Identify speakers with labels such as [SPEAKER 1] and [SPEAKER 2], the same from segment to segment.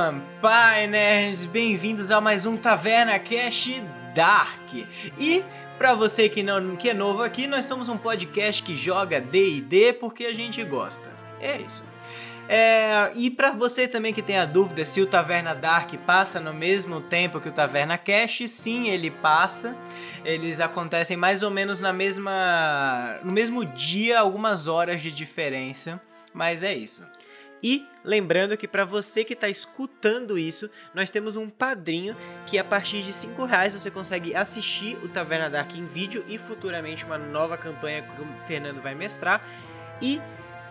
[SPEAKER 1] Senpai Nerds, bem-vindos a mais um Taverna Cash Dark. E para você que não que é novo aqui, nós somos um podcast que joga D&D porque a gente gosta. É isso. É, e para você também que tem a dúvida se o Taverna Dark passa no mesmo tempo que o Taverna Cash, sim, ele passa. Eles acontecem mais ou menos na mesma no mesmo dia, algumas horas de diferença, mas é isso.
[SPEAKER 2] E lembrando que para você que está escutando isso, nós temos um padrinho que a partir de 5 reais você consegue assistir o Taverna Dark em vídeo e futuramente uma nova campanha que o Fernando vai mestrar. E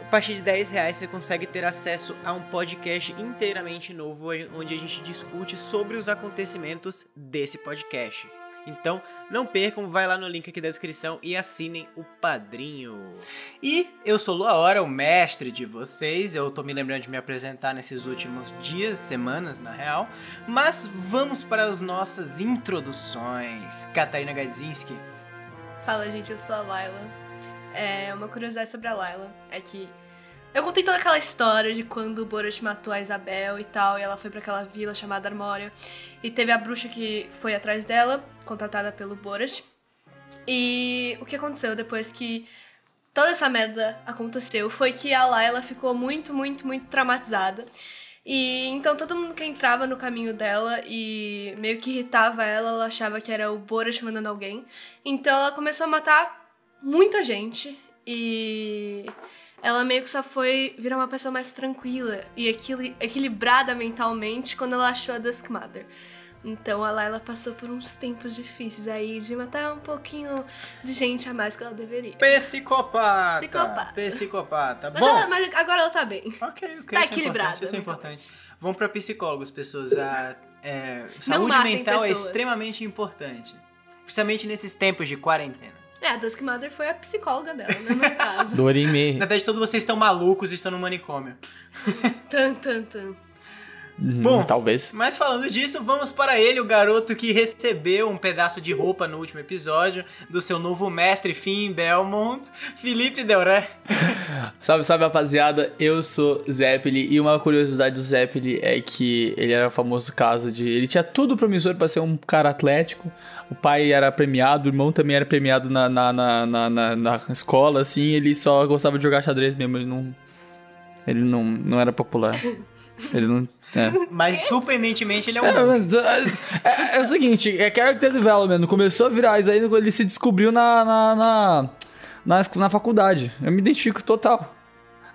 [SPEAKER 2] a partir de 10 reais você consegue ter acesso a um podcast inteiramente novo onde a gente discute sobre os acontecimentos desse podcast. Então, não percam, vai lá no link aqui da descrição e assinem o padrinho.
[SPEAKER 1] E eu sou Lua Hora, o mestre de vocês. Eu tô me lembrando de me apresentar nesses últimos dias, semanas na real. Mas vamos para as nossas introduções. Catarina Gadzinski.
[SPEAKER 3] Fala, gente, eu sou a Laila. É, uma curiosidade sobre a Laila é que eu contei toda aquela história de quando o Borat matou a Isabel e tal, e ela foi para aquela vila chamada Armória. E teve a bruxa que foi atrás dela, contratada pelo Borat. E o que aconteceu depois que toda essa merda aconteceu foi que a Layla ficou muito, muito, muito traumatizada. E então todo mundo que entrava no caminho dela e meio que irritava ela, ela achava que era o Borat mandando alguém. Então ela começou a matar muita gente e ela meio que só foi virar uma pessoa mais tranquila e equili- equilibrada mentalmente quando ela achou a Dusk Mother. Então a Layla passou por uns tempos difíceis aí de matar um pouquinho de gente a mais que ela deveria.
[SPEAKER 1] Psicopata.
[SPEAKER 3] Psicopata.
[SPEAKER 1] Psicopata.
[SPEAKER 3] Mas,
[SPEAKER 1] Bom,
[SPEAKER 3] ela- mas agora ela tá bem.
[SPEAKER 1] ok, ok. isso
[SPEAKER 3] tá
[SPEAKER 1] é
[SPEAKER 3] equilibrada,
[SPEAKER 1] importante, Isso é
[SPEAKER 3] né,
[SPEAKER 1] importante. Vamos para psicólogos, pessoas. A, é,
[SPEAKER 3] Não
[SPEAKER 1] saúde
[SPEAKER 3] matem
[SPEAKER 1] mental é
[SPEAKER 3] pessoas.
[SPEAKER 1] extremamente importante. Principalmente nesses tempos de quarentena.
[SPEAKER 3] É, a Dusk Mother foi a psicóloga dela, né, no caso.
[SPEAKER 1] Na
[SPEAKER 4] Dorime.
[SPEAKER 1] verdade, todos vocês estão malucos e estão no manicômio.
[SPEAKER 3] tan, tan, tan.
[SPEAKER 1] Bom.
[SPEAKER 4] Bom, Uhum. talvez.
[SPEAKER 1] Mas falando disso, vamos para ele, o garoto que recebeu um pedaço de roupa no último episódio do seu novo mestre Finn Belmont, Felipe Deuré.
[SPEAKER 4] Salve, salve, rapaziada. Eu sou Zeppeli e uma curiosidade do Zeppeli é que ele era o famoso caso de ele tinha tudo promissor pra ser um cara atlético. O pai era premiado, o irmão também era premiado na, na, na, na, na- na escola, assim. Ele só gostava de jogar xadrez mesmo. Ele não, ele não, não era popular. Ele não. É.
[SPEAKER 1] Mas surpreendentemente ele é um.
[SPEAKER 4] É,
[SPEAKER 1] homem.
[SPEAKER 4] mas, é, é- é o seguinte, é character development. Começou a virar isso aí quando ele se descobriu na na, na, na, na faculdade. Eu me identifico total.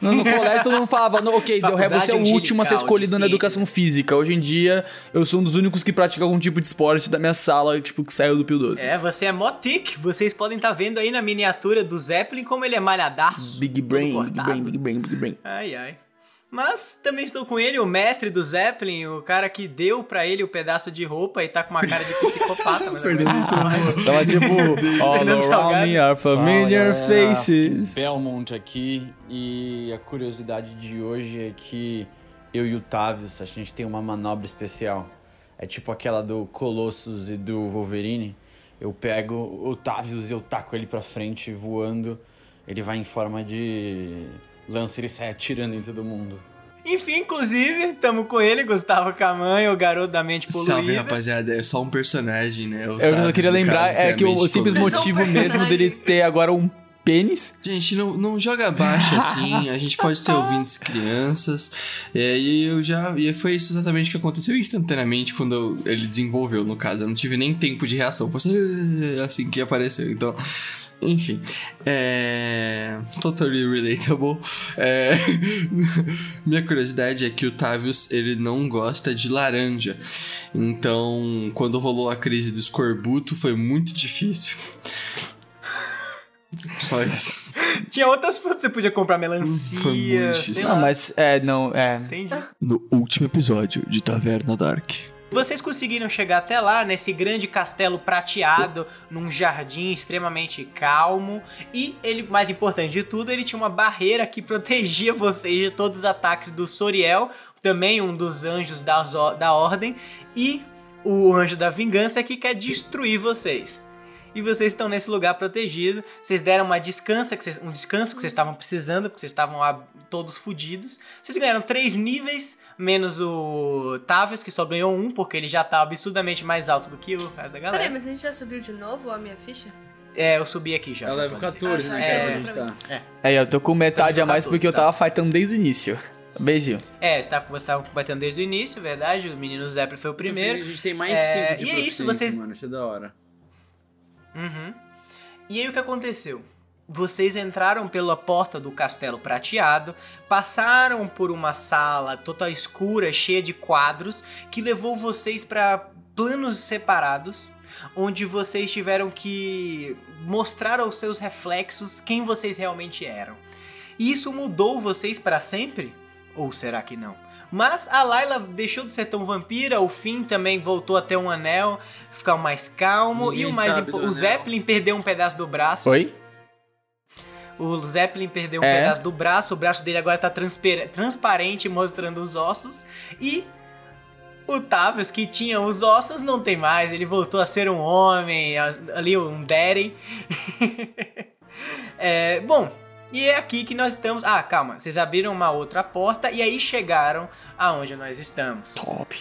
[SPEAKER 4] No, no colégio todo mundo falava, "Não, ok, Del Rey, você é
[SPEAKER 1] Faculdade
[SPEAKER 4] o último a ser
[SPEAKER 1] angelical
[SPEAKER 4] escolhido
[SPEAKER 1] de
[SPEAKER 4] na educação física. Hoje em dia, eu sou um dos únicos que pratica algum tipo de esporte da minha sala, tipo, que saiu do Pio 12.
[SPEAKER 1] É, você é motic. Vocês podem estar vendo aí na miniatura do Zeppelin como ele é malhadaço.
[SPEAKER 4] Big
[SPEAKER 1] todo
[SPEAKER 4] brain, big
[SPEAKER 1] cortado.
[SPEAKER 4] brain, big brain, big brain.
[SPEAKER 1] Ai, ai. Mas também estou com ele, o mestre do Zeppelin, o cara que deu pra ele o pedaço de roupa e tá com uma cara de psicopata. mas agora ele tá mais.
[SPEAKER 4] Tava tipo, all
[SPEAKER 1] Fernando Salgado.
[SPEAKER 4] around me are familiar
[SPEAKER 5] Fala, galera.
[SPEAKER 4] faces.
[SPEAKER 5] Belmont aqui e a curiosidade de hoje é que eu e o Tavius, a gente tem uma manobra especial. É tipo aquela do Colossus e do Wolverine. Eu pego o Tavius e eu taco ele pra frente voando. Ele vai em forma de lança, ele sai atirando em todo mundo.
[SPEAKER 1] Enfim, inclusive, tamo com ele, Gustavo Camanho, o garoto da mente poluída.
[SPEAKER 6] Salve, rapaziada. É só um personagem, né?
[SPEAKER 4] Eu só queria lembrar é que o, o simples
[SPEAKER 3] Mas é um
[SPEAKER 4] motivo
[SPEAKER 3] personagem.
[SPEAKER 4] mesmo dele ter agora um pênis.
[SPEAKER 6] Gente, não, não joga baixo assim. A gente pode ter ouvintes crianças. É, e eu já. E foi isso exatamente o que aconteceu instantaneamente quando eu- ele desenvolveu, no caso. Eu não tive nem tempo de reação. Foi assim, assim que apareceu. Então. Enfim. É. Totally relatable. É, Minha curiosidade é que o Tavius, ele não gosta de laranja. Então, quando rolou a crise do escorbuto, foi muito difícil. Só isso.
[SPEAKER 1] Tinha outras frutas, você podia comprar melancia.
[SPEAKER 6] Foi muito
[SPEAKER 1] sei
[SPEAKER 6] difícil.
[SPEAKER 1] lá.
[SPEAKER 4] Não, mas é, não, é.
[SPEAKER 1] Entendi.
[SPEAKER 6] no último episódio de Taverna Dark.
[SPEAKER 1] Vocês conseguiram chegar até lá, nesse grande castelo prateado, num jardim extremamente calmo. E ele, mais importante de tudo, ele tinha uma barreira que protegia vocês de todos os ataques do Soriel, também um dos anjos das o- da ordem, e o anjo da vingança que quer destruir vocês. e vocês estão nesse lugar protegido. Vocês deram uma descansa, que vocês- um descanso que vocês estavam precisando, porque vocês estavam lá todos fudidos. Vocês ganharam três níveis, menos o Tavius, que só ganhou um, porque ele já tá absurdamente mais alto do que o resto da
[SPEAKER 3] Peraí,
[SPEAKER 1] galera.
[SPEAKER 3] mas a gente já subiu de novo a minha ficha?
[SPEAKER 1] É, eu subi aqui já.
[SPEAKER 7] É o
[SPEAKER 1] já
[SPEAKER 7] level
[SPEAKER 1] atualizei.
[SPEAKER 7] 14, né?
[SPEAKER 3] É.
[SPEAKER 7] Que é pra gente tá.
[SPEAKER 4] É, eu tô com metade a mais
[SPEAKER 1] 14,
[SPEAKER 4] porque eu tava fightando desde o início. Beijinho.
[SPEAKER 1] É, você tava, você tava combatendo desde o início, é verdade. O menino Zeppelin foi o primeiro.
[SPEAKER 7] A gente tem mais
[SPEAKER 1] É,
[SPEAKER 7] 5 de
[SPEAKER 1] e é isso,
[SPEAKER 7] proficiência,
[SPEAKER 1] vocês-
[SPEAKER 7] mano. Isso é da hora.
[SPEAKER 1] Uhum. E aí o que aconteceu? Vocês entraram pela porta do castelo prateado, passaram por uma sala total escura, cheia de quadros, que levou vocês para planos separados, onde vocês tiveram que mostrar aos seus reflexos quem vocês realmente eram. E isso mudou vocês para sempre? Ou será que não? Mas a Layla deixou de ser tão vampira, o Finn também voltou a ter um anel, ficar mais calmo e
[SPEAKER 7] Ninguém
[SPEAKER 1] o mais
[SPEAKER 7] sabe
[SPEAKER 1] impo-
[SPEAKER 7] do
[SPEAKER 1] o
[SPEAKER 7] anel.
[SPEAKER 1] Zeppelin perdeu um pedaço do braço.
[SPEAKER 4] Oi?
[SPEAKER 1] O Zeppelin perdeu um
[SPEAKER 4] É.
[SPEAKER 1] pedaço do braço, o braço dele agora tá transper- transparente, mostrando os ossos. E o Tavius, que tinha os ossos, não tem mais. Ele voltou a ser um homem, a- ali um Deren. É, bom, e é aqui que nós estamos. Ah, calma, vocês abriram uma outra porta e aí chegaram aonde nós estamos.
[SPEAKER 4] Top.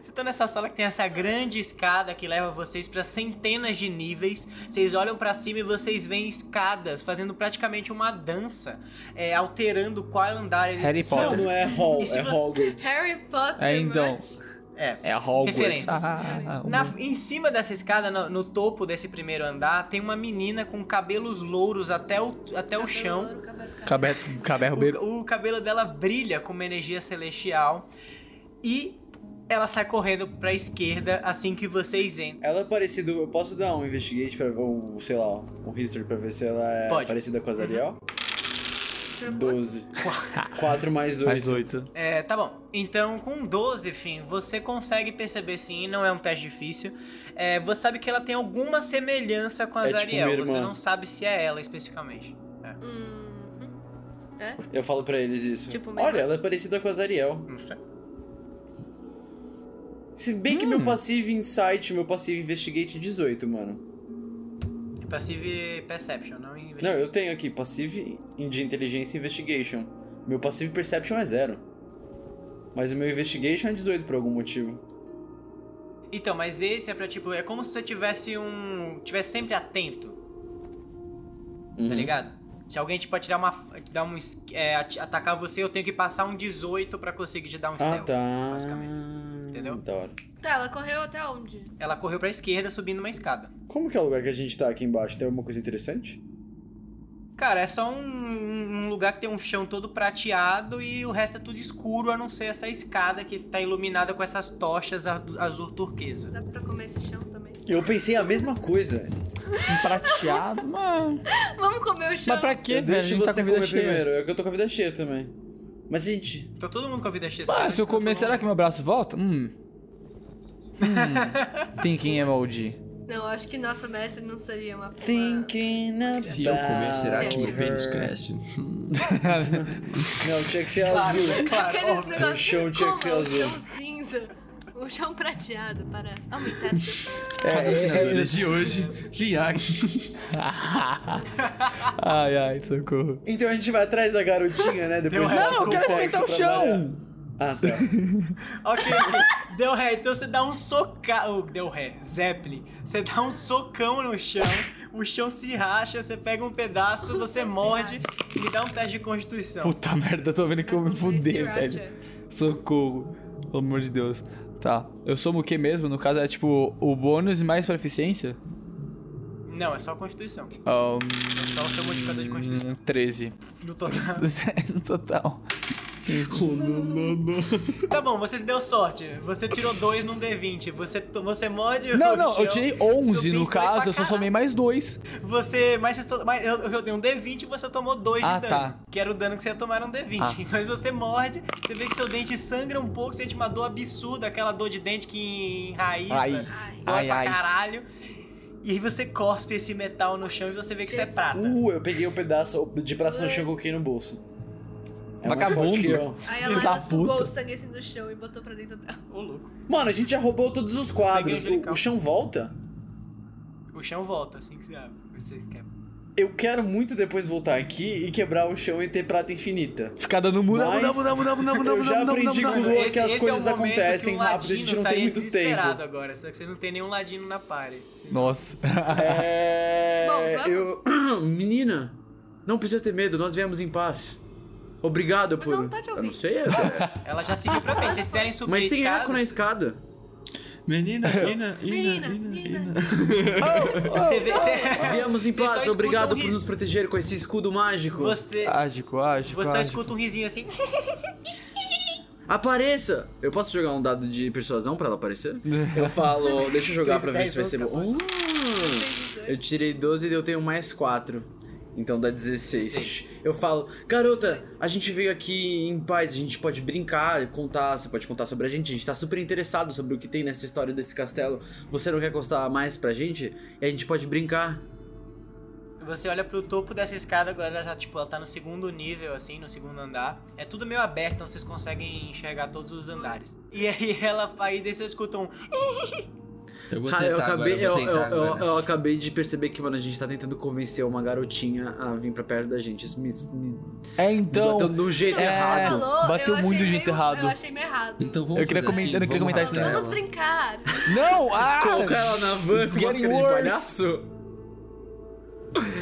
[SPEAKER 1] Você tá nessa sala que tem essa grande escada que leva vocês pra centenas de níveis. Vocês olham pra cima e vocês veem escadas fazendo praticamente uma dança, é, alterando qual andar eles
[SPEAKER 4] Harry
[SPEAKER 1] estão.
[SPEAKER 4] Potter.
[SPEAKER 7] Não, não é Hall,
[SPEAKER 1] E se
[SPEAKER 7] é
[SPEAKER 1] você-
[SPEAKER 7] Hogwarts.
[SPEAKER 3] Harry Potter,
[SPEAKER 4] É, então.
[SPEAKER 3] Matt.
[SPEAKER 1] É.
[SPEAKER 4] É a Hogwarts.
[SPEAKER 1] Referências.
[SPEAKER 4] Ah,
[SPEAKER 1] Na- em cima dessa escada, no, no topo desse primeiro andar, tem uma menina com cabelos louros até o, até É o
[SPEAKER 3] Cabelo
[SPEAKER 1] chão.
[SPEAKER 3] louro, cabelo- cabelo-
[SPEAKER 4] Caberto, Caberro Beiro.
[SPEAKER 1] O, o cabelo dela brilha com uma energia celestial e ela sai correndo pra esquerda assim que vocês entram.
[SPEAKER 7] Ela é parecida. Eu posso dar um investigate pra ver, ou sei lá, um history pra ver se ela é
[SPEAKER 1] Pode. Uhum.
[SPEAKER 7] parecida com a Zariel?
[SPEAKER 3] Turbulento.
[SPEAKER 7] 12. 4 mais 8.
[SPEAKER 4] Mais oito.
[SPEAKER 1] É, tá bom. Então, com 12, fim, você consegue perceber sim, não é um teste difícil. É, você sabe que ela tem alguma semelhança com a
[SPEAKER 7] É tipo
[SPEAKER 1] Zariel,
[SPEAKER 7] minha
[SPEAKER 1] você
[SPEAKER 7] irmã.
[SPEAKER 1] não sabe se é ela especificamente.
[SPEAKER 3] Uhum.
[SPEAKER 7] Eu falo pra eles isso.
[SPEAKER 3] Tipo, mas-
[SPEAKER 7] Olha, ela é parecida com a Zariel.
[SPEAKER 1] Não sei.
[SPEAKER 7] Se bem que
[SPEAKER 4] Hum.
[SPEAKER 7] meu passive insight, meu passive investigate é 18, mano.
[SPEAKER 1] É passive perception, não
[SPEAKER 7] Não,
[SPEAKER 1] investigation.
[SPEAKER 7] eu tenho aqui passive de inteligência e investigation. Meu passive perception é zero. Mas o meu investigation é 18 por algum motivo.
[SPEAKER 1] Então, mas esse é pra tipo, é como se você tivesse um, tivesse sempre atento, tá
[SPEAKER 7] Uhum.
[SPEAKER 1] ligado? Se alguém tipo atirar uma, te dar um, es- é, at- atacar você, eu tenho que passar um 18 pra conseguir te dar um
[SPEAKER 7] Ah,
[SPEAKER 1] stealth.
[SPEAKER 7] tá.
[SPEAKER 1] basicamente. Entendeu?
[SPEAKER 7] Da hora.
[SPEAKER 3] Tá, ela correu até onde?
[SPEAKER 1] Ela correu pra esquerda subindo uma escada.
[SPEAKER 7] Como que é o lugar que a gente tá aqui embaixo? Tem alguma coisa interessante?
[SPEAKER 1] Cara, é só um, um lugar que tem um chão todo prateado e o resto é tudo escuro, a não ser essa escada que tá iluminada com essas tochas a- azul turquesa.
[SPEAKER 3] Dá pra comer esse chão também?
[SPEAKER 7] Eu pensei a mesma coisa.
[SPEAKER 4] Um prateado, mas.
[SPEAKER 3] Vamos comer o chão.
[SPEAKER 4] Mas pra quê, velho? A
[SPEAKER 7] Deixa
[SPEAKER 4] gente tá
[SPEAKER 7] você
[SPEAKER 4] com a vida
[SPEAKER 7] comer
[SPEAKER 4] cheia.
[SPEAKER 7] primeiro. É que eu tô com a vida cheia também. Mas, gente,
[SPEAKER 1] Tá todo mundo com a vida cheia. só
[SPEAKER 4] Ah, se eu
[SPEAKER 1] descansou
[SPEAKER 4] comer,
[SPEAKER 1] um
[SPEAKER 4] será que meu braço volta? Hum. Hum. Thinking emoji.
[SPEAKER 3] Não, acho que nosso mestre não seria uma boa-
[SPEAKER 7] thinking about
[SPEAKER 6] Se eu comer, será que meu
[SPEAKER 7] her.
[SPEAKER 6] pênis cresce?
[SPEAKER 7] Não, tinha que ser
[SPEAKER 1] Claro,
[SPEAKER 7] azul.
[SPEAKER 1] claro,
[SPEAKER 3] Aqueles é-
[SPEAKER 1] óbvio.
[SPEAKER 3] negócios.
[SPEAKER 7] O chão tinha que ser
[SPEAKER 3] Coma O
[SPEAKER 7] azul.
[SPEAKER 3] chão cinza. O chão prateado para aumentar seu.
[SPEAKER 7] É,
[SPEAKER 6] Patrocinadora de hoje, Viag.
[SPEAKER 4] Ai, ai, socorro. um
[SPEAKER 7] Então a gente vai atrás da garotinha, né? Depois
[SPEAKER 1] Deu
[SPEAKER 7] de
[SPEAKER 1] real. Não,
[SPEAKER 7] falar
[SPEAKER 1] eu
[SPEAKER 7] sobre
[SPEAKER 1] quero
[SPEAKER 7] sexo,
[SPEAKER 4] experimentar o
[SPEAKER 7] trabalhar.
[SPEAKER 4] chão.
[SPEAKER 7] Ah, tá.
[SPEAKER 1] Ok, deu ré. Então você dá um socão. Deu ré, Zeppelin. Você dá um socão no chão, o chão se racha, você pega um pedaço,
[SPEAKER 3] O
[SPEAKER 1] você
[SPEAKER 3] chão se
[SPEAKER 1] morde e dá um teste de constituição.
[SPEAKER 3] Então.
[SPEAKER 4] Puta merda, eu tô vendo que eu me fudei, velho. Socorro. Pelo amor de Deus. Tá. Eu somo o que mesmo? No caso é tipo o bônus e mais proficiência?
[SPEAKER 1] Não, é só constituição.
[SPEAKER 4] Um,
[SPEAKER 1] É só o seu modificador de constituição.
[SPEAKER 4] 13.
[SPEAKER 1] No total.
[SPEAKER 4] no total.
[SPEAKER 1] Tá bom, você deu sorte. Você tirou dois num D20. Você, você morde.
[SPEAKER 4] Não,
[SPEAKER 1] o
[SPEAKER 4] não, eu
[SPEAKER 1] chão,
[SPEAKER 4] tirei
[SPEAKER 1] seu
[SPEAKER 4] 11
[SPEAKER 1] pinto
[SPEAKER 4] no
[SPEAKER 1] foi pra
[SPEAKER 4] caso, eu só
[SPEAKER 1] caralho.
[SPEAKER 4] somei mais dois.
[SPEAKER 1] Você. Mas, você to- mas eu, eu dei um D20 e você tomou dois
[SPEAKER 4] Ah,
[SPEAKER 1] de dano.
[SPEAKER 4] tá.
[SPEAKER 1] Que era o dano que você ia tomar num D20.
[SPEAKER 4] Ah.
[SPEAKER 1] Mas você morde, você vê que seu dente sangra um pouco, sente uma dor absurda, aquela dor de dente que enraiza.
[SPEAKER 4] Ai.
[SPEAKER 3] Ai.
[SPEAKER 1] dói
[SPEAKER 4] Ai,
[SPEAKER 1] pra
[SPEAKER 4] ai.
[SPEAKER 1] caralho. E aí você cospe esse
[SPEAKER 7] tá.
[SPEAKER 4] Uh.
[SPEAKER 1] metal no chão e você vê que isso é prata.
[SPEAKER 7] Uh, eu peguei o pedaço de braço no chão e coloquei no bolso. É mais
[SPEAKER 4] Vagabundo.
[SPEAKER 7] forte que eu.
[SPEAKER 3] Aí a
[SPEAKER 4] Filho
[SPEAKER 3] Layla
[SPEAKER 4] da
[SPEAKER 3] sugou
[SPEAKER 4] puta.
[SPEAKER 3] o sangue assim do chão e botou pra dentro dela.
[SPEAKER 1] Ô, louco.
[SPEAKER 7] Mano, a gente já roubou todos os quadros.
[SPEAKER 1] Sangue
[SPEAKER 7] O, o chão volta?
[SPEAKER 1] O chão volta assim que você abre. Você quer.
[SPEAKER 7] Eu quero muito depois voltar aqui e quebrar o chão e ter prata infinita.
[SPEAKER 4] Ficar dando muda,
[SPEAKER 7] Mas-
[SPEAKER 4] muda, muda, muda, muda, muda,
[SPEAKER 7] Eu já
[SPEAKER 4] muda, muda,
[SPEAKER 7] aprendi
[SPEAKER 4] muda,
[SPEAKER 7] com
[SPEAKER 4] muda.
[SPEAKER 7] o Luan que as coisas
[SPEAKER 1] é o momento
[SPEAKER 7] acontecem
[SPEAKER 1] que o
[SPEAKER 7] rápido, a
[SPEAKER 1] Ladino
[SPEAKER 7] gente não tem
[SPEAKER 1] estaria
[SPEAKER 7] muito tempo.
[SPEAKER 1] desesperado agora, só que vocês não tem nenhum ladino na pare. Você-
[SPEAKER 4] Nossa.
[SPEAKER 7] É.
[SPEAKER 3] Bom,
[SPEAKER 7] eu. Menina, não precisa ter medo, nós viemos em paz. Obrigado
[SPEAKER 3] Mas
[SPEAKER 7] por.
[SPEAKER 3] ela não tá te
[SPEAKER 7] eu não
[SPEAKER 3] ouvindo.
[SPEAKER 7] sei, é-
[SPEAKER 1] Ela já seguiu pra frente. Se vocês quiserem subir
[SPEAKER 7] mas
[SPEAKER 1] a
[SPEAKER 7] tem
[SPEAKER 1] escada,
[SPEAKER 7] eco na escada.
[SPEAKER 6] Menina, Ina, Ina,
[SPEAKER 3] Menina,
[SPEAKER 6] Ina,
[SPEAKER 3] menina.
[SPEAKER 6] Ina.
[SPEAKER 1] Você vê. Você...
[SPEAKER 3] É,
[SPEAKER 7] Viemos em
[SPEAKER 1] Vocês só
[SPEAKER 7] paz,
[SPEAKER 1] escutam
[SPEAKER 7] obrigado
[SPEAKER 1] um
[SPEAKER 7] por
[SPEAKER 1] ri-
[SPEAKER 7] nos proteger com esse escudo mágico.
[SPEAKER 1] Você,
[SPEAKER 7] Ah,
[SPEAKER 4] Ágico, ágico,
[SPEAKER 1] você só
[SPEAKER 4] ágico.
[SPEAKER 1] escuta um risinho assim.
[SPEAKER 7] Apareça! Eu posso jogar um dado de persuasão pra ela aparecer? Eu falo, deixa eu jogar pra ver se vai ser bom. Ah, eu tirei 12 e eu tenho mais 4. Então dá 16. Eu falo, garota, a gente veio aqui em paz, a gente pode brincar, contar, você pode contar sobre a gente, a gente tá super interessado sobre o que tem nessa história desse castelo. Você não quer contar mais pra gente? E a gente pode brincar.
[SPEAKER 1] Você olha pro topo dessa escada agora, ela já, tipo, ela tá no segundo nível, assim, no segundo andar. É tudo meio aberto, então vocês conseguem enxergar todos os andares. E aí ela aí daí vocês escutam um.
[SPEAKER 6] Eu vou
[SPEAKER 7] Cara, Ah, eu
[SPEAKER 6] tentar agora,
[SPEAKER 7] acabei,
[SPEAKER 6] eu
[SPEAKER 7] eu,
[SPEAKER 6] vou tentar
[SPEAKER 7] eu- eu-
[SPEAKER 6] agora.
[SPEAKER 7] eu acabei de perceber que, mano, a gente tá tentando convencer uma garotinha a vir pra perto da gente. Isso me, me
[SPEAKER 4] É, então...
[SPEAKER 7] bateu de um jeito
[SPEAKER 4] é,
[SPEAKER 7] errado.
[SPEAKER 3] falou,
[SPEAKER 4] bateu
[SPEAKER 3] eu
[SPEAKER 4] muito
[SPEAKER 3] achei
[SPEAKER 4] do jeito
[SPEAKER 3] meio-
[SPEAKER 4] errado.
[SPEAKER 3] Eu achei meio errado. Tá
[SPEAKER 6] Então vamos
[SPEAKER 4] Eu queria
[SPEAKER 6] fazer
[SPEAKER 4] comentar- eu
[SPEAKER 6] assim,
[SPEAKER 4] queria comentar
[SPEAKER 6] vamos
[SPEAKER 4] isso, né?
[SPEAKER 6] matar
[SPEAKER 3] Vamos
[SPEAKER 6] ela.
[SPEAKER 3] brincar.
[SPEAKER 4] Não, ah!
[SPEAKER 7] Colocar ela na van
[SPEAKER 4] It's
[SPEAKER 7] com máscara
[SPEAKER 4] getting
[SPEAKER 7] de
[SPEAKER 4] worse.
[SPEAKER 7] palhaço?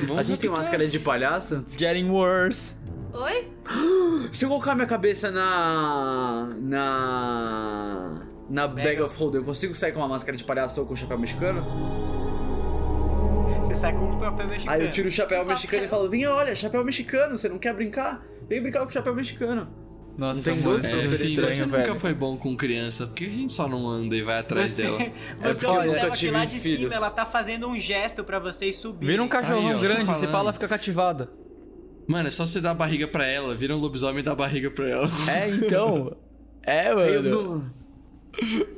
[SPEAKER 6] Vamos
[SPEAKER 7] A gente tem
[SPEAKER 6] raptar.
[SPEAKER 7] máscara de palhaço?
[SPEAKER 4] It's getting worse.
[SPEAKER 3] Oi?
[SPEAKER 7] Se eu colocar minha cabeça na. na. na bag of holding, eu consigo sair com uma máscara de palhaço ou com um chapéu mexicano?
[SPEAKER 1] Você sai com um papel mexicano.
[SPEAKER 7] Aí eu tiro o chapéu
[SPEAKER 3] Com
[SPEAKER 7] mexicano e
[SPEAKER 3] papel.
[SPEAKER 7] falo: Vem, olha, chapéu mexicano, você não quer brincar? Vem brincar com chapéu mexicano.
[SPEAKER 4] Nossa,
[SPEAKER 7] tem
[SPEAKER 4] mano,
[SPEAKER 7] gosto,
[SPEAKER 4] isso
[SPEAKER 6] É,
[SPEAKER 7] super
[SPEAKER 6] Fih, você
[SPEAKER 4] estranho, velho.
[SPEAKER 6] nunca foi bom com criança, por que a gente só não anda e vai atrás
[SPEAKER 1] Você,
[SPEAKER 6] dela?
[SPEAKER 1] você
[SPEAKER 7] É porque eu
[SPEAKER 1] observa
[SPEAKER 7] nunca
[SPEAKER 1] que
[SPEAKER 7] tive
[SPEAKER 1] lá de
[SPEAKER 7] filhos.
[SPEAKER 1] cima ela tá fazendo um gesto pra vocês subirem.
[SPEAKER 4] Vira um cachorrão
[SPEAKER 6] Aí, ó, tô
[SPEAKER 4] grande, você
[SPEAKER 6] falando.
[SPEAKER 4] fala, fica cativada.
[SPEAKER 6] Mano, é só você dar a barriga pra ela, vira um lobisomem e dá a barriga pra ela.
[SPEAKER 4] É, então... É, mano.
[SPEAKER 7] Eu não.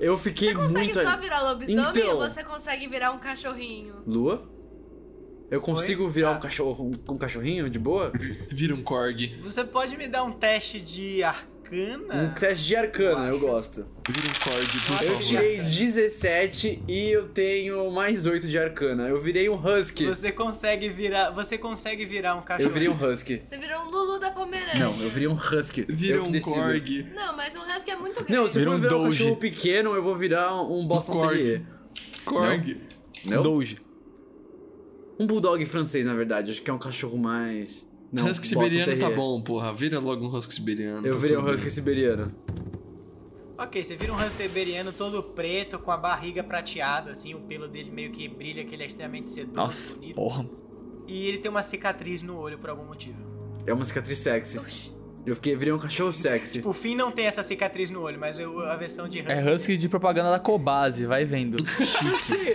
[SPEAKER 7] Eu
[SPEAKER 3] Você
[SPEAKER 7] fiquei
[SPEAKER 3] consegue
[SPEAKER 7] muito.
[SPEAKER 3] só virar lobisomem
[SPEAKER 7] Então.
[SPEAKER 3] ou você consegue virar um cachorrinho?
[SPEAKER 7] Lua? Eu consigo virar um cachorro, um, um cachorrinho de boa?
[SPEAKER 6] Vira um corgi.
[SPEAKER 1] Você pode me dar um teste de arcana?
[SPEAKER 7] Um teste de arcana,
[SPEAKER 1] É. Eu
[SPEAKER 7] eu,
[SPEAKER 1] acho.
[SPEAKER 7] gosto.
[SPEAKER 6] Vira um corgi, por
[SPEAKER 1] Eu
[SPEAKER 7] Ah, Eu
[SPEAKER 6] favor.
[SPEAKER 7] tirei 17 e eu tenho mais 8 de arcana. Eu virei um husky.
[SPEAKER 1] Você consegue virar. Você consegue virar um cachorro.
[SPEAKER 7] Eu virei um husky.
[SPEAKER 3] Você virou um Lulu da Pomerânia.
[SPEAKER 7] Não, eu virei um husky.
[SPEAKER 6] Vira
[SPEAKER 7] Eu que
[SPEAKER 6] um
[SPEAKER 7] decido.
[SPEAKER 6] corgi.
[SPEAKER 3] Não, mas um husky é muito grande.
[SPEAKER 7] Não, se
[SPEAKER 4] Vira
[SPEAKER 7] for
[SPEAKER 4] um
[SPEAKER 7] virar um
[SPEAKER 4] doge.
[SPEAKER 7] cachorro pequeno, eu vou virar um Boston
[SPEAKER 6] corgi.
[SPEAKER 7] Terrier.
[SPEAKER 6] Corgi.
[SPEAKER 7] Não?
[SPEAKER 4] Doge.
[SPEAKER 7] Um bulldog francês, na verdade. Acho que é um cachorro mais... Não,
[SPEAKER 6] husky
[SPEAKER 7] Boston
[SPEAKER 6] siberiano tá
[SPEAKER 7] Terrier.
[SPEAKER 6] bom, porra. Vira logo um husky siberiano.
[SPEAKER 7] Eu
[SPEAKER 6] tá
[SPEAKER 7] virei um
[SPEAKER 6] tudo
[SPEAKER 7] husky siberiano.
[SPEAKER 1] Ok, você vira um ranceberiano todo preto, com a barriga prateada, assim, o pelo dele meio que brilha, que ele é extremamente sedoso,
[SPEAKER 4] Nossa,
[SPEAKER 1] bonito.
[SPEAKER 4] porra.
[SPEAKER 1] E ele tem uma cicatriz no olho por algum motivo.
[SPEAKER 7] É uma cicatriz sexy.
[SPEAKER 3] Oxi.
[SPEAKER 7] Eu fiquei, virei um cachorro sexy.
[SPEAKER 1] Por fim, não tem essa cicatriz no olho, mas eu- a versão de
[SPEAKER 4] É
[SPEAKER 1] Husky.
[SPEAKER 4] husky de propaganda da Cobase, vai vendo.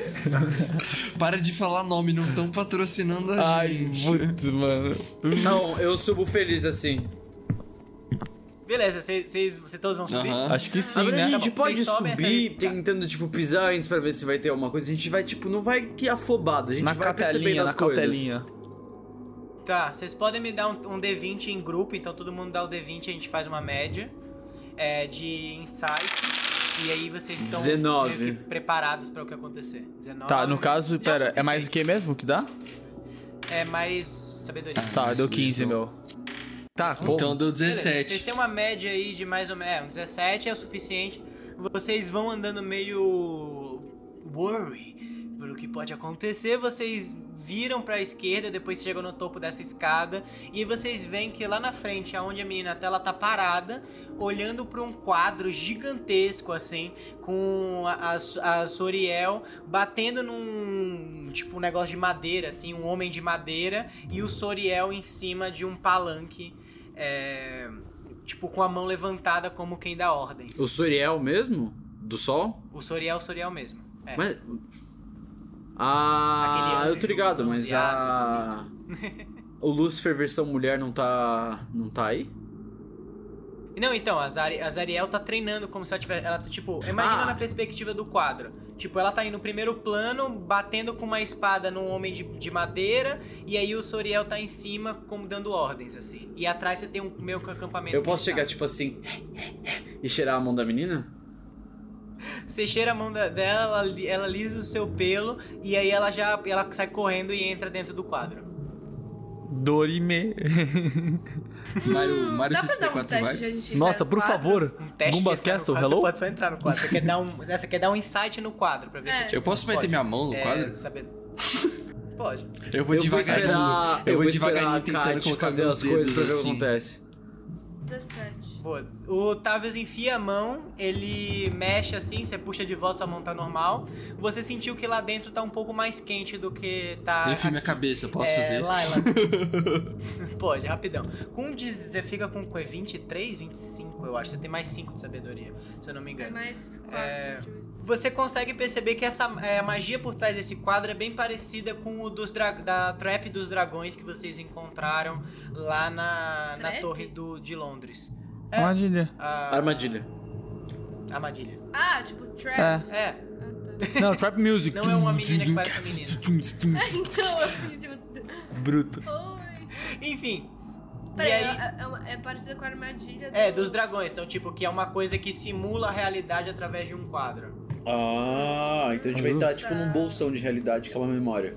[SPEAKER 6] bem. Para de falar nome, não estão patrocinando a
[SPEAKER 4] Ai,
[SPEAKER 6] gente.
[SPEAKER 4] putz, mano.
[SPEAKER 7] Não, eu subo feliz assim.
[SPEAKER 1] Beleza, vocês- vocês vocês todos vão subir?
[SPEAKER 6] Aham.
[SPEAKER 4] Acho que sim,
[SPEAKER 7] Agora
[SPEAKER 4] né?
[SPEAKER 7] a
[SPEAKER 1] Tá
[SPEAKER 7] gente
[SPEAKER 1] bom,
[SPEAKER 7] pode
[SPEAKER 1] vocês sobem essa
[SPEAKER 7] subir
[SPEAKER 1] escada.
[SPEAKER 7] tentando, tipo, pisar antes pra ver se vai ter alguma coisa. A gente vai, tipo, não vai que afobado. A gente
[SPEAKER 4] Na
[SPEAKER 7] vai percebendo
[SPEAKER 4] cautelinha,
[SPEAKER 7] as
[SPEAKER 4] na
[SPEAKER 7] coisas.
[SPEAKER 4] cautelinha.
[SPEAKER 1] Tá, vocês podem me dar um, um D20 em grupo, então todo mundo dá o D20 e a gente faz uma média é, de insight. E aí vocês estão
[SPEAKER 7] 19.
[SPEAKER 1] meio que preparados pra o que acontecer. 19.
[SPEAKER 4] Tá, no caso,
[SPEAKER 1] Já
[SPEAKER 4] pera, é
[SPEAKER 1] suficiente.
[SPEAKER 4] mais o que mesmo que dá?
[SPEAKER 1] É mais sabedoria.
[SPEAKER 4] Tá,
[SPEAKER 6] Isso,
[SPEAKER 4] deu 15,
[SPEAKER 6] isso.
[SPEAKER 4] meu. Tá, pô.
[SPEAKER 6] Então deu
[SPEAKER 1] Beleza, Vocês
[SPEAKER 6] 17.
[SPEAKER 1] têm uma média aí de mais ou menos. é, um 17 é o suficiente. Vocês vão andando meio. worry pelo que pode acontecer. Vocês viram pra esquerda, depois chegam no topo dessa escada. E vocês veem que lá na frente, aonde a menina tá, ela tá parada, olhando pra um quadro gigantesco assim, com a, a, a Soriel batendo num. tipo um negócio de madeira, assim, um homem de madeira. E o Soriel em cima de um palanque é, tipo com a mão levantada como quem dá ordens.
[SPEAKER 7] O Soriel mesmo? Do sol?
[SPEAKER 1] O Soriel, o Soriel mesmo. É.
[SPEAKER 7] Mas. Ah,
[SPEAKER 1] Aquele
[SPEAKER 7] eu tô ligado,
[SPEAKER 1] anjo
[SPEAKER 7] mas a. O Lúcifer versão mulher não tá. não tá aí?
[SPEAKER 1] Não, então, a, Zari, a Zariel tá treinando como se ela tivesse. Ela tá, tipo, imagina
[SPEAKER 7] Ah.
[SPEAKER 1] na perspectiva do quadro. Tipo, ela tá indo no primeiro plano, batendo com uma espada num homem de, de madeira, e aí o Soriel tá em cima, como dando ordens, assim. E atrás você tem um meio que acampamento.
[SPEAKER 7] Eu
[SPEAKER 1] que
[SPEAKER 7] posso
[SPEAKER 1] ele
[SPEAKER 7] chegar,
[SPEAKER 1] tá.
[SPEAKER 7] tipo assim, e cheirar a mão da menina?
[SPEAKER 1] Você cheira a mão da- dela, ela, li- ela lisa o seu pelo, e aí ela já ela sai correndo e entra dentro do quadro.
[SPEAKER 4] Dorime.
[SPEAKER 6] Mario, Mario
[SPEAKER 3] Dá pra dar um
[SPEAKER 6] 64
[SPEAKER 3] teste de
[SPEAKER 6] vibes.
[SPEAKER 3] agilidade
[SPEAKER 4] Nossa, por
[SPEAKER 3] quatro?
[SPEAKER 4] favor.
[SPEAKER 1] Um teste. de
[SPEAKER 4] Gumbas
[SPEAKER 1] entrar no
[SPEAKER 4] Castle,
[SPEAKER 1] quadro, Você
[SPEAKER 4] hello?
[SPEAKER 1] pode só entrar no quadro. Você quer dar um, você quer dar um insight no quadro pra ver se
[SPEAKER 3] É.
[SPEAKER 1] tipo,
[SPEAKER 6] Eu posso meter
[SPEAKER 1] pode.
[SPEAKER 6] minha mão no
[SPEAKER 1] É,
[SPEAKER 6] quadro?
[SPEAKER 1] saber- Pode.
[SPEAKER 6] Eu vou devagarinho.
[SPEAKER 7] esperar-
[SPEAKER 6] eu vou
[SPEAKER 7] esperar
[SPEAKER 6] devagarinho
[SPEAKER 7] a
[SPEAKER 6] tentando
[SPEAKER 7] Kate
[SPEAKER 6] colocar
[SPEAKER 7] fazer
[SPEAKER 6] meus
[SPEAKER 7] as coisas
[SPEAKER 6] dedos
[SPEAKER 7] pra ver o que
[SPEAKER 6] assim.
[SPEAKER 7] acontece.
[SPEAKER 3] 17.
[SPEAKER 1] Boa. O Tavius enfia a mão, ele mexe assim, você puxa de volta, sua mão tá normal. Você sentiu que lá dentro tá um pouco mais quente do que tá.
[SPEAKER 6] Eu enfio minha
[SPEAKER 1] aqui.
[SPEAKER 6] cabeça, posso
[SPEAKER 1] É,
[SPEAKER 6] fazer isso?
[SPEAKER 1] Laila. Pode, rapidão. Com 10, você fica com que, 23, 25, eu acho. Você tem mais 5 de sabedoria, se eu não me
[SPEAKER 3] É
[SPEAKER 1] engano.
[SPEAKER 3] mais 4
[SPEAKER 1] É.
[SPEAKER 3] de wisdom.
[SPEAKER 1] Você consegue perceber que essa é, magia por trás desse quadro é bem parecida com o dos dra- da trap dos dragões que vocês encontraram lá na, na
[SPEAKER 3] Trap?
[SPEAKER 1] torre do, de Londres. É.
[SPEAKER 4] Armadilha.
[SPEAKER 1] A-
[SPEAKER 7] Armadilha.
[SPEAKER 1] Armadilha.
[SPEAKER 3] Ah, tipo, trap.
[SPEAKER 4] É.
[SPEAKER 1] É,
[SPEAKER 3] Ah,
[SPEAKER 4] Não, trap music.
[SPEAKER 1] não é uma menina que parece uma menina.
[SPEAKER 3] tá. então, eu fiz tipo.
[SPEAKER 4] Bruto.
[SPEAKER 3] Oi.
[SPEAKER 1] Enfim. e
[SPEAKER 3] Peraí,
[SPEAKER 1] aí,
[SPEAKER 3] é, é uma- é parecida com a armadilha.
[SPEAKER 1] é,
[SPEAKER 3] do-
[SPEAKER 1] dos dragões. Então, tipo, que é uma coisa que simula a realidade através de um quadro.
[SPEAKER 7] Ah, então a
[SPEAKER 6] Uhum.
[SPEAKER 7] gente vai estar tipo
[SPEAKER 3] Tá.
[SPEAKER 7] num bolsão de realidade que é uma memória.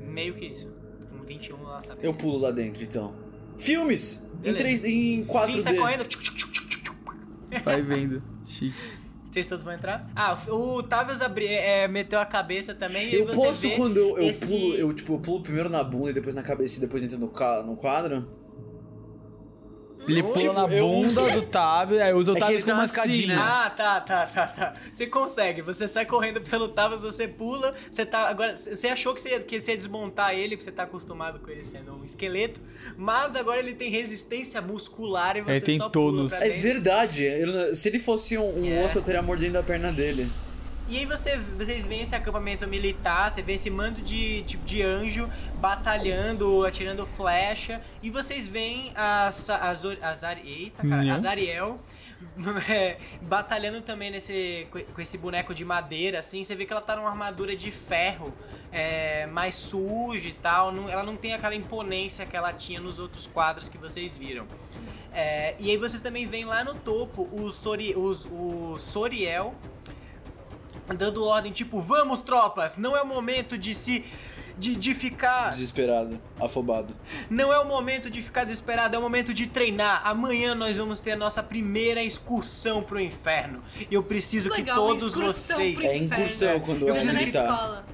[SPEAKER 1] Meio que isso. Com 21 lá, sabe?
[SPEAKER 7] Eu pulo lá dentro então. Filmes! Em,
[SPEAKER 1] Beleza.
[SPEAKER 7] 3, em
[SPEAKER 1] Enfim, sai
[SPEAKER 7] 4D.
[SPEAKER 1] correndo. Tchuc, tchuc, tchuc, tchuc, tchuc.
[SPEAKER 4] Vai vendo. Chique.
[SPEAKER 1] Vocês todos vão entrar? Ah, o Tavius abri- é, meteu a cabeça também. e aí
[SPEAKER 7] Eu
[SPEAKER 1] você
[SPEAKER 7] posso
[SPEAKER 1] vê-
[SPEAKER 7] quando eu, eu
[SPEAKER 1] esse-
[SPEAKER 7] pulo, eu tipo, eu pulo primeiro na bunda e depois na cabeça e depois entro no, ca- no quadro?
[SPEAKER 3] Hum?
[SPEAKER 4] Ele pula
[SPEAKER 7] Tipo,
[SPEAKER 4] na
[SPEAKER 7] eu
[SPEAKER 4] bunda do Tab, aí usa o
[SPEAKER 7] É que
[SPEAKER 4] Tab como
[SPEAKER 7] ele
[SPEAKER 4] assim.
[SPEAKER 7] dá uma
[SPEAKER 4] uma
[SPEAKER 7] escadinha.
[SPEAKER 4] sina.
[SPEAKER 1] Ah, tá, tá, tá, tá. Você consegue. Você sai correndo pelo Tavius, você pula. Você tá. Agora, c- você achou que você, ia, que você ia desmontar ele, porque você tá acostumado com ele sendo um esqueleto. Mas agora ele tem resistência muscular e você
[SPEAKER 4] Ele tem
[SPEAKER 1] só pula
[SPEAKER 4] tônus.
[SPEAKER 1] pra
[SPEAKER 7] É
[SPEAKER 1] dentro.
[SPEAKER 7] verdade. eu- se ele fosse um, um
[SPEAKER 1] É.
[SPEAKER 7] osso, eu teria mordido a perna dele.
[SPEAKER 1] E aí você, vocês veem esse acampamento militar, você vê esse mando de, de, de anjo batalhando, atirando flecha, e vocês veem as, as, or- as, Ari- eita, cara,
[SPEAKER 4] Nhã.
[SPEAKER 1] as Ariel é, batalhando também nesse, com- com esse boneco de madeira, assim, você vê que ela tá numa armadura de ferro, é, mais suja e tal, não- ela não tem aquela imponência que ela tinha nos outros quadros que vocês viram. É, e aí vocês também veem lá no topo o, Sori, os- o Soriel dando ordem, tipo, vamos tropas, não é o momento de se. De, de ficar.
[SPEAKER 7] Desesperado, afobado.
[SPEAKER 1] Não é o momento de ficar desesperado, é o momento de treinar. Amanhã nós vamos ter a nossa primeira excursão pro inferno. E eu preciso
[SPEAKER 3] Legal,
[SPEAKER 1] que
[SPEAKER 3] uma
[SPEAKER 1] todos
[SPEAKER 3] excursão
[SPEAKER 1] vocês.
[SPEAKER 3] pro
[SPEAKER 7] É incursão quando
[SPEAKER 1] Eu
[SPEAKER 7] eu
[SPEAKER 3] Mas
[SPEAKER 1] preciso
[SPEAKER 3] na
[SPEAKER 7] era
[SPEAKER 1] que-
[SPEAKER 7] militar.
[SPEAKER 3] escola.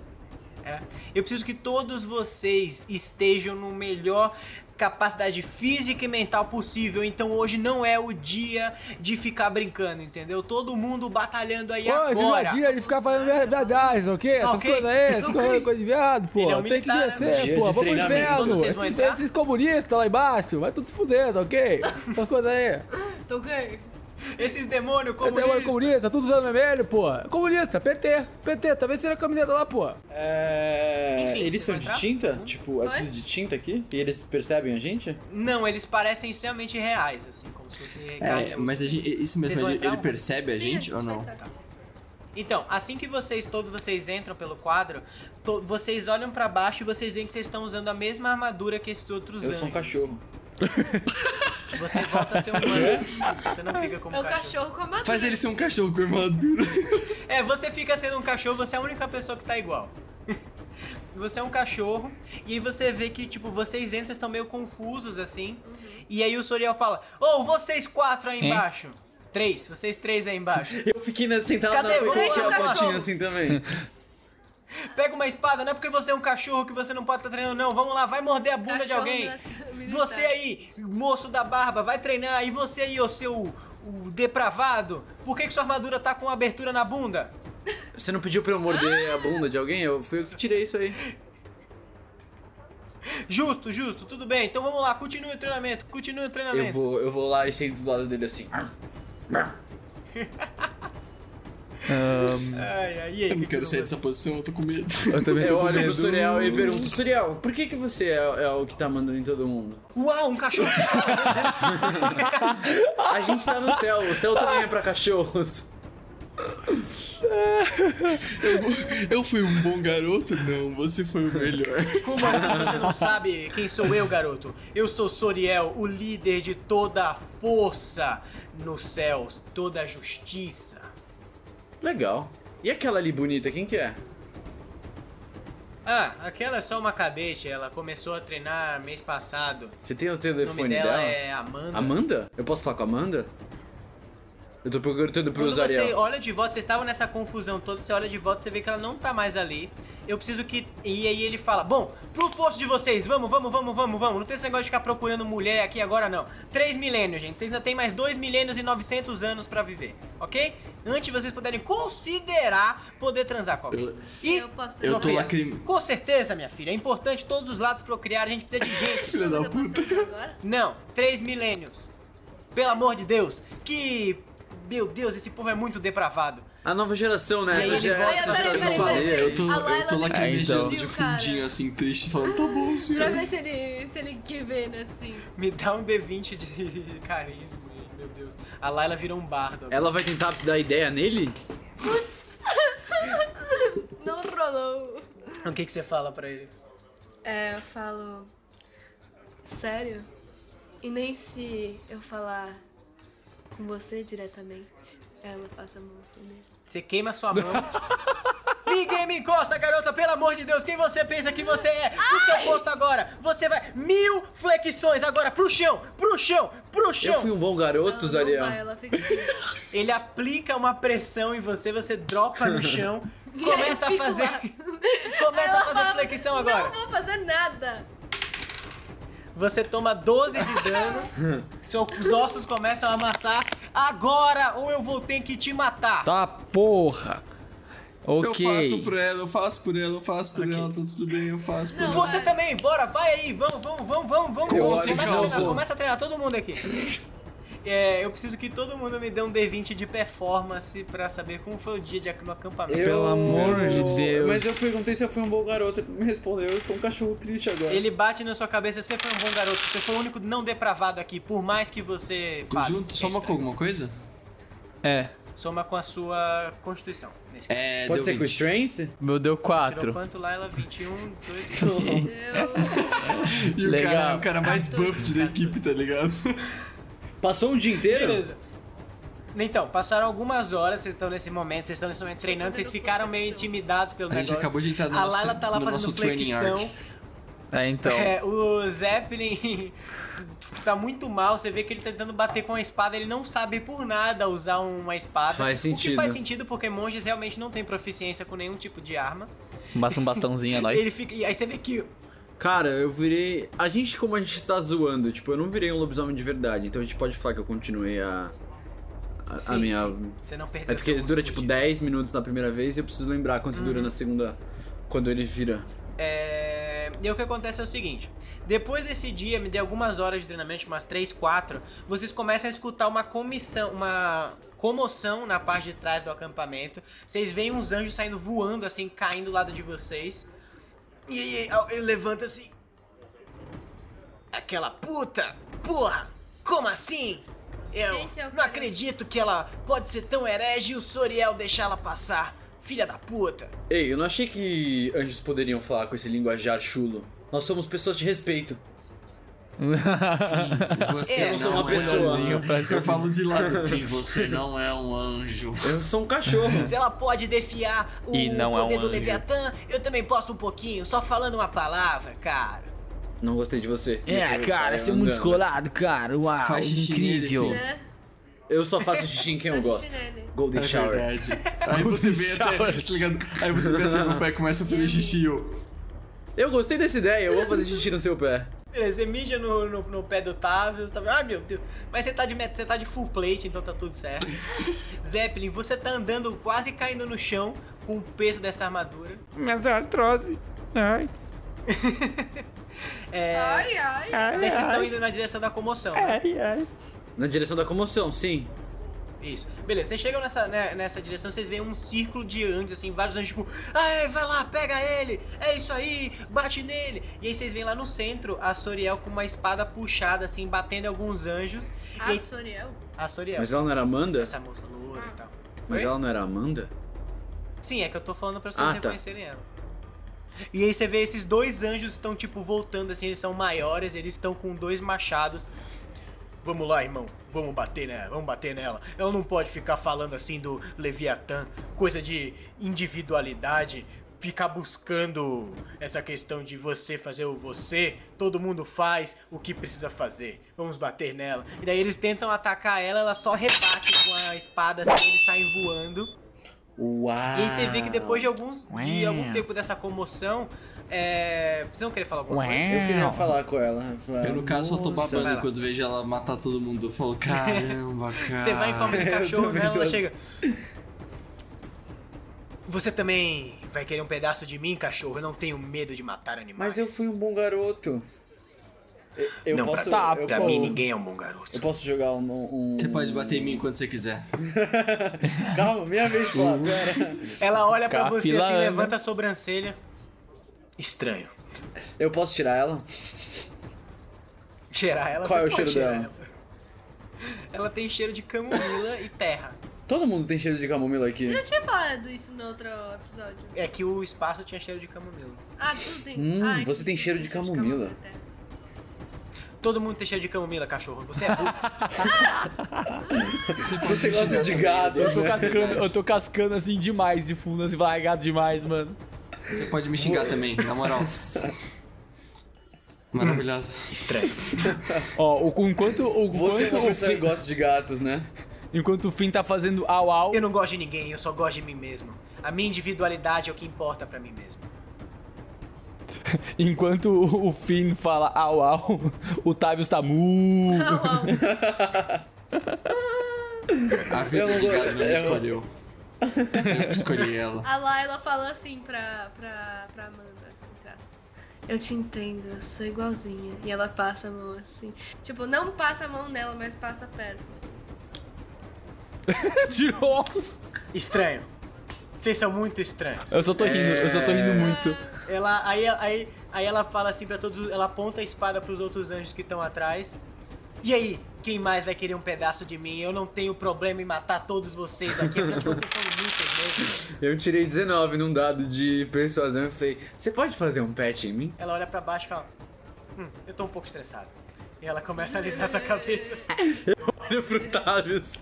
[SPEAKER 1] Eu preciso que todos vocês estejam no melhor capacidade física e mental possível. Então hoje não é o dia de ficar brincando, entendeu? Todo mundo batalhando aí
[SPEAKER 4] Pô,
[SPEAKER 1] Ah, agora.
[SPEAKER 4] é dia de ficar fazendo verdades, ok? Essas
[SPEAKER 1] Ok.
[SPEAKER 4] coisas aí, essas
[SPEAKER 1] Ok.
[SPEAKER 4] coisas- coisa de viado, pô.
[SPEAKER 1] Ele é um
[SPEAKER 4] Tem que
[SPEAKER 1] militar, né?
[SPEAKER 4] descer,
[SPEAKER 7] Dia
[SPEAKER 4] pô.
[SPEAKER 7] de
[SPEAKER 4] Vamos pro
[SPEAKER 7] treinamento.
[SPEAKER 1] Quando
[SPEAKER 4] inferno.
[SPEAKER 1] vocês vão
[SPEAKER 4] Esses,
[SPEAKER 1] entrar?
[SPEAKER 4] esses comunistas lá embaixo, vai tudo se fudendo, ok? Essas coisas aí. é
[SPEAKER 3] Tô ganhando.
[SPEAKER 1] Esses demônios
[SPEAKER 4] Até agora
[SPEAKER 1] comunistas.
[SPEAKER 4] comunista, tudo usando vermelho, pô. Comunista, PT, PT, também tira a camiseta lá, pô.
[SPEAKER 7] É...
[SPEAKER 1] Enfim,
[SPEAKER 7] eles
[SPEAKER 1] você
[SPEAKER 7] são
[SPEAKER 1] vai
[SPEAKER 7] de
[SPEAKER 1] entrar?
[SPEAKER 7] tinta? Tipo, é
[SPEAKER 3] Oi?
[SPEAKER 7] tudo de tinta aqui? E eles percebem a gente?
[SPEAKER 1] Não, eles parecem extremamente reais, assim, como se fosse
[SPEAKER 6] É,
[SPEAKER 1] carinhos.
[SPEAKER 6] mas a gente- isso
[SPEAKER 1] Vocês
[SPEAKER 6] mesmo,
[SPEAKER 1] vão
[SPEAKER 6] ele,
[SPEAKER 1] entrar,
[SPEAKER 6] ele
[SPEAKER 1] amor?
[SPEAKER 6] percebe a
[SPEAKER 3] Sim,
[SPEAKER 6] É gente ou não?
[SPEAKER 3] vai entrar.
[SPEAKER 1] Então, assim que vocês, todos vocês entram pelo quadro, to- vocês olham pra baixo e vocês veem que vocês estão usando a mesma armadura que esses outros
[SPEAKER 7] Eu
[SPEAKER 1] anjos.
[SPEAKER 7] sou um cachorro.
[SPEAKER 1] Você volta a ser um humano. você não fica como
[SPEAKER 3] É o
[SPEAKER 1] cachorro.
[SPEAKER 3] cachorro com a madura.
[SPEAKER 6] Faz ele ser um cachorro com armadura.
[SPEAKER 1] É, você fica sendo um cachorro, você é a única pessoa que tá igual. Você é um cachorro, e aí você vê que, tipo, vocês entram, estão meio confusos, assim. E aí o Soriel fala, ô, vocês quatro aí embaixo. Três, vocês três aí embaixo.
[SPEAKER 7] Eu fiquei na- sentado
[SPEAKER 1] Cadê?
[SPEAKER 7] na eu
[SPEAKER 1] Vamos
[SPEAKER 7] coloquei
[SPEAKER 1] lá,
[SPEAKER 7] a
[SPEAKER 1] cachorro.
[SPEAKER 7] botinha assim também.
[SPEAKER 1] Pega uma espada, não é porque você é um cachorro que você não pode estar treinando, não. Vamos lá, vai morder a bunda de
[SPEAKER 3] Cachorro é
[SPEAKER 1] alguém.
[SPEAKER 3] mili- militar.
[SPEAKER 1] Você é aí, moço da barba, vai treinar. E você aí, ô seu o depravado, por que, que sua armadura tá com abertura na bunda?
[SPEAKER 7] Você não pediu pra eu morder
[SPEAKER 1] Ah!
[SPEAKER 7] a bunda de alguém? Eu fui eu que tirei isso aí.
[SPEAKER 1] Justo, justo, tudo bem. Então vamos lá, continue o treinamento, continue o treinamento.
[SPEAKER 7] Eu
[SPEAKER 4] Ah,
[SPEAKER 7] vou, eu vou lá e sento do lado dele assim.
[SPEAKER 1] Ai, ai, e aí,
[SPEAKER 6] Eu não
[SPEAKER 1] que que
[SPEAKER 6] quero
[SPEAKER 1] você
[SPEAKER 6] sair dessa posição, eu tô com medo.
[SPEAKER 4] Eu também
[SPEAKER 7] Eu
[SPEAKER 4] tô com
[SPEAKER 7] olho pro
[SPEAKER 4] medo.
[SPEAKER 7] Suriel e pergunto, Suriel, por que, que você é, é o que tá mandando em todo mundo?
[SPEAKER 1] Uau, um cachorro!
[SPEAKER 7] A gente tá no céu, o céu também é pra cachorros.
[SPEAKER 6] Eu fui um bom garoto? Não, você foi o melhor.
[SPEAKER 1] Como assim você não sabe quem sou eu, garoto? Eu sou Soriel, o líder de toda a força nos céus, toda a justiça.
[SPEAKER 7] Legal. E aquela ali bonita, quem que é?
[SPEAKER 1] Ah, aquela é só uma cadete, ela começou a treinar mês passado.
[SPEAKER 7] Você tem o
[SPEAKER 1] O nome
[SPEAKER 7] telefone
[SPEAKER 1] dela,
[SPEAKER 7] dela?
[SPEAKER 1] é Amanda.
[SPEAKER 7] Amanda? Eu posso falar com a Amanda? Eu tô perguntando pro
[SPEAKER 1] Quando
[SPEAKER 7] Zariel.
[SPEAKER 1] você olha de volta, vocês estavam nessa confusão toda, você olha de volta, você vê que ela não tá mais ali. Eu preciso que. E aí ele fala: Bom, pro posto de vocês, vamos, vamos, vamos, vamos, vamos. Não tem esse negócio de ficar procurando mulher aqui agora, não. Três milênios, gente. Vocês ainda têm mais dois milênios e 900 anos pra viver, ok? Antes de vocês poderem considerar poder transar com alguém.
[SPEAKER 6] Eu-
[SPEAKER 1] E.
[SPEAKER 3] Eu posso
[SPEAKER 6] Eu tô
[SPEAKER 1] Sofia,
[SPEAKER 6] lacrim...
[SPEAKER 1] Com certeza, minha filha. É importante todos os lados procriar, a gente precisa de gente.
[SPEAKER 6] Filha da puta.
[SPEAKER 3] Agora?
[SPEAKER 1] Não, três milênios. Pelo amor de Deus, que. Meu Deus, esse povo é muito depravado.
[SPEAKER 7] A nova geração, né?
[SPEAKER 1] Aí
[SPEAKER 7] Essa
[SPEAKER 1] ele
[SPEAKER 7] já
[SPEAKER 1] volta-
[SPEAKER 7] essa
[SPEAKER 3] Peraí,
[SPEAKER 6] Eu
[SPEAKER 3] peraí,
[SPEAKER 7] geração
[SPEAKER 6] tô,
[SPEAKER 3] peraí, peraí.
[SPEAKER 6] eu tô,
[SPEAKER 3] A Laila
[SPEAKER 6] eu tô
[SPEAKER 3] tá
[SPEAKER 6] lacrimejando
[SPEAKER 3] viu,
[SPEAKER 6] de
[SPEAKER 3] cara?
[SPEAKER 6] fundinho, assim, triste, falando, tá bom,
[SPEAKER 3] Pra
[SPEAKER 6] senhor.
[SPEAKER 3] ver se ele, se ele te vendo assim.
[SPEAKER 1] Me dá um D20 de carisma, hein, meu Deus. A Laila virou um bardo.
[SPEAKER 7] Ela vai tentar dar ideia nele?
[SPEAKER 3] Não trollou.
[SPEAKER 1] O que, que você fala pra ele?
[SPEAKER 3] É, eu falo. Sério? E nem se eu falar com você diretamente, ela passa a mão nele.
[SPEAKER 1] Você queima sua mão. Ninguém me encosta, garota, pelo amor de Deus. Quem você pensa que você é? No seu posto agora, você vai mil flexões agora pro chão, pro chão, pro
[SPEAKER 7] Eu
[SPEAKER 1] chão.
[SPEAKER 7] fui um bom garoto,
[SPEAKER 3] Ela não
[SPEAKER 7] Zariel.
[SPEAKER 3] vai, ela fica assim.
[SPEAKER 1] Ele aplica uma pressão em você, você dropa no chão, começa a
[SPEAKER 3] fico
[SPEAKER 1] fazer.
[SPEAKER 3] lá.
[SPEAKER 1] Começa
[SPEAKER 3] Ela
[SPEAKER 1] a fazer
[SPEAKER 3] fala,
[SPEAKER 1] flexão agora.
[SPEAKER 3] Não vou fazer nada.
[SPEAKER 1] Você toma 12 de dano, seus ossos começam a amassar. Agora ou eu vou ter que te matar.
[SPEAKER 4] Tá, porra. Ok.
[SPEAKER 6] Eu faço por ela, eu faço por ela, eu faço por ela, tá tudo bem, eu faço por
[SPEAKER 3] Não,
[SPEAKER 6] ela.
[SPEAKER 1] Você
[SPEAKER 3] vai.
[SPEAKER 1] também, bora, vai aí, vamos, vamos, vamos, vamos, vamos.
[SPEAKER 6] Como
[SPEAKER 1] Começa
[SPEAKER 6] sem
[SPEAKER 1] a
[SPEAKER 6] causa?
[SPEAKER 1] treinar, começa a treinar todo mundo aqui. É, eu preciso que todo mundo me dê um D20 de performance pra saber como foi o dia de, no acampamento.
[SPEAKER 4] Pelo amor
[SPEAKER 7] um
[SPEAKER 4] de Deus.
[SPEAKER 5] Mas eu perguntei se eu fui um bom garoto, ele me respondeu, eu sou um cachorro triste agora.
[SPEAKER 1] Ele bate na sua cabeça, você foi um bom garoto, você foi o único não depravado aqui, por mais que você fale.
[SPEAKER 6] Junto, soma com alguma coisa?
[SPEAKER 4] É,
[SPEAKER 1] Soma com a sua constituição. Nesse caso.
[SPEAKER 6] É,
[SPEAKER 7] Pode
[SPEAKER 6] deu
[SPEAKER 7] ser com
[SPEAKER 6] 20.
[SPEAKER 7] Strength?
[SPEAKER 4] meu deu
[SPEAKER 1] Tirou
[SPEAKER 4] 4.
[SPEAKER 1] quanto lá? Ela 21, 18...
[SPEAKER 3] Eu,
[SPEAKER 6] E o cara é
[SPEAKER 4] Legal.
[SPEAKER 6] o cara mais buffed da equipe, tá ligado?
[SPEAKER 7] Passou um dia
[SPEAKER 4] é
[SPEAKER 7] inteiro?
[SPEAKER 1] Beleza. Então, passaram algumas horas, vocês estão nesse momento, vocês estão nesse momento treinando, vocês ficaram meio intimidados pelo
[SPEAKER 6] A gente
[SPEAKER 1] negócio.
[SPEAKER 6] acabou de entrar no
[SPEAKER 1] A
[SPEAKER 6] nosso
[SPEAKER 1] Laila
[SPEAKER 6] tre-
[SPEAKER 1] tá lá
[SPEAKER 6] no
[SPEAKER 1] fazendo
[SPEAKER 6] nosso training
[SPEAKER 1] flexão.
[SPEAKER 6] arc.
[SPEAKER 4] É, então.
[SPEAKER 1] É, o Zeppelin tá muito mal, você vê que ele tá tentando bater com a espada, ele não sabe por nada usar uma espada.
[SPEAKER 7] Faz
[SPEAKER 1] O que
[SPEAKER 7] sentido.
[SPEAKER 1] faz sentido porque monges realmente não têm proficiência com nenhum tipo de arma.
[SPEAKER 4] Mas um bastãozinho a nós.
[SPEAKER 1] Ele fica, e aí você vê que
[SPEAKER 7] Cara, eu virei. A gente, como a gente tá zoando, tipo, eu não virei um lobisomem de verdade, então a gente pode falar que eu continuei a. A, a
[SPEAKER 1] Sim,
[SPEAKER 7] minha.
[SPEAKER 1] sim. você não perdeu
[SPEAKER 7] É porque
[SPEAKER 1] seu
[SPEAKER 7] dura
[SPEAKER 1] mood.
[SPEAKER 7] tipo 10 minutos na primeira vez e eu preciso lembrar quanto dura na segunda. Quando ele vira.
[SPEAKER 1] É, E o que acontece é o seguinte: depois desse dia, me dei algumas horas de treinamento, umas 3, 4, vocês começam a escutar uma comissão, uma comoção na parte de trás do acampamento. Vocês veem uns anjos saindo voando, assim, caindo do lado de vocês. E aí ao- ele levanta assim. Aquela puta! Porra! Como assim? Eu
[SPEAKER 3] Quem que é o
[SPEAKER 1] não
[SPEAKER 3] cara?
[SPEAKER 1] acredito que ela pode ser tão herege e o Soriel deixar ela passar. Filha da puta!
[SPEAKER 7] Ei, eu não achei que anjos poderiam falar com esse linguajar chulo. Nós somos pessoas de respeito.
[SPEAKER 6] Você
[SPEAKER 1] Eu não
[SPEAKER 7] sou uma
[SPEAKER 6] é um
[SPEAKER 7] pessoa.
[SPEAKER 6] anjo. Eu falo de lado. Fih, Você não é um anjo.
[SPEAKER 7] Eu sou um cachorro.
[SPEAKER 1] Se ela pode defiar o
[SPEAKER 4] E não é
[SPEAKER 1] poder
[SPEAKER 4] um
[SPEAKER 1] do
[SPEAKER 4] anjo.
[SPEAKER 1] Leviatã, eu também posso um pouquinho, só falando uma palavra, cara.
[SPEAKER 7] não gostei de você.
[SPEAKER 4] É,
[SPEAKER 7] Eu
[SPEAKER 4] cara,
[SPEAKER 7] saio
[SPEAKER 4] você é muito
[SPEAKER 7] andando.
[SPEAKER 4] descolado, cara. Uau,
[SPEAKER 6] Faz xixi
[SPEAKER 4] incrível.
[SPEAKER 6] nele,
[SPEAKER 3] né?
[SPEAKER 7] Eu só faço xixi em quem eu
[SPEAKER 3] Faz
[SPEAKER 7] gosto.
[SPEAKER 3] Tá xixi nele.
[SPEAKER 7] Golden
[SPEAKER 6] É
[SPEAKER 7] Shower.
[SPEAKER 6] verdade. Aí você vê até, tá ligado? Aí você vê até meu pai começa a fazer xixi e eu.
[SPEAKER 7] Eu gostei dessa ideia, eu vou fazer xixi no seu pé.
[SPEAKER 1] Beleza, você mija no, no, no pé do Otávio, tá... ai meu Deus, mas você tá, de, met- você tá de full plate, então tá tudo certo. Zeppelin, você tá andando quase caindo no chão com o peso dessa armadura.
[SPEAKER 8] Minhas artrose. Ai,
[SPEAKER 1] É,
[SPEAKER 3] Ai, ai.
[SPEAKER 8] ai,
[SPEAKER 1] Vocês estão
[SPEAKER 8] ai,
[SPEAKER 4] É,
[SPEAKER 1] indo na direção da comoção. né?
[SPEAKER 8] ai, ai.
[SPEAKER 7] Na direção da comoção, sim.
[SPEAKER 1] Isso. Beleza, vocês chegam nessa, né, nessa direção, vocês veem um círculo de anjos, assim, vários anjos, tipo, ai, vai lá, pega ele, é isso aí, bate nele. E aí vocês veem lá no centro a Soriel com uma espada puxada, assim, batendo em alguns anjos. E
[SPEAKER 3] A
[SPEAKER 1] aí-
[SPEAKER 3] Soriel?
[SPEAKER 1] a Soriel,
[SPEAKER 7] Mas ela não era Amanda?
[SPEAKER 1] essa moça loura e tal.
[SPEAKER 7] Mas
[SPEAKER 1] Oi?
[SPEAKER 7] ela não era Amanda?
[SPEAKER 1] Sim, é que eu tô falando pra vocês
[SPEAKER 7] Ah, tá.
[SPEAKER 1] reconhecerem ela. E aí você vê esses dois anjos estão, tipo, voltando, assim, eles são maiores, eles estão com dois machados. Vamos lá, irmão, vamos bater nela, vamos bater nela. Ela não pode ficar falando assim do Leviatã, coisa de individualidade, ficar buscando essa questão de você fazer o você, todo mundo faz o que precisa fazer. Vamos bater nela. E daí eles tentam atacar ela, ela só rebate com a espada, assim, eles saem voando.
[SPEAKER 7] Uau!
[SPEAKER 1] E aí você vê que depois de alguns de algum tempo dessa comoção, é... vocês vão querer falar alguma coisa?
[SPEAKER 7] Eu queria falar com ela. falar,
[SPEAKER 6] Eu, no caso, só tô
[SPEAKER 7] "Nossa,
[SPEAKER 1] vai
[SPEAKER 6] babando
[SPEAKER 1] lá.
[SPEAKER 6] quando vejo ela matar todo mundo. Eu falo, caramba, cara.
[SPEAKER 1] Você vai em forma de
[SPEAKER 7] Eu
[SPEAKER 1] cachorro
[SPEAKER 7] também
[SPEAKER 1] nela, ela
[SPEAKER 7] tô
[SPEAKER 1] chega. Você também vai querer um pedaço de mim, cachorro? Eu não tenho medo de matar animais.
[SPEAKER 7] Mas eu fui um bom garoto. Eu, eu
[SPEAKER 1] não,
[SPEAKER 7] posso,
[SPEAKER 1] pra,
[SPEAKER 7] eu
[SPEAKER 1] pra
[SPEAKER 7] posso-
[SPEAKER 1] mim ninguém é um bom garoto.
[SPEAKER 7] Eu posso jogar um. um-
[SPEAKER 6] Você pode bater em mim quando você quiser.
[SPEAKER 7] Calma, minha vez de falar, pera.
[SPEAKER 1] Ela olha pra você
[SPEAKER 4] Capila
[SPEAKER 1] assim,
[SPEAKER 4] Ana.
[SPEAKER 1] levanta a sobrancelha. Estranho.
[SPEAKER 7] Eu posso tirar ela?
[SPEAKER 1] Cheirar ela.
[SPEAKER 7] Qual
[SPEAKER 1] você
[SPEAKER 7] é o
[SPEAKER 1] pode
[SPEAKER 7] cheiro
[SPEAKER 1] cheirar
[SPEAKER 7] dela?
[SPEAKER 1] Ela. Ela tem cheiro de camomila e terra.
[SPEAKER 7] Todo mundo tem cheiro de camomila aqui. é
[SPEAKER 3] Eu já tinha falado isso no outro episódio.
[SPEAKER 1] É que o espaço tinha cheiro de camomila.
[SPEAKER 3] Ah, tudo tem.
[SPEAKER 7] Hum,
[SPEAKER 3] ah,
[SPEAKER 7] você tem cheiro de camomila.
[SPEAKER 3] até.
[SPEAKER 1] Todo mundo tem cheiro de camomila, cachorro. Você é burro.
[SPEAKER 7] Você gosta de gato. né?
[SPEAKER 4] Eu tô cascando, eu tô cascando assim demais de fundo, assim, vai gato demais, mano.
[SPEAKER 6] Você pode me xingar também, na moral. Maravilhosa.
[SPEAKER 1] Estranho.
[SPEAKER 4] Ó, o, enquanto, o,
[SPEAKER 7] Você é
[SPEAKER 4] enquanto,
[SPEAKER 7] uma
[SPEAKER 4] o
[SPEAKER 7] pessoa que
[SPEAKER 4] Finn,
[SPEAKER 7] gosta de gatos, né?
[SPEAKER 4] enquanto o Finn tá fazendo au au,
[SPEAKER 1] Eu não gosto de ninguém, eu só gosto de mim mesmo. A minha individualidade é o que importa pra mim mesmo.
[SPEAKER 4] enquanto o o Finn fala au au, o Tavius tá mu.
[SPEAKER 3] Au, au.
[SPEAKER 6] A vida
[SPEAKER 7] Eu não
[SPEAKER 6] de
[SPEAKER 7] vou-
[SPEAKER 6] gado não me
[SPEAKER 7] eu-
[SPEAKER 6] escolheu. Eu que escolhi ela.
[SPEAKER 3] A Laila falou assim pra, pra, pra Amanda. entre aspas, Eu te entendo, eu sou igualzinha. E ela passa a mão assim. Tipo, não passa a mão nela, mas passa perto. assim.
[SPEAKER 4] Tirou.
[SPEAKER 1] Estranho. Vocês são muito estranhos.
[SPEAKER 4] Eu só tô rindo, eu só tô rindo muito.
[SPEAKER 1] Ela, aí, aí, aí ela fala assim pra todos, os- ela aponta a espada pros outros anjos que estão atrás. E aí, quem mais vai querer um pedaço de mim? Eu não tenho problema em matar todos vocês aqui, porque vocês são muitos mesmo.
[SPEAKER 7] Eu tirei 19 num dado de persuasão e falei: Você pode fazer um pet em mim?
[SPEAKER 1] Ela olha pra baixo e fala: Hum, eu tô um pouco estressado. E ela começa a alisar sua cabeça.
[SPEAKER 7] Olha pro Tavius.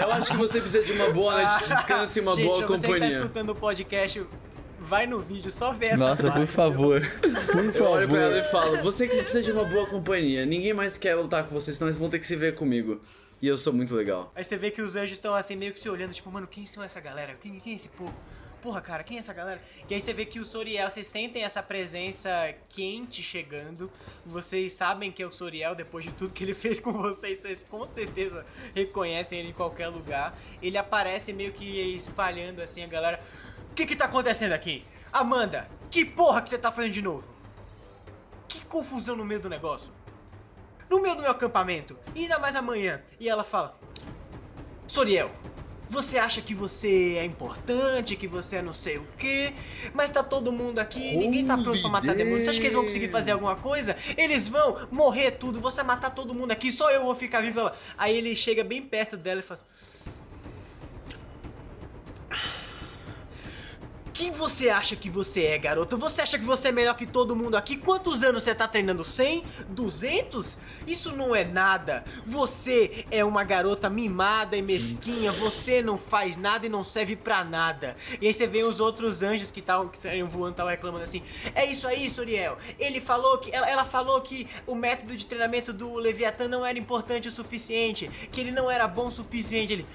[SPEAKER 7] Eu acho que você precisa de uma boa noite de descanso e uma
[SPEAKER 1] Gente,
[SPEAKER 7] boa
[SPEAKER 1] Você que tá
[SPEAKER 7] companhia.
[SPEAKER 1] escutando o podcast, vai no vídeo, só vê essa
[SPEAKER 4] Nossa,
[SPEAKER 1] parte.
[SPEAKER 4] por favor. Por
[SPEAKER 7] Eu olho pra ela e
[SPEAKER 4] favor.
[SPEAKER 7] falo: Você que precisa de uma boa companhia. Ninguém mais quer lutar com você, senão eles vão ter que se ver comigo. E eu sou muito legal.
[SPEAKER 1] Aí você vê que os anjos estão assim meio que se olhando, tipo, mano, quem são essa galera? Quem, quem é esse povo? Porra, cara, quem é essa galera? E aí você vê que o Soriel, vocês sentem essa presença quente chegando. Vocês sabem que é o Soriel, depois de tudo que ele fez com vocês, vocês com certeza reconhecem ele em qualquer lugar. Ele aparece meio que espalhando assim a galera. O que que tá acontecendo aqui? Amanda, que porra que você tá fazendo de novo? Que confusão no meio do negócio. No meio do meu acampamento, e ainda mais amanhã. E ela fala: Soriel, você acha que você é importante, que você é não sei o quê, mas tá todo mundo aqui, ninguém tá pronto pra matar demônio. Você acha que eles vão conseguir fazer alguma coisa? Eles vão morrer tudo, você vai matar todo mundo aqui, só eu vou ficar vivo. Ela... Aí ele chega bem perto dela e fala: Quem você acha que você é, garoto? Você acha que você é melhor que todo mundo aqui? Quantos anos você tá treinando? 100? 200? Isso não é nada. Você é uma garota mimada e mesquinha. Você não faz nada e não serve pra nada. E aí você vê os outros anjos que estavam que saíram voando, estavam reclamando assim. É isso aí, Soriel. Ele falou que ela, ela falou que o método de treinamento do Leviatã não era importante o suficiente, que ele não era bom o suficiente. Ele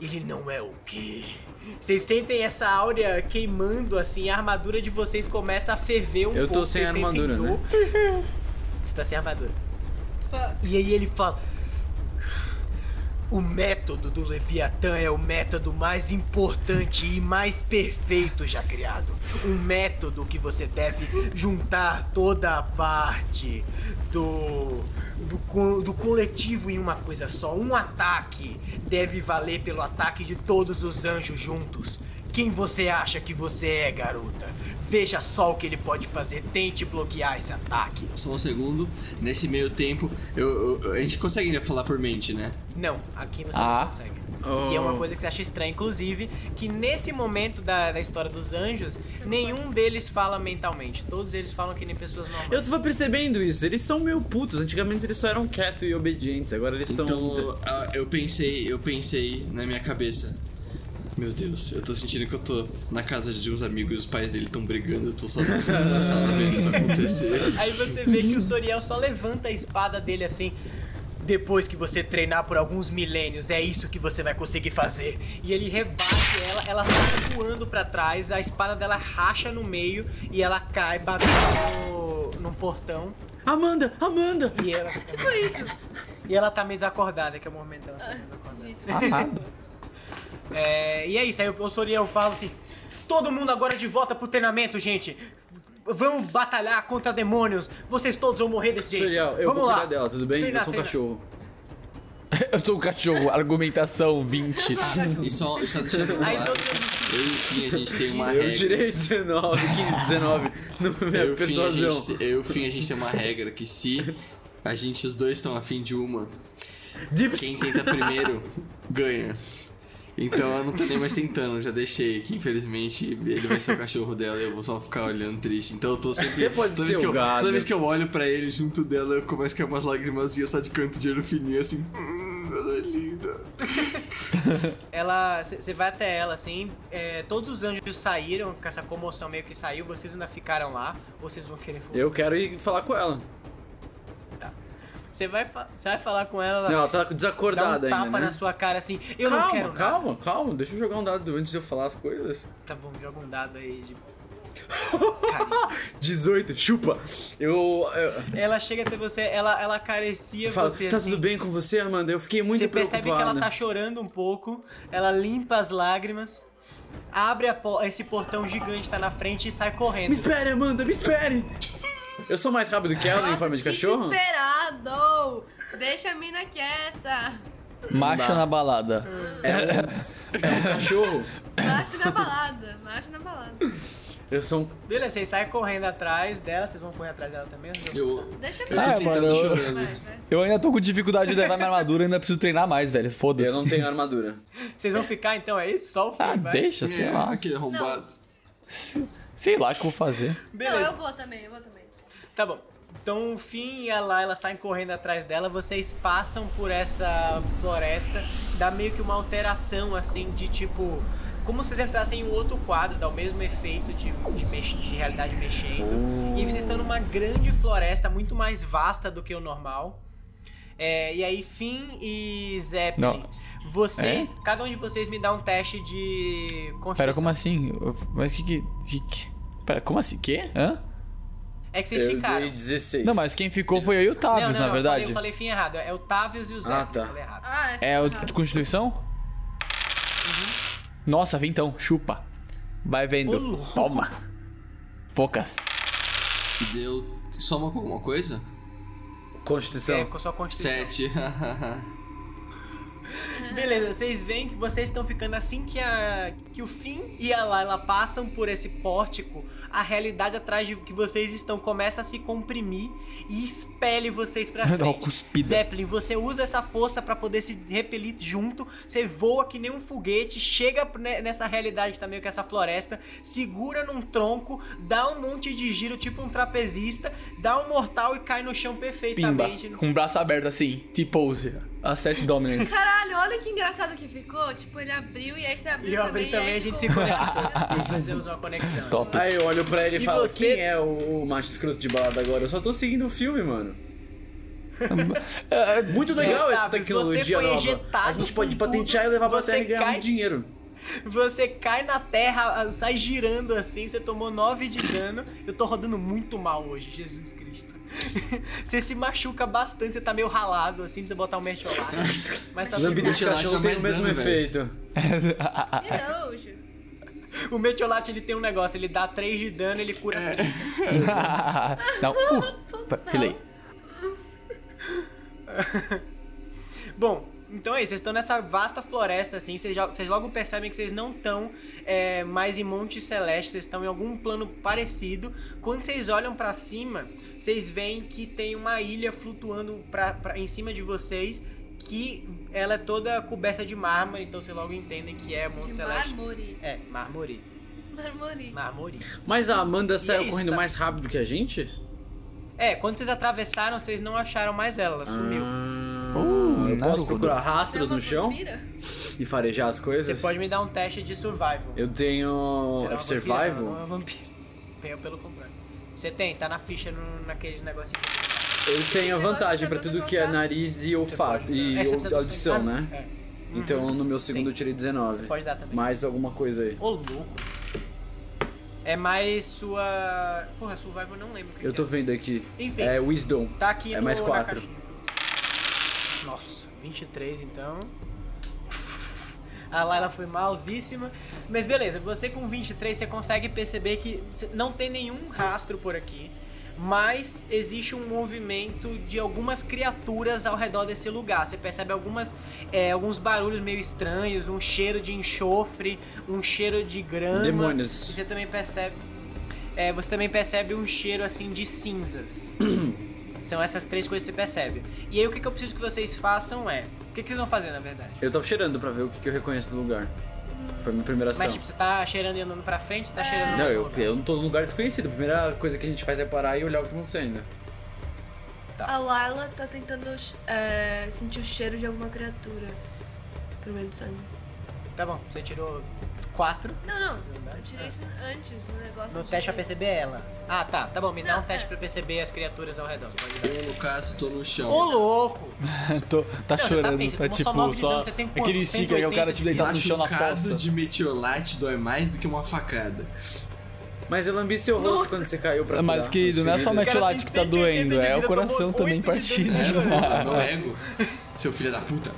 [SPEAKER 1] ele não é o quê? Vocês sentem essa áurea queimando, assim, a armadura de vocês começa a ferver um pouco.
[SPEAKER 7] Eu tô sem
[SPEAKER 1] vocês sentem
[SPEAKER 7] armadura,
[SPEAKER 1] dor.
[SPEAKER 7] né?
[SPEAKER 1] Você tá sem armadura.
[SPEAKER 3] Fuck.
[SPEAKER 1] E aí ele fala: O método do Leviatã é o método mais importante e mais perfeito já criado. Um método que você deve juntar toda a parte do, do, co- do coletivo em uma coisa só. Um ataque deve valer pelo ataque de todos os anjos juntos. Quem você acha que você é, garota? Veja só o que ele pode fazer. Tente bloquear esse ataque.
[SPEAKER 6] Só um segundo. Nesse meio tempo, eu- eu- a gente consegue ainda falar por mente, né?
[SPEAKER 1] Não, aqui você
[SPEAKER 4] Ah.
[SPEAKER 1] não consegue. E é uma coisa que você acha estranha, inclusive, que nesse momento da, da história dos anjos, nenhum deles fala mentalmente. Todos eles falam que nem pessoas normais.
[SPEAKER 7] Eu tava percebendo isso, eles são meio putos. Antigamente eles só eram quietos e obedientes, agora eles estão.
[SPEAKER 6] Então, ah, eu pensei, eu pensei na minha cabeça. Meu Deus, eu tô sentindo que eu tô na casa de uns amigos e os pais dele estão brigando, eu tô só no fundo da sala vendo isso acontecer.
[SPEAKER 1] Aí você vê que o Soriel só levanta a espada dele assim. Depois que você treinar por alguns milênios, é isso que você vai conseguir fazer. E ele rebate ela, ela sai voando pra trás, a espada dela racha no meio e ela cai batendo no, num portão.
[SPEAKER 7] Amanda! Amanda!
[SPEAKER 1] E ela,
[SPEAKER 3] O que foi isso?
[SPEAKER 1] e ela tá meio desacordada, que é o momento dela tá desacordada.
[SPEAKER 3] Gente,
[SPEAKER 1] É, e é isso, aí o Soriel fala assim: todo mundo agora de volta pro treinamento, gente. Vamos batalhar contra demônios. Vocês todos vão morrer desse jeito.
[SPEAKER 7] Soriel, eu
[SPEAKER 1] Vamos
[SPEAKER 7] vou
[SPEAKER 1] lá.
[SPEAKER 7] cuidar dela, tudo bem?
[SPEAKER 1] Treina,
[SPEAKER 7] eu sou um
[SPEAKER 1] treina.
[SPEAKER 7] cachorro.
[SPEAKER 4] Eu sou um cachorro, argumentação 20.
[SPEAKER 6] E só, e só deixando
[SPEAKER 1] Aí os
[SPEAKER 6] claro,
[SPEAKER 1] outros
[SPEAKER 6] eu e o Fim, a gente tem uma
[SPEAKER 7] Eu
[SPEAKER 6] regra.
[SPEAKER 7] tirei 19, 15, 19 no
[SPEAKER 6] Eu e
[SPEAKER 7] minha
[SPEAKER 6] o Fim, É, a
[SPEAKER 7] persuasão.
[SPEAKER 6] gente, eu e o Fim, a gente tem uma regra que se a gente, os dois estão afim de uma,
[SPEAKER 7] Dips.
[SPEAKER 6] quem tenta primeiro ganha. Então eu não tô nem mais tentando, já deixei que infelizmente ele vai ser o cachorro dela e eu vou só ficar olhando triste. Então eu tô sempre.
[SPEAKER 7] Você pode
[SPEAKER 6] toda
[SPEAKER 7] ser
[SPEAKER 6] vez
[SPEAKER 7] o
[SPEAKER 6] que eu,
[SPEAKER 7] gado.
[SPEAKER 6] Toda vez que eu olho pra ele junto dela, eu começo a cair umas lagrimazinhas só de canto de olho fininho assim. Hum, ela é linda.
[SPEAKER 1] Ela, você vai até ela assim. é, todos os anjos saíram com essa comoção meio que saiu. Vocês ainda ficaram lá. ou Vocês vão querer voltar.
[SPEAKER 7] Eu quero ir falar com ela.
[SPEAKER 1] Você vai, fa- você vai falar com ela.
[SPEAKER 7] Não,
[SPEAKER 1] Ela
[SPEAKER 7] ela tá
[SPEAKER 1] dá um
[SPEAKER 7] desacordada
[SPEAKER 1] tapa
[SPEAKER 7] ainda. Né?
[SPEAKER 1] na sua cara assim. Eu
[SPEAKER 7] calma,
[SPEAKER 1] não quero. nada."
[SPEAKER 7] calma, calma. Deixa eu jogar um dado antes de eu falar as coisas.
[SPEAKER 1] Tá bom, joga um dado aí. De...
[SPEAKER 7] 18, chupa! Eu. eu
[SPEAKER 1] Ela chega até você. Ela, ela carecia
[SPEAKER 7] eu falo,
[SPEAKER 1] você
[SPEAKER 7] tá
[SPEAKER 1] assim.
[SPEAKER 7] tudo bem com você, Amanda? Eu fiquei muito
[SPEAKER 1] Você
[SPEAKER 7] preocupada.
[SPEAKER 1] percebe que ela tá chorando um pouco, ela limpa as lágrimas, abre a po- esse portão gigante que tá na frente e sai
[SPEAKER 7] Me
[SPEAKER 1] correndo.
[SPEAKER 7] espere, Amanda, me espere! Eu sou mais rápido que ela em forma de
[SPEAKER 3] que
[SPEAKER 7] cachorro?
[SPEAKER 3] Desesperado! Deixa a mina quieta!
[SPEAKER 4] Macho na balada.
[SPEAKER 7] Cachorro!
[SPEAKER 3] Macho na balada, macho na balada.
[SPEAKER 7] Eu sou um.
[SPEAKER 1] Beleza, vocês saem correndo atrás dela, vocês vão correr atrás dela também? Eu jogo-
[SPEAKER 6] Eu,
[SPEAKER 3] Deixa a
[SPEAKER 6] eu né? tô
[SPEAKER 3] mina
[SPEAKER 4] Ah,
[SPEAKER 6] sentado
[SPEAKER 4] mano, eu-
[SPEAKER 6] chorando.
[SPEAKER 3] vai, vai.
[SPEAKER 4] Eu ainda tô com dificuldade de levar minha armadura, ainda preciso treinar mais, velho.
[SPEAKER 7] Eu
[SPEAKER 4] Foda-se.
[SPEAKER 7] não tenho armadura.
[SPEAKER 1] Vocês vão ficar então, é isso? Só o fim,
[SPEAKER 4] Ah,
[SPEAKER 1] vai.
[SPEAKER 4] deixa, sei
[SPEAKER 6] É,
[SPEAKER 4] lá.
[SPEAKER 6] que arrombado.
[SPEAKER 4] Sei lá o que eu vou fazer.
[SPEAKER 3] Não,
[SPEAKER 1] Beleza,
[SPEAKER 3] eu vou também, eu vou também.
[SPEAKER 1] tá bom. Então o Finn e a Layla saem correndo atrás dela, vocês passam por essa floresta, dá meio que uma alteração assim de tipo. Como se vocês entrassem em um outro quadro, dá o mesmo efeito de, de mex- de realidade mexendo. E vocês estão numa grande floresta, muito mais vasta do que o normal. É, e aí, Finn e Zeppelin, vocês. Cada um de vocês me dá um teste de construção.
[SPEAKER 4] É? Pera, como assim? Eu- Mas que que. de que- Pera, como assim? Quê? Hã?
[SPEAKER 1] É que vocês
[SPEAKER 7] Eu
[SPEAKER 1] ficaram.
[SPEAKER 7] dei 16.
[SPEAKER 4] Não, mas quem ficou foi eu e o
[SPEAKER 1] Não,
[SPEAKER 4] assim? Tavius,
[SPEAKER 1] não,
[SPEAKER 4] na
[SPEAKER 1] não, Eu
[SPEAKER 4] verdade.
[SPEAKER 1] falei, eu falei fim errado. É o Tavius e o Zé.
[SPEAKER 7] Ah, tá.
[SPEAKER 1] Eu falei errado.
[SPEAKER 3] Ah, essa
[SPEAKER 4] É
[SPEAKER 3] tá
[SPEAKER 4] o
[SPEAKER 3] errada.
[SPEAKER 4] de Constituição? Uhum. Nossa, vem então, chupa. Vai vendo.
[SPEAKER 1] Ô, louco.
[SPEAKER 4] Toma. Poucas.
[SPEAKER 6] E deu. Soma com alguma coisa?
[SPEAKER 7] Constituição.
[SPEAKER 4] Então,
[SPEAKER 1] É, com sua constituição.
[SPEAKER 6] Sete.
[SPEAKER 1] Beleza, vocês veem que vocês estão ficando assim que a que o Finn e a Layla passam por esse pórtico, a realidade atrás de que vocês estão começa a se comprimir e espelhe vocês pra
[SPEAKER 4] Dá uma
[SPEAKER 1] frente.
[SPEAKER 4] cuspida.
[SPEAKER 1] Zeppelin, você usa essa força pra poder se repelir junto, você voa que nem um foguete, chega ne- nessa realidade que tá meio que essa floresta, segura num tronco, dá um monte de giro, tipo um trapezista, dá um mortal e cai no chão
[SPEAKER 4] Pimba.
[SPEAKER 1] perfeitamente.
[SPEAKER 4] Com o braço aberto assim. T-pose. A set dominance.
[SPEAKER 3] Caralho, olha que engraçado que ficou. Tipo, ele abriu e aí você abriu
[SPEAKER 1] E eu abri
[SPEAKER 3] também. é
[SPEAKER 1] também,
[SPEAKER 3] aí
[SPEAKER 1] a gente se
[SPEAKER 3] ficou-
[SPEAKER 1] conecta. e fazemos uma conexão.
[SPEAKER 4] Top.
[SPEAKER 7] Aí eu olho pra ele e,
[SPEAKER 1] E
[SPEAKER 7] falo,
[SPEAKER 1] você-
[SPEAKER 7] quem é o, o macho escroto de balada agora? Eu só tô seguindo o filme, mano. Muito legal
[SPEAKER 1] Otávio,
[SPEAKER 7] essa
[SPEAKER 1] você
[SPEAKER 7] tecnologia
[SPEAKER 1] foi
[SPEAKER 7] nova.
[SPEAKER 1] injetado
[SPEAKER 7] A gente pode
[SPEAKER 1] com tudo,
[SPEAKER 7] patentear e levar pra
[SPEAKER 1] você
[SPEAKER 7] terra e ganhar
[SPEAKER 1] cai-
[SPEAKER 7] muito dinheiro.
[SPEAKER 1] Você cai na terra, ah, sai girando assim, você tomou 9 de dano. Eu tô rodando muito mal hoje, Jesus Cristo. Você se machuca bastante, você tá meio ralado, assim, precisa botar um mercholado. Mas tá tudo
[SPEAKER 7] Lambida de
[SPEAKER 6] Deixa lá,
[SPEAKER 7] cachorro
[SPEAKER 6] dá
[SPEAKER 7] tem
[SPEAKER 6] mais
[SPEAKER 7] o mesmo
[SPEAKER 6] dano, velho.
[SPEAKER 7] efeito.
[SPEAKER 3] Miojo.
[SPEAKER 1] O Metiolate ele tem um negócio, ele dá 3 de dano, ele cura três.
[SPEAKER 4] Não, uh, relay.
[SPEAKER 1] Bom, então é isso, vocês estão nessa vasta floresta assim, vocês, já- vocês logo percebem que vocês não estão é, mais em Monte Celeste, vocês estão em algum plano parecido. Quando vocês olham pra cima, vocês veem que tem uma ilha flutuando pra, pra- em cima de vocês, que ela é toda coberta de mármore, então vocês logo entendem que é Monte
[SPEAKER 3] De
[SPEAKER 1] Celeste.
[SPEAKER 3] mármore.
[SPEAKER 1] É, mármore.
[SPEAKER 3] Mármore.
[SPEAKER 1] Mármore.
[SPEAKER 7] Mas a Amanda saiu
[SPEAKER 1] é isso,
[SPEAKER 7] correndo
[SPEAKER 1] sabe?
[SPEAKER 7] mais rápido que a gente?
[SPEAKER 1] É, quando vocês atravessaram, vocês não acharam mais ela, ela sumiu.
[SPEAKER 7] Ah,
[SPEAKER 4] Uh,
[SPEAKER 7] eu posso
[SPEAKER 4] Naruto.
[SPEAKER 7] procurar
[SPEAKER 3] Não é
[SPEAKER 7] rastros
[SPEAKER 3] uma
[SPEAKER 7] no chão
[SPEAKER 3] vampira?
[SPEAKER 7] e farejar as
[SPEAKER 1] Você
[SPEAKER 7] coisas?
[SPEAKER 1] pode me dar um teste de survival.
[SPEAKER 7] Eu tenho.
[SPEAKER 1] Ela é uma vampira, ela Não
[SPEAKER 7] Survival?
[SPEAKER 1] é vampiro. Tenho pelo contrário. Você tem, tá na ficha, no, naqueles negocinhos.
[SPEAKER 7] Eu tenho a
[SPEAKER 3] Agora
[SPEAKER 7] vantagem
[SPEAKER 3] você
[SPEAKER 7] pra
[SPEAKER 3] manda
[SPEAKER 7] tudo que é
[SPEAKER 3] jogar.
[SPEAKER 7] nariz e
[SPEAKER 1] Você
[SPEAKER 7] olfato.
[SPEAKER 1] pode dar.
[SPEAKER 7] E
[SPEAKER 1] É, você
[SPEAKER 7] au-
[SPEAKER 1] precisa do
[SPEAKER 7] audição,
[SPEAKER 1] sangue.
[SPEAKER 7] né?
[SPEAKER 1] É.
[SPEAKER 7] Então no meu segundo
[SPEAKER 1] Sim.
[SPEAKER 7] eu tirei
[SPEAKER 1] Você
[SPEAKER 7] 19.
[SPEAKER 1] pode dar também.
[SPEAKER 7] Mais alguma coisa aí.
[SPEAKER 1] Ô, louco. É mais sua. Porra, survival eu não lembro. o que
[SPEAKER 7] Eu
[SPEAKER 1] que
[SPEAKER 7] tô
[SPEAKER 1] é.
[SPEAKER 7] vendo aqui.
[SPEAKER 1] Enfim,
[SPEAKER 7] É Wisdom.
[SPEAKER 1] tá aqui
[SPEAKER 7] é
[SPEAKER 1] no,
[SPEAKER 7] mais
[SPEAKER 1] na
[SPEAKER 7] quatro.
[SPEAKER 1] caixinha. Nossa, 23 então. A Laila foi mausíssima. Mas beleza, você com 23 você consegue perceber que cê- não tem nenhum rastro por aqui. Mas existe um movimento de algumas criaturas ao redor desse lugar. Você percebe algumas, é, alguns barulhos meio estranhos, um cheiro de enxofre, um cheiro de grama.
[SPEAKER 7] Demônios.
[SPEAKER 1] E você também percebe. é, você também percebe um cheiro assim de cinzas. São essas três coisas que você percebe. E aí o que, que eu preciso que vocês façam é. O que, que vocês vão fazer, na verdade?
[SPEAKER 7] Eu tava cheirando pra ver o que, que eu reconheço do lugar. Foi a minha primeira ação.
[SPEAKER 1] Mas tipo, você tá cheirando e andando pra frente,
[SPEAKER 3] É.
[SPEAKER 1] você tá cheirando
[SPEAKER 7] Não,
[SPEAKER 1] mais
[SPEAKER 7] eu,
[SPEAKER 1] novo?
[SPEAKER 7] eu não tô num lugar desconhecido. A primeira coisa que a gente faz é parar e olhar o que tá acontecendo.
[SPEAKER 3] A Laila tá tentando é, sentir o cheiro de alguma criatura. Primeiro do sangue.
[SPEAKER 1] Tá bom, você tirou quatro.
[SPEAKER 3] Não, não. Eu tirei isso antes no negócio.
[SPEAKER 1] No
[SPEAKER 3] de-
[SPEAKER 1] teste pra perceber ela. Ah, tá. Tá bom, me dá
[SPEAKER 3] Não,
[SPEAKER 1] um teste
[SPEAKER 3] é.
[SPEAKER 1] pra perceber as criaturas ao redor. Pode dar.
[SPEAKER 6] Eu, no caso, tô no
[SPEAKER 1] Ô,
[SPEAKER 6] chão.
[SPEAKER 1] louco!
[SPEAKER 4] Tô-
[SPEAKER 1] Não, você tá
[SPEAKER 4] tá
[SPEAKER 1] bem,
[SPEAKER 4] chorando,
[SPEAKER 1] você
[SPEAKER 4] tá
[SPEAKER 1] tomou só nove
[SPEAKER 4] tipo,
[SPEAKER 1] de
[SPEAKER 4] só.
[SPEAKER 1] dano, você tem quanto?
[SPEAKER 4] Aquele sticker que é o cara
[SPEAKER 1] 180
[SPEAKER 4] tipo deitado no chão na poça.
[SPEAKER 6] Machucado de metiolate dói mais do que uma facada.
[SPEAKER 7] Mas eu lambi seu rosto quando você caiu pra
[SPEAKER 4] Mas,
[SPEAKER 7] curar
[SPEAKER 4] querido,
[SPEAKER 7] as
[SPEAKER 4] não é só o
[SPEAKER 7] feridas.
[SPEAKER 1] cara
[SPEAKER 4] metilate
[SPEAKER 1] tem
[SPEAKER 4] que tá
[SPEAKER 1] 180 de
[SPEAKER 4] doendo, é
[SPEAKER 1] vida,
[SPEAKER 4] o
[SPEAKER 1] tomou
[SPEAKER 4] coração também né?
[SPEAKER 1] oito de
[SPEAKER 4] partindo.
[SPEAKER 1] dano. né,
[SPEAKER 6] É, mano, não ego. Seu filho da puta.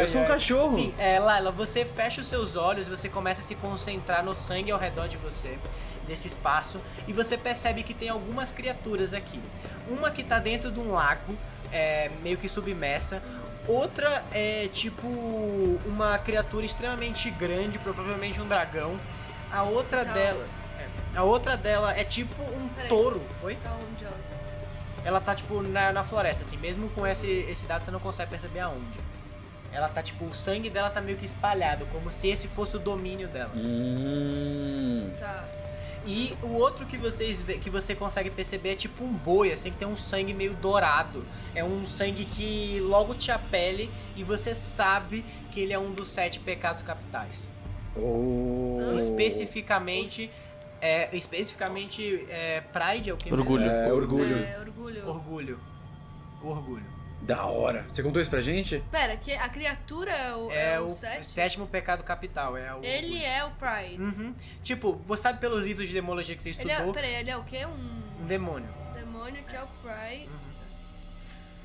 [SPEAKER 7] Eu sou um cachorro.
[SPEAKER 1] Sim, é, Laila, você fecha os seus olhos, você começa a se concentrar no sangue ao redor de você, desse espaço, e você percebe que tem algumas criaturas aqui. Uma que tá dentro de um lago, é, meio que submersa. Outra é tipo uma criatura extremamente grande, provavelmente um dragão. A outra
[SPEAKER 3] Não.
[SPEAKER 1] dela. é, A outra dela é tipo um
[SPEAKER 3] Peraí.
[SPEAKER 1] touro. Oi?
[SPEAKER 3] Tá onde ela tá?
[SPEAKER 1] Ela tá, tipo, na, na floresta, assim. Mesmo com esse, esse dado, você não consegue perceber aonde. Ela tá, tipo, o sangue dela tá meio que espalhado, como se esse fosse o domínio dela.
[SPEAKER 7] Hum.
[SPEAKER 3] Tá.
[SPEAKER 1] E o outro que vocês vê, que você consegue perceber é tipo um boi, assim, que tem um sangue meio dourado. É um sangue que logo te apele e você sabe que ele é um dos sete pecados capitais.
[SPEAKER 7] Oh.
[SPEAKER 1] Especificamente, é, especificamente, é, Pride é o que? mesmo?
[SPEAKER 4] Orgulho.
[SPEAKER 7] É, orgulho.
[SPEAKER 1] Né?
[SPEAKER 3] É, orgulho.
[SPEAKER 1] Orgulho. Orgulho.
[SPEAKER 7] Da hora. Você contou isso pra gente?
[SPEAKER 3] Pera, que a criatura é o,
[SPEAKER 1] É o
[SPEAKER 3] sete?
[SPEAKER 1] sétimo pecado capital. É o
[SPEAKER 3] Ele é o Pride.
[SPEAKER 1] Uhum. Tipo, você sabe pelo livro de demologia que você
[SPEAKER 3] Ele é,
[SPEAKER 1] estudou?
[SPEAKER 3] peraí, ele é o quê? Um
[SPEAKER 1] Um demônio.
[SPEAKER 3] demônio que é o Pride.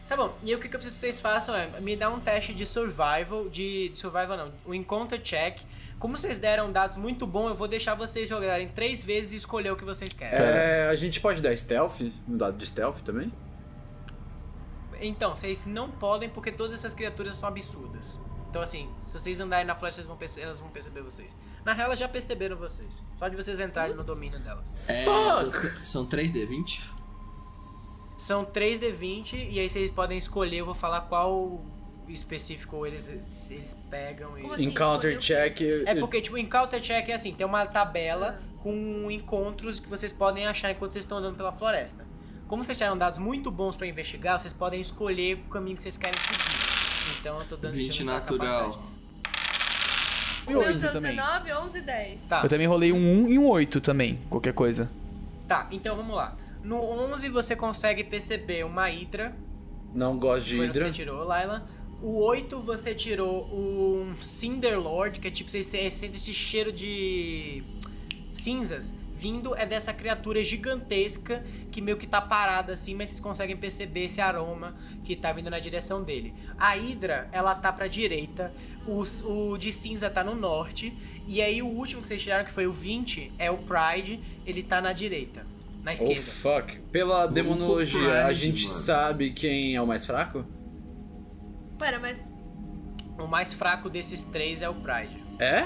[SPEAKER 1] Tá bom, e o que que eu preciso que vocês façam é me dar um teste de survival, de, de survival não, um encounter check. Como vocês deram dados muito bons, eu vou deixar vocês jogarem três vezes e escolher o que vocês querem.
[SPEAKER 7] É, a gente pode dar stealth? Um dado de stealth também?
[SPEAKER 1] Então, vocês não podem porque todas essas criaturas são absurdas. Então assim, se vocês andarem na flecha, elas vão, perce- elas vão perceber vocês. Na real, elas já perceberam vocês. Só de vocês entrarem no domínio delas.
[SPEAKER 6] É, tô- são 3D20?
[SPEAKER 1] São 3D20 e aí vocês podem escolher, eu vou falar qual específico eles, eles pegam e.
[SPEAKER 3] Como assim?
[SPEAKER 7] Encounter
[SPEAKER 3] escolheu
[SPEAKER 7] check. eu-
[SPEAKER 1] É porque, tipo, o Encounter Check é assim, tem uma tabela com encontros que vocês podem achar enquanto vocês estão andando pela floresta. Como vocês tiraram dados muito bons pra investigar, vocês podem escolher o caminho que vocês querem seguir. Então eu tô dando
[SPEAKER 6] 20
[SPEAKER 1] deixando essa
[SPEAKER 6] natural.
[SPEAKER 1] capacidade.
[SPEAKER 3] O meu deu
[SPEAKER 4] também.
[SPEAKER 3] 19, 11 e 10.
[SPEAKER 1] Tá,
[SPEAKER 4] Eu também rolei um 1 e um 8 também, qualquer coisa.
[SPEAKER 1] tá, então vamos lá. No 11 você consegue perceber uma hidra,
[SPEAKER 7] Não gosto de
[SPEAKER 1] foi no que
[SPEAKER 7] Hydra.
[SPEAKER 1] você tirou, Laila. O 8 você tirou um Cinderlord, que é tipo, você sente esse cheiro de cinzas vindo é dessa criatura gigantesca que meio que tá parada assim, mas vocês conseguem perceber esse aroma que tá vindo na direção dele. A Hydra, ela tá pra direita, o, s- o de cinza tá no norte, e aí o último que vocês tiraram, que foi o 20, é o Pride, ele tá na direita, na
[SPEAKER 7] Oh,
[SPEAKER 1] esquerda.
[SPEAKER 7] fuck. Pela demonologia, a
[SPEAKER 6] Pride,
[SPEAKER 7] gente
[SPEAKER 6] mano.
[SPEAKER 7] sabe quem é o mais fraco?
[SPEAKER 3] Pera, mas.
[SPEAKER 1] O mais fraco desses três é o Pride.
[SPEAKER 7] É?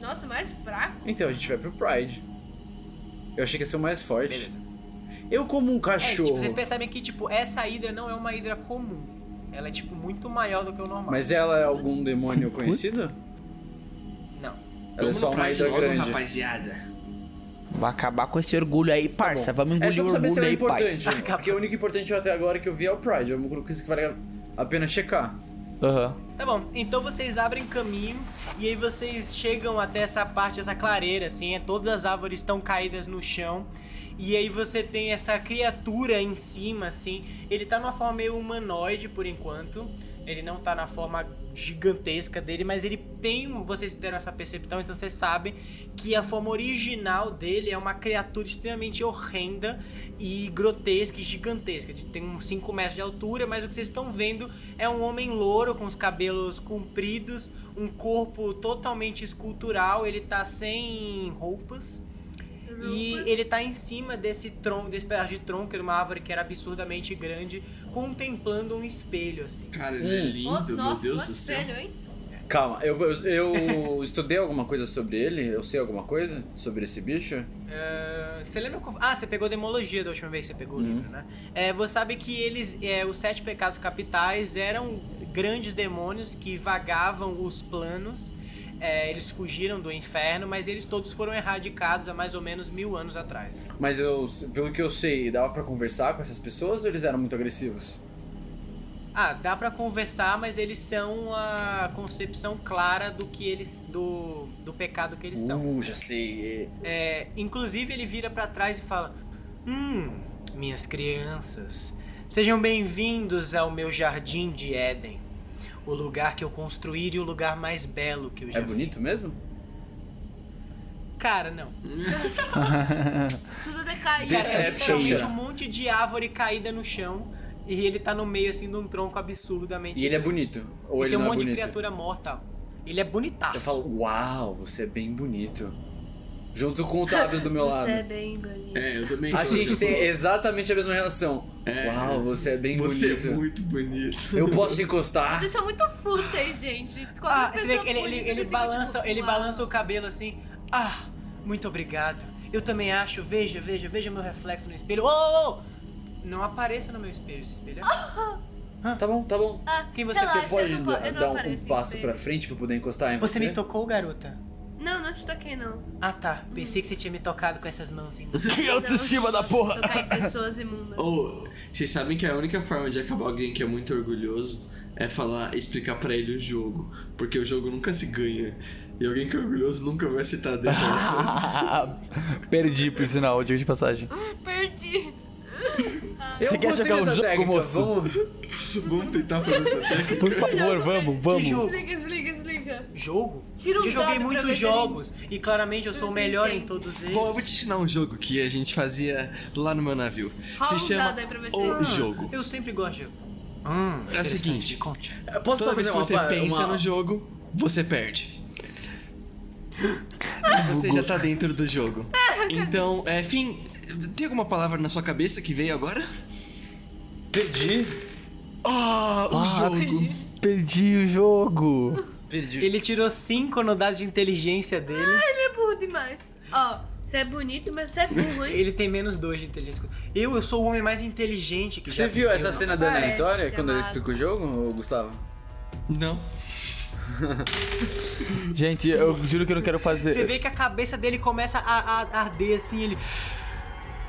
[SPEAKER 3] Nossa, mais fraco?
[SPEAKER 7] Então a gente vai pro Pride. Eu achei que ia ser o mais forte.
[SPEAKER 1] Beleza.
[SPEAKER 7] Eu como
[SPEAKER 1] É,
[SPEAKER 7] um
[SPEAKER 1] tipo,
[SPEAKER 7] cachorro.
[SPEAKER 1] vocês percebem que, tipo, essa hidra não é uma hidra comum. Ela é, tipo, muito maior do que o normal.
[SPEAKER 7] Mas ela é algum demônio conhecido?
[SPEAKER 1] Não.
[SPEAKER 7] Ela é
[SPEAKER 6] Vamos
[SPEAKER 7] só
[SPEAKER 6] no
[SPEAKER 7] uma
[SPEAKER 6] Pride
[SPEAKER 7] hidra
[SPEAKER 6] logo,
[SPEAKER 7] grande.
[SPEAKER 6] rapaziada.
[SPEAKER 2] Vai acabar com esse orgulho aí, parça. Vamos
[SPEAKER 7] É só
[SPEAKER 2] engolir
[SPEAKER 7] pra
[SPEAKER 2] o
[SPEAKER 7] saber se
[SPEAKER 2] orgulho
[SPEAKER 7] ela é
[SPEAKER 2] aí, pai.
[SPEAKER 7] importante. Porque o único importante até agora que eu vi é o Pride. É uma coisa que vale a pena checar.
[SPEAKER 4] Aham.
[SPEAKER 1] Tá bom, então vocês abrem caminho e aí vocês chegam até essa parte, essa clareira, assim, é, todas as árvores estão caídas no chão. E aí você tem essa criatura em cima, assim. Ele tá numa forma meio humanoide por enquanto. Ele não tá na forma gigantesca dele, mas ele tem. um- Vocês deram essa percepção, então vocês sabem que a forma original dele é uma criatura extremamente horrenda e grotesca e gigantesca. de- Tem uns 5 metros de altura, mas o que vocês estão vendo é um homem louro com os cabelos compridos, um corpo totalmente escultural, ele tá sem roupas. E
[SPEAKER 6] é
[SPEAKER 1] ele tá em cima desse tronco, desse pedaço de tronco, de uma árvore que era absurdamente grande, contemplando um espelho, assim.
[SPEAKER 6] Cara, ele
[SPEAKER 4] Hum.
[SPEAKER 6] é
[SPEAKER 3] Ô,
[SPEAKER 6] lindo, meu
[SPEAKER 3] nossa,
[SPEAKER 6] Deus
[SPEAKER 3] quanto
[SPEAKER 6] do céu.
[SPEAKER 3] espelho, hein?
[SPEAKER 7] Calma, eu, eu, eu estudei alguma coisa sobre ele? Eu sei alguma coisa sobre esse bicho?
[SPEAKER 1] Ah, Você lembra qual... Ah, você pegou Demologia da última vez que você pegou o livro, né? É, você sabe que eles, é, os sete pecados capitais eram grandes demônios que vagavam os planos. É, eles fugiram do inferno, mas eles todos foram erradicados há mais ou menos mil anos atrás.
[SPEAKER 7] Mas eu, pelo que eu sei, dava pra conversar com essas pessoas ou eles eram muito agressivos?
[SPEAKER 1] Ah, dá pra conversar, mas eles são a concepção clara do que eles. do, do pecado que eles são.
[SPEAKER 7] Uh, já sei.
[SPEAKER 1] É, inclusive ele vira pra trás e fala: Hum, minhas crianças, sejam bem-vindos ao meu jardim de Éden. O lugar que eu construir e o lugar mais belo que eu já
[SPEAKER 7] É bonito mesmo?
[SPEAKER 1] vi. Cara, não.
[SPEAKER 3] Tudo decaiu.
[SPEAKER 1] Cara, é
[SPEAKER 7] Deception,
[SPEAKER 1] literalmente
[SPEAKER 7] já.
[SPEAKER 1] um monte de árvore caída no chão e ele tá no meio assim de um tronco absurdamente.
[SPEAKER 7] E ele é
[SPEAKER 1] grande.
[SPEAKER 7] bonito. Ou
[SPEAKER 1] E
[SPEAKER 7] ele
[SPEAKER 1] tem um
[SPEAKER 7] não é
[SPEAKER 1] monte de
[SPEAKER 7] bonito?
[SPEAKER 1] criatura morta. Ele é bonitaço.
[SPEAKER 7] Eu falo, uau, você é bem bonito. Junto com o Tavius do meu
[SPEAKER 3] Você
[SPEAKER 7] lado.
[SPEAKER 3] é bem bonito.
[SPEAKER 6] É, eu também.
[SPEAKER 7] A
[SPEAKER 6] sou-
[SPEAKER 7] gente tem é exatamente a mesma relação. Uau, você é bem
[SPEAKER 6] Você
[SPEAKER 7] bonito.
[SPEAKER 6] é muito bonito.
[SPEAKER 7] Eu posso encostar?
[SPEAKER 3] Vocês são muito fúteis, gente. Qualquer
[SPEAKER 1] Ah, você vê
[SPEAKER 3] pessoa
[SPEAKER 1] que ele, ele,
[SPEAKER 3] bonita,
[SPEAKER 1] ele
[SPEAKER 3] vocês ficam
[SPEAKER 1] balança,
[SPEAKER 3] tipo,
[SPEAKER 1] ele
[SPEAKER 3] uau.
[SPEAKER 1] balança o cabelo assim. Ah, muito obrigado. Eu também acho. Veja, veja, veja meu reflexo no espelho. Oh, Não apareça no meu espelho esse espelho. é meu.
[SPEAKER 7] Tá bom, tá bom.
[SPEAKER 3] Ah,
[SPEAKER 1] Quem você-
[SPEAKER 3] relaxa,
[SPEAKER 7] Você pode
[SPEAKER 3] eu não, vou- eu não
[SPEAKER 7] dar um,
[SPEAKER 3] apareço em
[SPEAKER 7] passo
[SPEAKER 3] espelho.
[SPEAKER 7] pra frente pra eu poder encostar em você?
[SPEAKER 1] Você me tocou, garota?
[SPEAKER 3] Não, não te toquei, não.
[SPEAKER 1] Ah, tá. Pensei que você tinha me tocado com essas mãozinhas.
[SPEAKER 3] Que
[SPEAKER 4] autoestima da porra.
[SPEAKER 3] Tocar em pessoas imundas.
[SPEAKER 6] Ou, vocês sabem que a única forma de acabar alguém que é muito orgulhoso é falar, explicar pra ele o jogo. Porque o jogo nunca se ganha. E alguém que é orgulhoso nunca vai aceitar a derrota.
[SPEAKER 4] Perdi, por sinal, diga de passagem.
[SPEAKER 7] Ah,
[SPEAKER 3] Ah, Perdi.
[SPEAKER 7] Eu
[SPEAKER 4] Você quer
[SPEAKER 7] gostei
[SPEAKER 4] jogar um
[SPEAKER 7] dessa
[SPEAKER 4] jogo,
[SPEAKER 7] técnica,
[SPEAKER 4] moço?
[SPEAKER 7] Vamos...
[SPEAKER 6] Vamos tentar fazer essa técnica.
[SPEAKER 4] Por favor,
[SPEAKER 7] né?
[SPEAKER 4] vamos, vamos.
[SPEAKER 1] jogo?
[SPEAKER 3] Explica, explica, explica.
[SPEAKER 1] Jogo?
[SPEAKER 3] Tira um
[SPEAKER 1] eu joguei
[SPEAKER 3] dado pra ver
[SPEAKER 1] muitos
[SPEAKER 3] se ele-
[SPEAKER 1] jogos e claramente eu sou o
[SPEAKER 3] Mas ele
[SPEAKER 1] melhor em
[SPEAKER 3] entende.
[SPEAKER 1] todos eles.
[SPEAKER 6] Bom, eu vou te ensinar um jogo que a gente fazia lá no meu navio.
[SPEAKER 3] Rola
[SPEAKER 6] Se
[SPEAKER 3] um
[SPEAKER 6] chama
[SPEAKER 3] dado aí pra você.
[SPEAKER 6] O Jogo.
[SPEAKER 1] Eu sempre gosto de jogo. Hum,
[SPEAKER 6] É o
[SPEAKER 1] interessante.
[SPEAKER 6] seguinte.
[SPEAKER 1] Conte.
[SPEAKER 7] Eu Posso
[SPEAKER 6] Toda
[SPEAKER 7] só
[SPEAKER 6] vez
[SPEAKER 7] fazer
[SPEAKER 6] que
[SPEAKER 7] uma,
[SPEAKER 6] você
[SPEAKER 7] pa-
[SPEAKER 6] pensa
[SPEAKER 7] uma-
[SPEAKER 6] no jogo, você perde. E você já tá dentro do jogo.
[SPEAKER 3] Ah,
[SPEAKER 6] Então, é, fim. Tem alguma palavra na sua cabeça que veio agora?
[SPEAKER 7] Perdi.
[SPEAKER 6] Ah, o jogo.
[SPEAKER 4] Perdi o jogo.
[SPEAKER 7] Perdi.
[SPEAKER 1] Ele tirou 5 no dado de inteligência dele.
[SPEAKER 3] Ele é burro demais. Ó, você é bonito, mas você é burro, hein?
[SPEAKER 1] Ele tem menos 2 de inteligência. Eu, eu sou o homem mais inteligente que já
[SPEAKER 7] Você viu
[SPEAKER 1] viveu
[SPEAKER 7] essa
[SPEAKER 1] na
[SPEAKER 7] cena
[SPEAKER 3] Nossa,
[SPEAKER 7] da Ana
[SPEAKER 3] parece, é
[SPEAKER 7] Vitória quando ele
[SPEAKER 3] amado.
[SPEAKER 7] explica o jogo, ô, Gustavo?
[SPEAKER 6] Não.
[SPEAKER 4] Gente, eu juro que eu não quero fazer.
[SPEAKER 1] Você vê que a cabeça dele começa a, a arder assim, ele.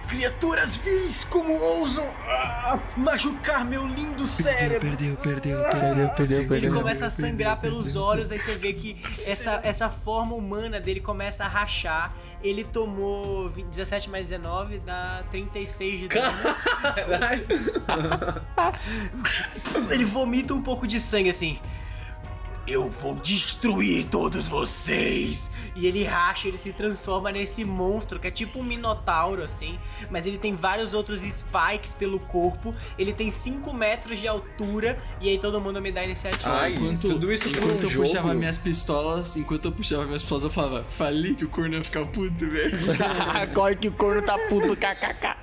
[SPEAKER 1] Criaturas vis, como ousam ah, machucar meu lindo cérebro!
[SPEAKER 6] Perdeu, perdeu,
[SPEAKER 4] Perdeu,
[SPEAKER 6] perdeu.
[SPEAKER 4] perdeu,
[SPEAKER 1] Ele
[SPEAKER 4] perdeu.
[SPEAKER 1] começa a sangrar pelos olhos, aí você vê que essa, essa forma humana dele começa a rachar. Ele tomou 20 17 mais 19, dá 36 de dano.
[SPEAKER 7] Caralho.
[SPEAKER 1] Ele vomita um pouco de sangue assim. Eu vou destruir todos vocês! E ele racha, ele se transforma nesse monstro que é tipo um minotauro assim, mas ele tem vários outros spikes pelo corpo, ele tem 5 metros de altura, e aí todo mundo me dá iniciativa.
[SPEAKER 5] Ai,
[SPEAKER 6] enquanto,
[SPEAKER 5] tudo isso por
[SPEAKER 6] enquanto
[SPEAKER 5] um
[SPEAKER 6] eu puxava
[SPEAKER 5] jogo?
[SPEAKER 6] minhas pistolas, enquanto eu puxava minhas pistolas, eu falava, falei que o corno ia ficar puto, velho.
[SPEAKER 4] Corre que o corno tá puto, kkk.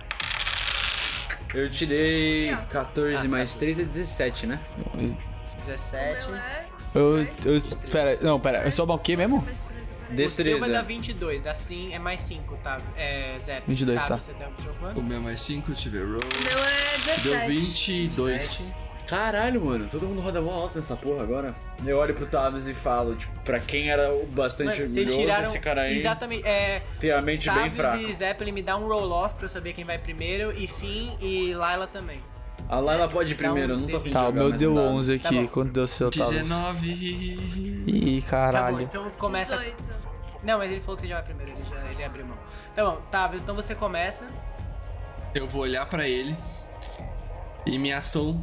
[SPEAKER 7] Eu tirei
[SPEAKER 3] Aqui, ó.
[SPEAKER 7] 14 mais 3 é 17, né?
[SPEAKER 1] 17.
[SPEAKER 3] Meu é.
[SPEAKER 4] Eu, eu, pera, não, pera, É, eu sou mal o quê mesmo?
[SPEAKER 3] mais 13, peraí.
[SPEAKER 1] O seu vai dar
[SPEAKER 7] Destreza.
[SPEAKER 1] 22, dá sim, é mais 5, tá? É, Zé.
[SPEAKER 4] 22, tá.
[SPEAKER 1] Você tem um
[SPEAKER 6] O meu mais 5, tive
[SPEAKER 3] O
[SPEAKER 6] roll.
[SPEAKER 3] meu é 17.
[SPEAKER 6] Deu 22.
[SPEAKER 7] Caralho, mano, todo mundo roda mó alto nessa porra agora. Eu olho pro Tavis e falo, tipo, pra quem era o bastante
[SPEAKER 1] Mano, vocês
[SPEAKER 7] orgulhoso,
[SPEAKER 1] tiraram.
[SPEAKER 7] esse cara aí
[SPEAKER 1] Exatamente. É,
[SPEAKER 7] tem a mente bem fraca.
[SPEAKER 1] Tavis e Zeppelin me dá um roll-off pra eu saber quem vai primeiro, e Finn e Laila também.
[SPEAKER 7] A Laila pode ir
[SPEAKER 1] Dá um
[SPEAKER 7] primeiro, eu não tô afim de
[SPEAKER 4] Tá,
[SPEAKER 7] jogar
[SPEAKER 4] o meu
[SPEAKER 7] mais
[SPEAKER 4] deu
[SPEAKER 7] um dado.
[SPEAKER 4] 11
[SPEAKER 1] Tá
[SPEAKER 4] aqui,
[SPEAKER 1] bom.
[SPEAKER 4] quando deu o seu, tá?
[SPEAKER 6] 19.
[SPEAKER 4] Ih,
[SPEAKER 1] Tá bom,
[SPEAKER 4] caralho.
[SPEAKER 1] então começa.
[SPEAKER 3] 18.
[SPEAKER 1] Não, mas ele falou que você já vai primeiro, ele, já, ele abriu mão. Tá bom, Tavis, então você começa.
[SPEAKER 6] Eu vou olhar pra ele. E minha ação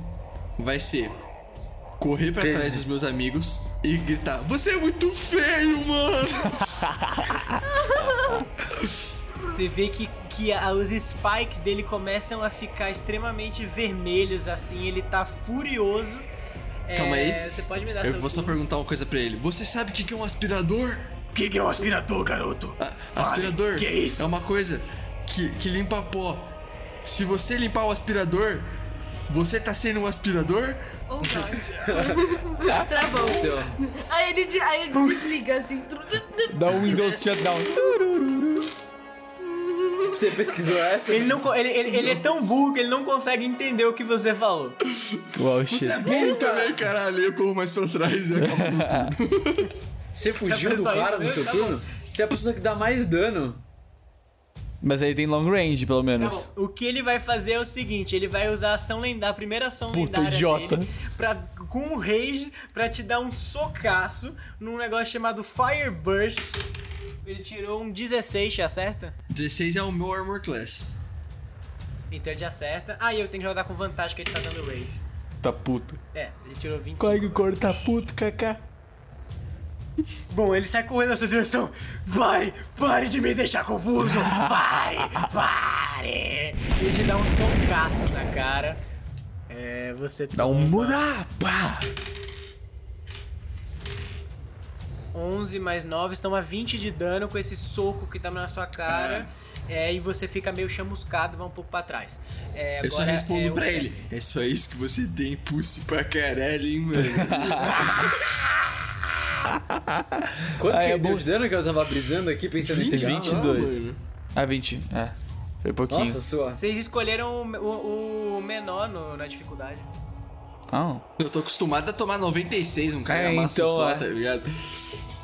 [SPEAKER 6] vai ser correr pra trás dos meus amigos e gritar: Você é muito feio, mano!
[SPEAKER 1] Você vê que, que a- os spikes dele começam a ficar extremamente vermelhos, assim, ele tá furioso. É,
[SPEAKER 6] Calma aí.
[SPEAKER 1] Você pode me dar
[SPEAKER 6] Eu
[SPEAKER 1] seu
[SPEAKER 6] vou só
[SPEAKER 1] turno.
[SPEAKER 6] perguntar uma coisa pra ele: Você sabe o que que é um aspirador?
[SPEAKER 1] O que, que é um aspirador, garoto?
[SPEAKER 6] aspirador
[SPEAKER 1] que é isso?
[SPEAKER 6] uma coisa que, que limpa pó. Se você limpar o aspirador, você tá sendo um aspirador?
[SPEAKER 3] Oh, God. Travou.
[SPEAKER 7] Seu-
[SPEAKER 3] Tá Aí ele, de- aí ele desliga assim. tru- tru- tru-
[SPEAKER 4] Dá um Windows Shutdown. Turururu.
[SPEAKER 7] Você pesquisou essa?
[SPEAKER 1] Ele, não, co- ele, ele, ele é tão burro que ele não consegue entender o que você falou.
[SPEAKER 4] Uau,
[SPEAKER 6] Você
[SPEAKER 4] shit.
[SPEAKER 6] é burro também, caralho. Eu corro mais pra trás e acabo com tudo.
[SPEAKER 7] Você fugiu do
[SPEAKER 1] pensou isso
[SPEAKER 7] cara no
[SPEAKER 1] mesmo?
[SPEAKER 7] seu
[SPEAKER 1] Tá
[SPEAKER 7] turno? Você é a pessoa que dá mais dano.
[SPEAKER 4] Mas aí tem long range, pelo
[SPEAKER 1] Tá
[SPEAKER 4] menos.
[SPEAKER 1] bom, o que ele vai fazer é o seguinte, ele vai usar a ação lendária, a primeira ação
[SPEAKER 4] Puta
[SPEAKER 1] lendária
[SPEAKER 4] idiota.
[SPEAKER 1] dele, pra, com o rage, pra te dar um socaço num negócio chamado Fire Burst. Ele tirou um 16, te acerta?
[SPEAKER 6] 16 é o meu armor class.
[SPEAKER 1] Então ele te acerta. Ah, e eu tenho que jogar com vantagem que ele tá dando rage.
[SPEAKER 4] Tá puto.
[SPEAKER 1] É, ele tirou 25.
[SPEAKER 4] Corre que o corno tá puto, kkk.
[SPEAKER 1] Bom, ele sai correndo na sua direção. Pare, pare de me deixar confuso. Pare, pare. Ele te dá um socaço na cara. É, você
[SPEAKER 4] Dá um
[SPEAKER 1] toma
[SPEAKER 4] muda, pá.
[SPEAKER 1] 11 mais 9, você toma 20 de dano com esse soco que tá na sua cara. É, e você fica meio chamuscado, vai um pouco pra trás. É,
[SPEAKER 6] Eu só
[SPEAKER 1] agora
[SPEAKER 6] respondo
[SPEAKER 1] é o-
[SPEAKER 6] pra ele. É só isso que você tem, pussy pra caralho, hein, mano.
[SPEAKER 7] Quanto
[SPEAKER 4] Ah,
[SPEAKER 7] que
[SPEAKER 4] é
[SPEAKER 7] ele deu
[SPEAKER 4] bom.
[SPEAKER 7] de dano que eu tava brisando aqui pensando em
[SPEAKER 4] 20? 22. Ah, 20. É. Foi pouquinho.
[SPEAKER 7] Nossa, sua.
[SPEAKER 1] Vocês escolheram o, o- o menor no- na dificuldade.
[SPEAKER 4] Ah.
[SPEAKER 6] Eu tô acostumado a tomar 96, um cara
[SPEAKER 4] É,
[SPEAKER 6] amasso
[SPEAKER 4] então,
[SPEAKER 6] só,
[SPEAKER 4] é.
[SPEAKER 6] tá ligado?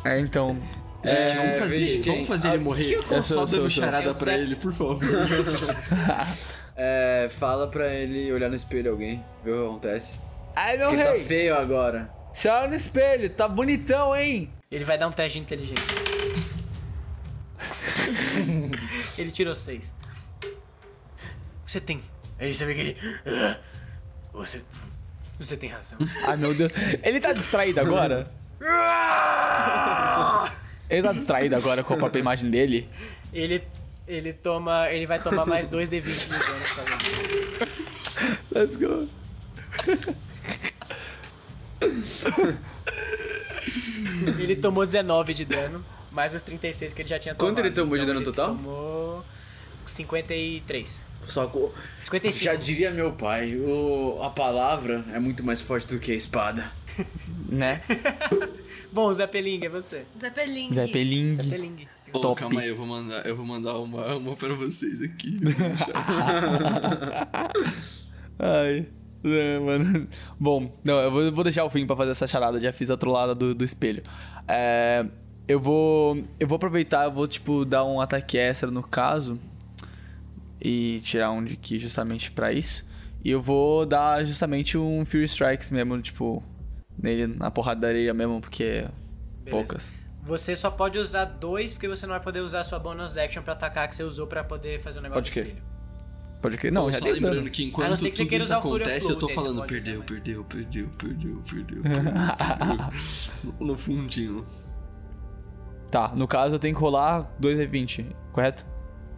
[SPEAKER 4] É, então.
[SPEAKER 1] É,
[SPEAKER 6] Gente, vamos
[SPEAKER 7] veja
[SPEAKER 6] fazer,
[SPEAKER 7] quem-
[SPEAKER 6] vamos fazer
[SPEAKER 7] Ah,
[SPEAKER 6] ele morrer.
[SPEAKER 7] que
[SPEAKER 6] Eu só
[SPEAKER 4] eu sou,
[SPEAKER 6] dando
[SPEAKER 4] eu sou.
[SPEAKER 6] charada
[SPEAKER 1] Eu
[SPEAKER 6] pra
[SPEAKER 1] sei.
[SPEAKER 6] ele, por favor.
[SPEAKER 7] É, fala pra ele olhar no espelho alguém, ver o que acontece.
[SPEAKER 4] Ai, meu
[SPEAKER 7] Porque tá feio agora.
[SPEAKER 4] Você olha no espelho, tá bonitão, hein?
[SPEAKER 1] Ele vai dar um teste de inteligência. ele tirou 6. Você tem. Aí você vê que ele. "Ah, Você. Você tem razão.
[SPEAKER 4] Ai, meu Deus. Ele tá distraído agora? Ele tá distraído agora com a própria imagem dele?
[SPEAKER 1] Ele. Ele toma. Ele vai tomar mais 2d20 de dano por causa disso.
[SPEAKER 4] Let's go.
[SPEAKER 1] Ele tomou 19 de dano, mais os 36 que ele já tinha tomado.
[SPEAKER 7] Quanto ele tomou de
[SPEAKER 1] Então,
[SPEAKER 7] dano
[SPEAKER 1] ele
[SPEAKER 7] total?
[SPEAKER 1] Tomou 53.
[SPEAKER 7] Só co-
[SPEAKER 1] 55.
[SPEAKER 7] Já diria meu pai, o... a palavra é muito mais forte do que a espada.
[SPEAKER 4] Né?
[SPEAKER 1] Bom, Zé Peling, é você.
[SPEAKER 3] Zé Peling.
[SPEAKER 4] Zé Peling.
[SPEAKER 1] Zé Peling.
[SPEAKER 6] Ô,
[SPEAKER 4] Top.
[SPEAKER 6] calma aí, eu vou mandar, eu vou mandar uma, uma pra vocês aqui. né?
[SPEAKER 4] Ai. É, mano. Bom, não, eu vou, eu vou deixar o fim pra fazer essa charada. Já fiz a trollada do, do espelho. É, eu vou. Eu vou aproveitar, eu vou, tipo, dar um ataque extra no caso. E tirar um de ki justamente pra isso. E eu vou dar justamente um Fury Strikes mesmo, tipo, nele, na porradaria mesmo, porque. é Poucas.
[SPEAKER 1] Você só pode usar dois, porque você não vai poder usar a sua bonus action pra atacar que você usou pra poder fazer o negócio
[SPEAKER 4] Pode
[SPEAKER 1] do
[SPEAKER 4] crer.
[SPEAKER 1] espelho.
[SPEAKER 4] Pode crer. Não,
[SPEAKER 6] Pô,
[SPEAKER 4] já
[SPEAKER 6] só
[SPEAKER 4] dei dano.
[SPEAKER 6] lembrando que
[SPEAKER 1] A não
[SPEAKER 6] enquanto
[SPEAKER 1] ser que você
[SPEAKER 6] tudo
[SPEAKER 1] queira
[SPEAKER 6] isso
[SPEAKER 1] usar o Fúria
[SPEAKER 6] acontece, eu tô
[SPEAKER 1] Close, aí você
[SPEAKER 6] falando
[SPEAKER 1] pode
[SPEAKER 6] perdeu,
[SPEAKER 1] usar,
[SPEAKER 6] perdeu, perdeu, perdeu, perdeu, perdeu, perdeu. no fundinho.
[SPEAKER 4] Tá, no caso eu tenho que rolar 2d20, correto?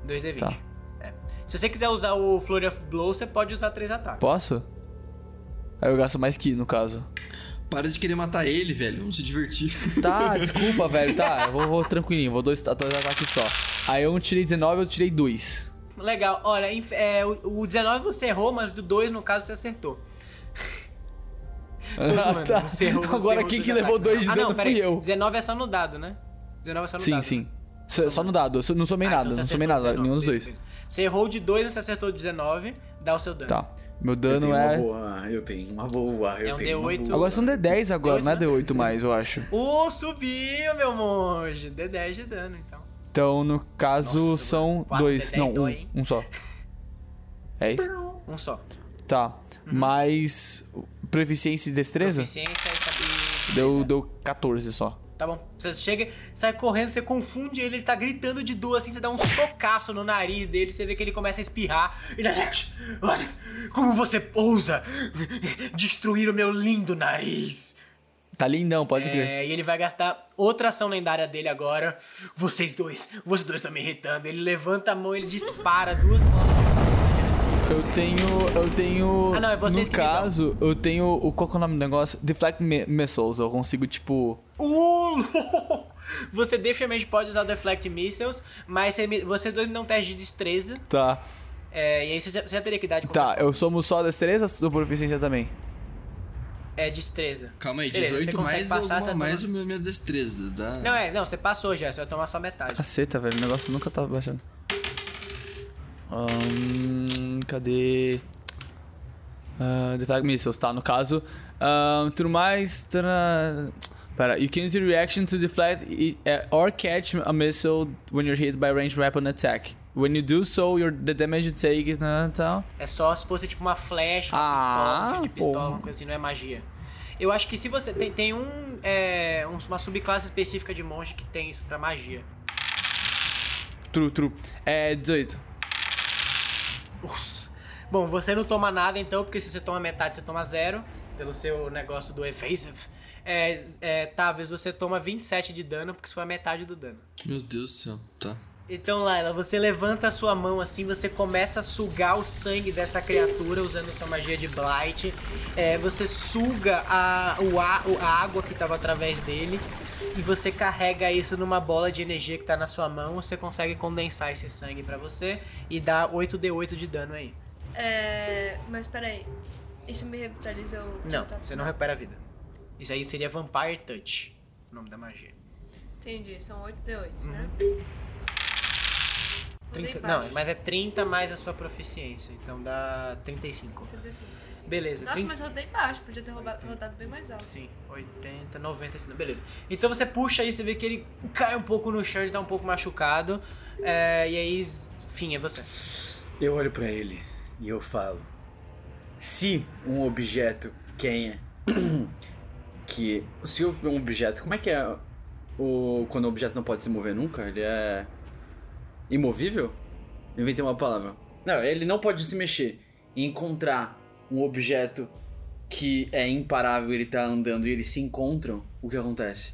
[SPEAKER 1] 2d20.
[SPEAKER 4] Tá.
[SPEAKER 1] É. Se você quiser usar o Flurry of Blow, você pode usar três ataques.
[SPEAKER 4] Posso? Aí eu gasto mais ki, no caso.
[SPEAKER 6] Para de querer matar ele, velho. Vamos se divertir.
[SPEAKER 4] Tá, desculpa, velho. Tá, eu vou, vou tranquilinho, vou dois, dois ataques só. Aí eu não tirei 19, eu tirei 2.
[SPEAKER 1] Legal. Olha, inf- é, o o 19 você errou, mas do 2, no caso, você acertou.
[SPEAKER 4] Ah, tá. Agora quem que levou 2 de
[SPEAKER 1] ah,
[SPEAKER 4] dano
[SPEAKER 1] não, peraí.
[SPEAKER 4] fui eu.
[SPEAKER 1] 19 é só no dado, né? 19 é só no
[SPEAKER 4] Sim,
[SPEAKER 1] dado.
[SPEAKER 4] sim. Só, só no dado, eu só- não somei
[SPEAKER 1] Ah,
[SPEAKER 4] nada,
[SPEAKER 1] então você
[SPEAKER 4] não somei
[SPEAKER 1] acertou
[SPEAKER 4] nada,
[SPEAKER 1] 19,
[SPEAKER 4] nenhum dos dois.
[SPEAKER 1] beleza, beleza. Você errou de 2, você acertou 19, dá o seu dano.
[SPEAKER 4] Tá, meu
[SPEAKER 7] Eu tenho
[SPEAKER 4] dano
[SPEAKER 7] uma
[SPEAKER 4] é...
[SPEAKER 7] boa, eu tenho uma boa, eu
[SPEAKER 1] É um
[SPEAKER 7] tenho uma
[SPEAKER 1] D8.
[SPEAKER 7] boa.
[SPEAKER 4] Agora são D10 agora,
[SPEAKER 1] D8,
[SPEAKER 4] não é
[SPEAKER 1] né?
[SPEAKER 4] D8 mais, eu acho.
[SPEAKER 1] Uh, subiu, meu monge. D10 de dano, então.
[SPEAKER 4] Então, no caso,
[SPEAKER 1] Nossa,
[SPEAKER 4] são
[SPEAKER 1] mano. Quatro
[SPEAKER 4] dois.
[SPEAKER 1] D10
[SPEAKER 4] Não,
[SPEAKER 1] dói, hein?
[SPEAKER 4] um, um só. É isso?
[SPEAKER 1] Um só.
[SPEAKER 4] Tá. Mais proficiência e destreza?
[SPEAKER 1] Eficiência e sabedoria.
[SPEAKER 4] Deu, deu 14 só.
[SPEAKER 1] Tá bom. Você chega, sai correndo, você confunde ele, ele tá gritando de dor, assim, você dá um socaço no nariz dele, você vê que ele começa a espirrar. Ele, "Alex, olha, como você ousa destruir o meu lindo nariz.
[SPEAKER 4] Tá lindão, pode crer.
[SPEAKER 1] É, e ele vai gastar outra ação lendária dele agora. Vocês dois, vocês dois estão me irritando. Ele levanta a mão, ele dispara duas mãos.
[SPEAKER 4] Eu tenho. Eu tenho.
[SPEAKER 1] É, Ah, não, é vocês
[SPEAKER 4] no
[SPEAKER 1] que me dão.
[SPEAKER 4] caso, eu tenho. O, qual que é o nome do negócio? Deflect mi- Missiles. Eu consigo, tipo.
[SPEAKER 1] Uh! Você definitivamente pode usar o Deflect Missiles, mas você, me- você dois me dão um teste de destreza.
[SPEAKER 4] Tá.
[SPEAKER 1] É, e aí você já, você já teria que dar de
[SPEAKER 4] Tá,
[SPEAKER 1] qualquer
[SPEAKER 4] eu somo só destreza ou proficiência também?
[SPEAKER 1] forma. É destreza.
[SPEAKER 6] Calma aí,
[SPEAKER 1] Beleza,
[SPEAKER 6] 18
[SPEAKER 1] você consegue
[SPEAKER 6] mais,
[SPEAKER 1] passar,
[SPEAKER 6] alguma-
[SPEAKER 1] você vai
[SPEAKER 6] mais
[SPEAKER 1] tomar-
[SPEAKER 6] o meu, minha destreza, tá?
[SPEAKER 1] Não, é, não, você passou já, você vai tomar só metade.
[SPEAKER 4] Caceta, velho. O negócio nunca tava baixando. Ahn, cadê? Ah, Deflect Missiles, tá? No caso. Ahn, tudo mais. Tana... Pera, you can use your reaction to deflect i- eh, or catch a missile when you're hit by ranged weapon attack. When you do so, your, the damage you take is. Tá, tá.
[SPEAKER 1] É só se fosse tipo uma flecha, uma
[SPEAKER 4] Ah,
[SPEAKER 1] pistola, um tiro de pistola,
[SPEAKER 4] porra.
[SPEAKER 1] uma coisa assim, não é magia. Eu acho que se você. Tem, tem um, é, um- uma subclasse específica de monge que tem isso pra magia.
[SPEAKER 4] True, true. É 18.
[SPEAKER 1] Ups. Bom, você não toma nada então, porque se você toma metade, você toma zero, pelo seu negócio do evasive. É, é, talvez você toma 27 de dano, porque isso foi a metade do dano.
[SPEAKER 6] Meu Deus do céu, tá.
[SPEAKER 1] Então, Laila, você levanta a sua mão assim, você começa a sugar o sangue dessa criatura usando sua magia de Blight. É, você suga a, o a, o- a água que estava através dele e você carrega isso numa bola de energia que tá na sua mão. Você consegue condensar esse sangue pra você e dá 8d8 de dano aí.
[SPEAKER 3] É. Mas peraí. Isso me revitaliza o.
[SPEAKER 1] Não,
[SPEAKER 3] tá-
[SPEAKER 1] você não repara a vida. Isso aí seria Vampire Touch, o nome da magia.
[SPEAKER 3] Entendi, são 8 D8, né? Mandei
[SPEAKER 1] 30,
[SPEAKER 3] baixo.
[SPEAKER 1] não, mas é 30 mais a sua proficiência, então dá 35.
[SPEAKER 3] 35.
[SPEAKER 1] Beleza,
[SPEAKER 3] Nossa,
[SPEAKER 1] 30.
[SPEAKER 3] mas rodei baixo, podia ter roubado, rodado bem mais alto.
[SPEAKER 1] Sim, 80, 90, de- beleza. Então você puxa aí, você vê que ele cai um pouco no chão, ele tá um pouco machucado. é, e aí, enfim, é você.
[SPEAKER 7] Eu olho pra ele e eu falo: Se um objeto quem é?" que se um objeto, como é que é o quando o objeto não pode se mover nunca? Ele é imovível? Inventei uma palavra. Não, ele não pode se mexer. Encontrar um objeto que é imparável, ele tá andando e eles se encontram, o que acontece?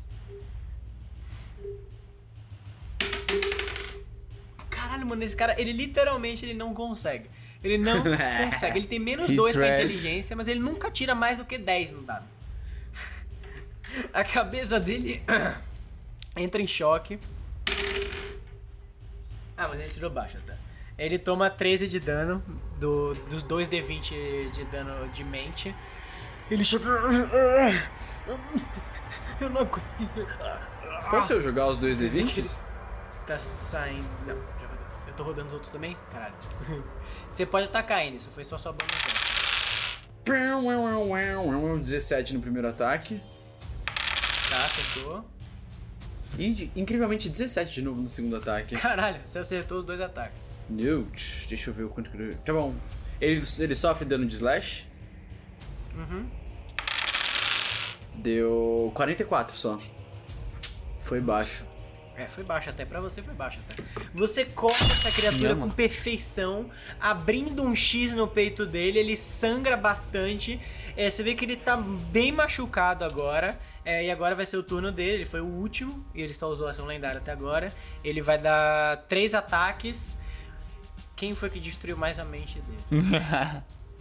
[SPEAKER 1] Caralho, mano, esse cara, ele literalmente ele não consegue. Ele não consegue. Ele tem menos
[SPEAKER 4] Que
[SPEAKER 1] 2 pra
[SPEAKER 4] trash.
[SPEAKER 1] inteligência, mas ele nunca tira mais do que 10 no dado. A cabeça dele entra em choque. Ah, mas ele tirou baixo, tá? Ele toma 13 de dano do, dos 2 D20 de dano de mente. Ele chega. Eu não aguento.
[SPEAKER 7] Posso eu jogar os dois D20?
[SPEAKER 1] Tá saindo. Não, já rodou. Eu tô rodando os outros também? Caralho. Você pode atacar ainda, isso foi só sua então. bônus. ação.
[SPEAKER 7] 17 no primeiro ataque.
[SPEAKER 1] Tá, acertou.
[SPEAKER 7] E incrivelmente 17 de novo no segundo ataque.
[SPEAKER 1] Caralho, você acertou os dois ataques.
[SPEAKER 7] Não, tch, deixa eu ver o quanto que. eu- Tá bom. Ele, ele sofre dano de slash.
[SPEAKER 1] Uhum.
[SPEAKER 7] Deu 44 só. Foi baixo.
[SPEAKER 1] É, foi baixo até. Pra você foi baixo até. Você corta essa criatura com perfeição, abrindo um X no peito dele, ele sangra bastante. É, você vê que ele tá bem machucado agora. É, e agora vai ser o turno dele, ele foi o último, e ele só usou ação lendária até agora. Ele vai dar três ataques. Quem foi que destruiu mais a mente dele?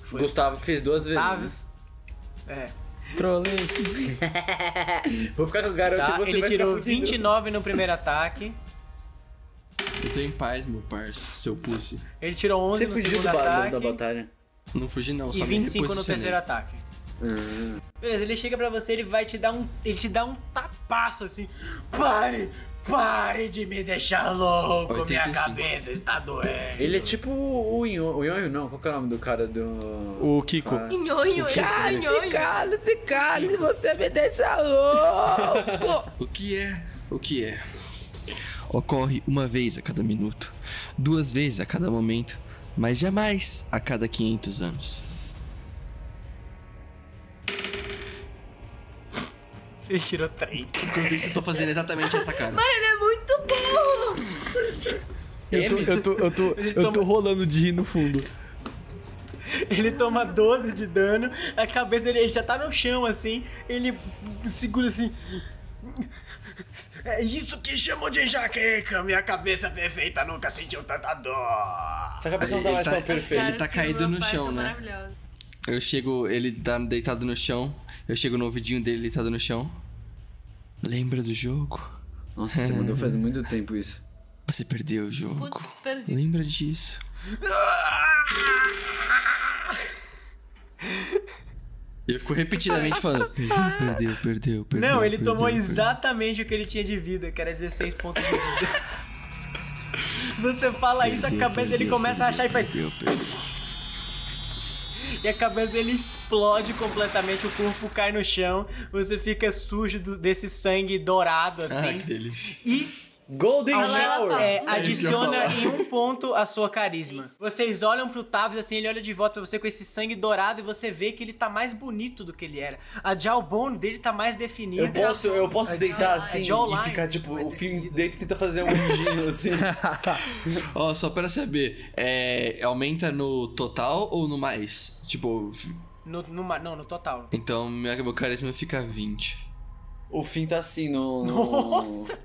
[SPEAKER 1] Foi
[SPEAKER 7] Gustavo que fez duas vezes. né?
[SPEAKER 1] Tavius. É,
[SPEAKER 4] Trolei.
[SPEAKER 7] Vou ficar com o garoto
[SPEAKER 1] tá.
[SPEAKER 7] e você
[SPEAKER 1] Ele
[SPEAKER 7] vai
[SPEAKER 1] tirou
[SPEAKER 7] ficar fudido.
[SPEAKER 1] 29 no primeiro ataque.
[SPEAKER 6] Eu tô em paz, meu parça, seu pussy.
[SPEAKER 1] Ele tirou 11
[SPEAKER 7] Você
[SPEAKER 1] no
[SPEAKER 7] fugiu
[SPEAKER 1] segundo
[SPEAKER 7] do barulho
[SPEAKER 1] ataque.
[SPEAKER 7] da batalha.
[SPEAKER 6] Não fugi não,
[SPEAKER 1] e
[SPEAKER 6] só me
[SPEAKER 1] 25 no terceiro
[SPEAKER 6] reposicionei.
[SPEAKER 1] ataque. Beleza, ele chega pra você, ele vai te dar um. Ele te dá um tapaço assim. Pare! Pare de me deixar louco! Minha
[SPEAKER 6] 85.
[SPEAKER 1] cabeça está doendo!
[SPEAKER 7] Ele é tipo o Inho- o Yonho, não. Qual que é o nome do cara do.
[SPEAKER 4] O Kiko.
[SPEAKER 7] Ah.
[SPEAKER 3] Nhonho, nhonho.
[SPEAKER 8] cale-se, cale-se, você me deixa louco.
[SPEAKER 6] O que é? O que é? Ocorre uma vez a cada minuto, duas vezes a cada momento, mas jamais a cada 500 anos.
[SPEAKER 1] Ele tirou 3.
[SPEAKER 6] Enquanto isso, eu tô fazendo exatamente essa cara.
[SPEAKER 3] Ele é muito bom!
[SPEAKER 4] Eu tô, eu tô, eu tô, eu tô rolando de rir no fundo.
[SPEAKER 1] Ele toma 12 de dano, a cabeça dele ele já tá no chão assim, ele segura assim. É isso que chamam de jaqueca, minha cabeça perfeita nunca sentiu tanta dor.
[SPEAKER 7] Essa cabeça não tá
[SPEAKER 6] Ele
[SPEAKER 7] mais
[SPEAKER 6] tá-
[SPEAKER 7] tão perfeita.
[SPEAKER 6] Ele tá
[SPEAKER 3] Cara,
[SPEAKER 6] caído
[SPEAKER 3] esse
[SPEAKER 6] no
[SPEAKER 3] rapaz
[SPEAKER 6] chão,
[SPEAKER 3] tá
[SPEAKER 6] né?
[SPEAKER 3] maravilhoso.
[SPEAKER 6] Eu chego, ele tá deitado no chão. Eu chego no ouvidinho dele deitado no chão. Lembra do jogo?
[SPEAKER 7] Nossa, você mandou faz muito tempo isso.
[SPEAKER 6] Você perdeu o jogo.
[SPEAKER 3] Putz, perdi.
[SPEAKER 6] Lembra disso?
[SPEAKER 1] Ah!
[SPEAKER 6] E eu fico repetidamente falando: Perdeu, perdeu, perdeu, perdeu.
[SPEAKER 1] Não, ele
[SPEAKER 6] perdeu,
[SPEAKER 1] tomou
[SPEAKER 6] perdeu."
[SPEAKER 1] exatamente o que ele tinha de vida, que era 16 pontos de vida. Você fala isso, a
[SPEAKER 6] Perdeu,
[SPEAKER 1] cabeça dele
[SPEAKER 6] perdeu,
[SPEAKER 1] começa a
[SPEAKER 6] perdeu,
[SPEAKER 1] achar e faz.
[SPEAKER 6] Perdeu, perdeu.
[SPEAKER 1] E a cabeça dele explode completamente, o corpo cai no chão, você fica sujo do- desse sangue dourado
[SPEAKER 6] Ah,
[SPEAKER 1] assim.
[SPEAKER 6] que delícia.
[SPEAKER 1] E
[SPEAKER 7] Golden
[SPEAKER 3] Olha lá, ela
[SPEAKER 7] Shower!
[SPEAKER 3] fala.
[SPEAKER 1] é,
[SPEAKER 6] É isso que eu ia
[SPEAKER 1] adiciona
[SPEAKER 6] falar.
[SPEAKER 1] em um ponto a sua carisma. Vocês olham pro Tavis assim, ele olha de volta pra você com esse sangue dourado e você vê que ele tá mais bonito do que ele era. A jawbone dele tá mais definida.
[SPEAKER 7] Eu posso, eu
[SPEAKER 1] É
[SPEAKER 7] posso deitar assim
[SPEAKER 1] jawline,
[SPEAKER 7] e ficar tipo,
[SPEAKER 1] mas
[SPEAKER 7] o
[SPEAKER 1] é
[SPEAKER 7] filme
[SPEAKER 1] vida.
[SPEAKER 7] deita e tenta fazer um anjinho assim.
[SPEAKER 6] Ó, só pra saber: é, aumenta no total ou no mais? Tipo, f-
[SPEAKER 1] No, numa- não, no total.
[SPEAKER 6] então minha, meu carisma fica 20.
[SPEAKER 7] O fim tá assim no.
[SPEAKER 6] Oh.
[SPEAKER 7] no-
[SPEAKER 1] Nossa!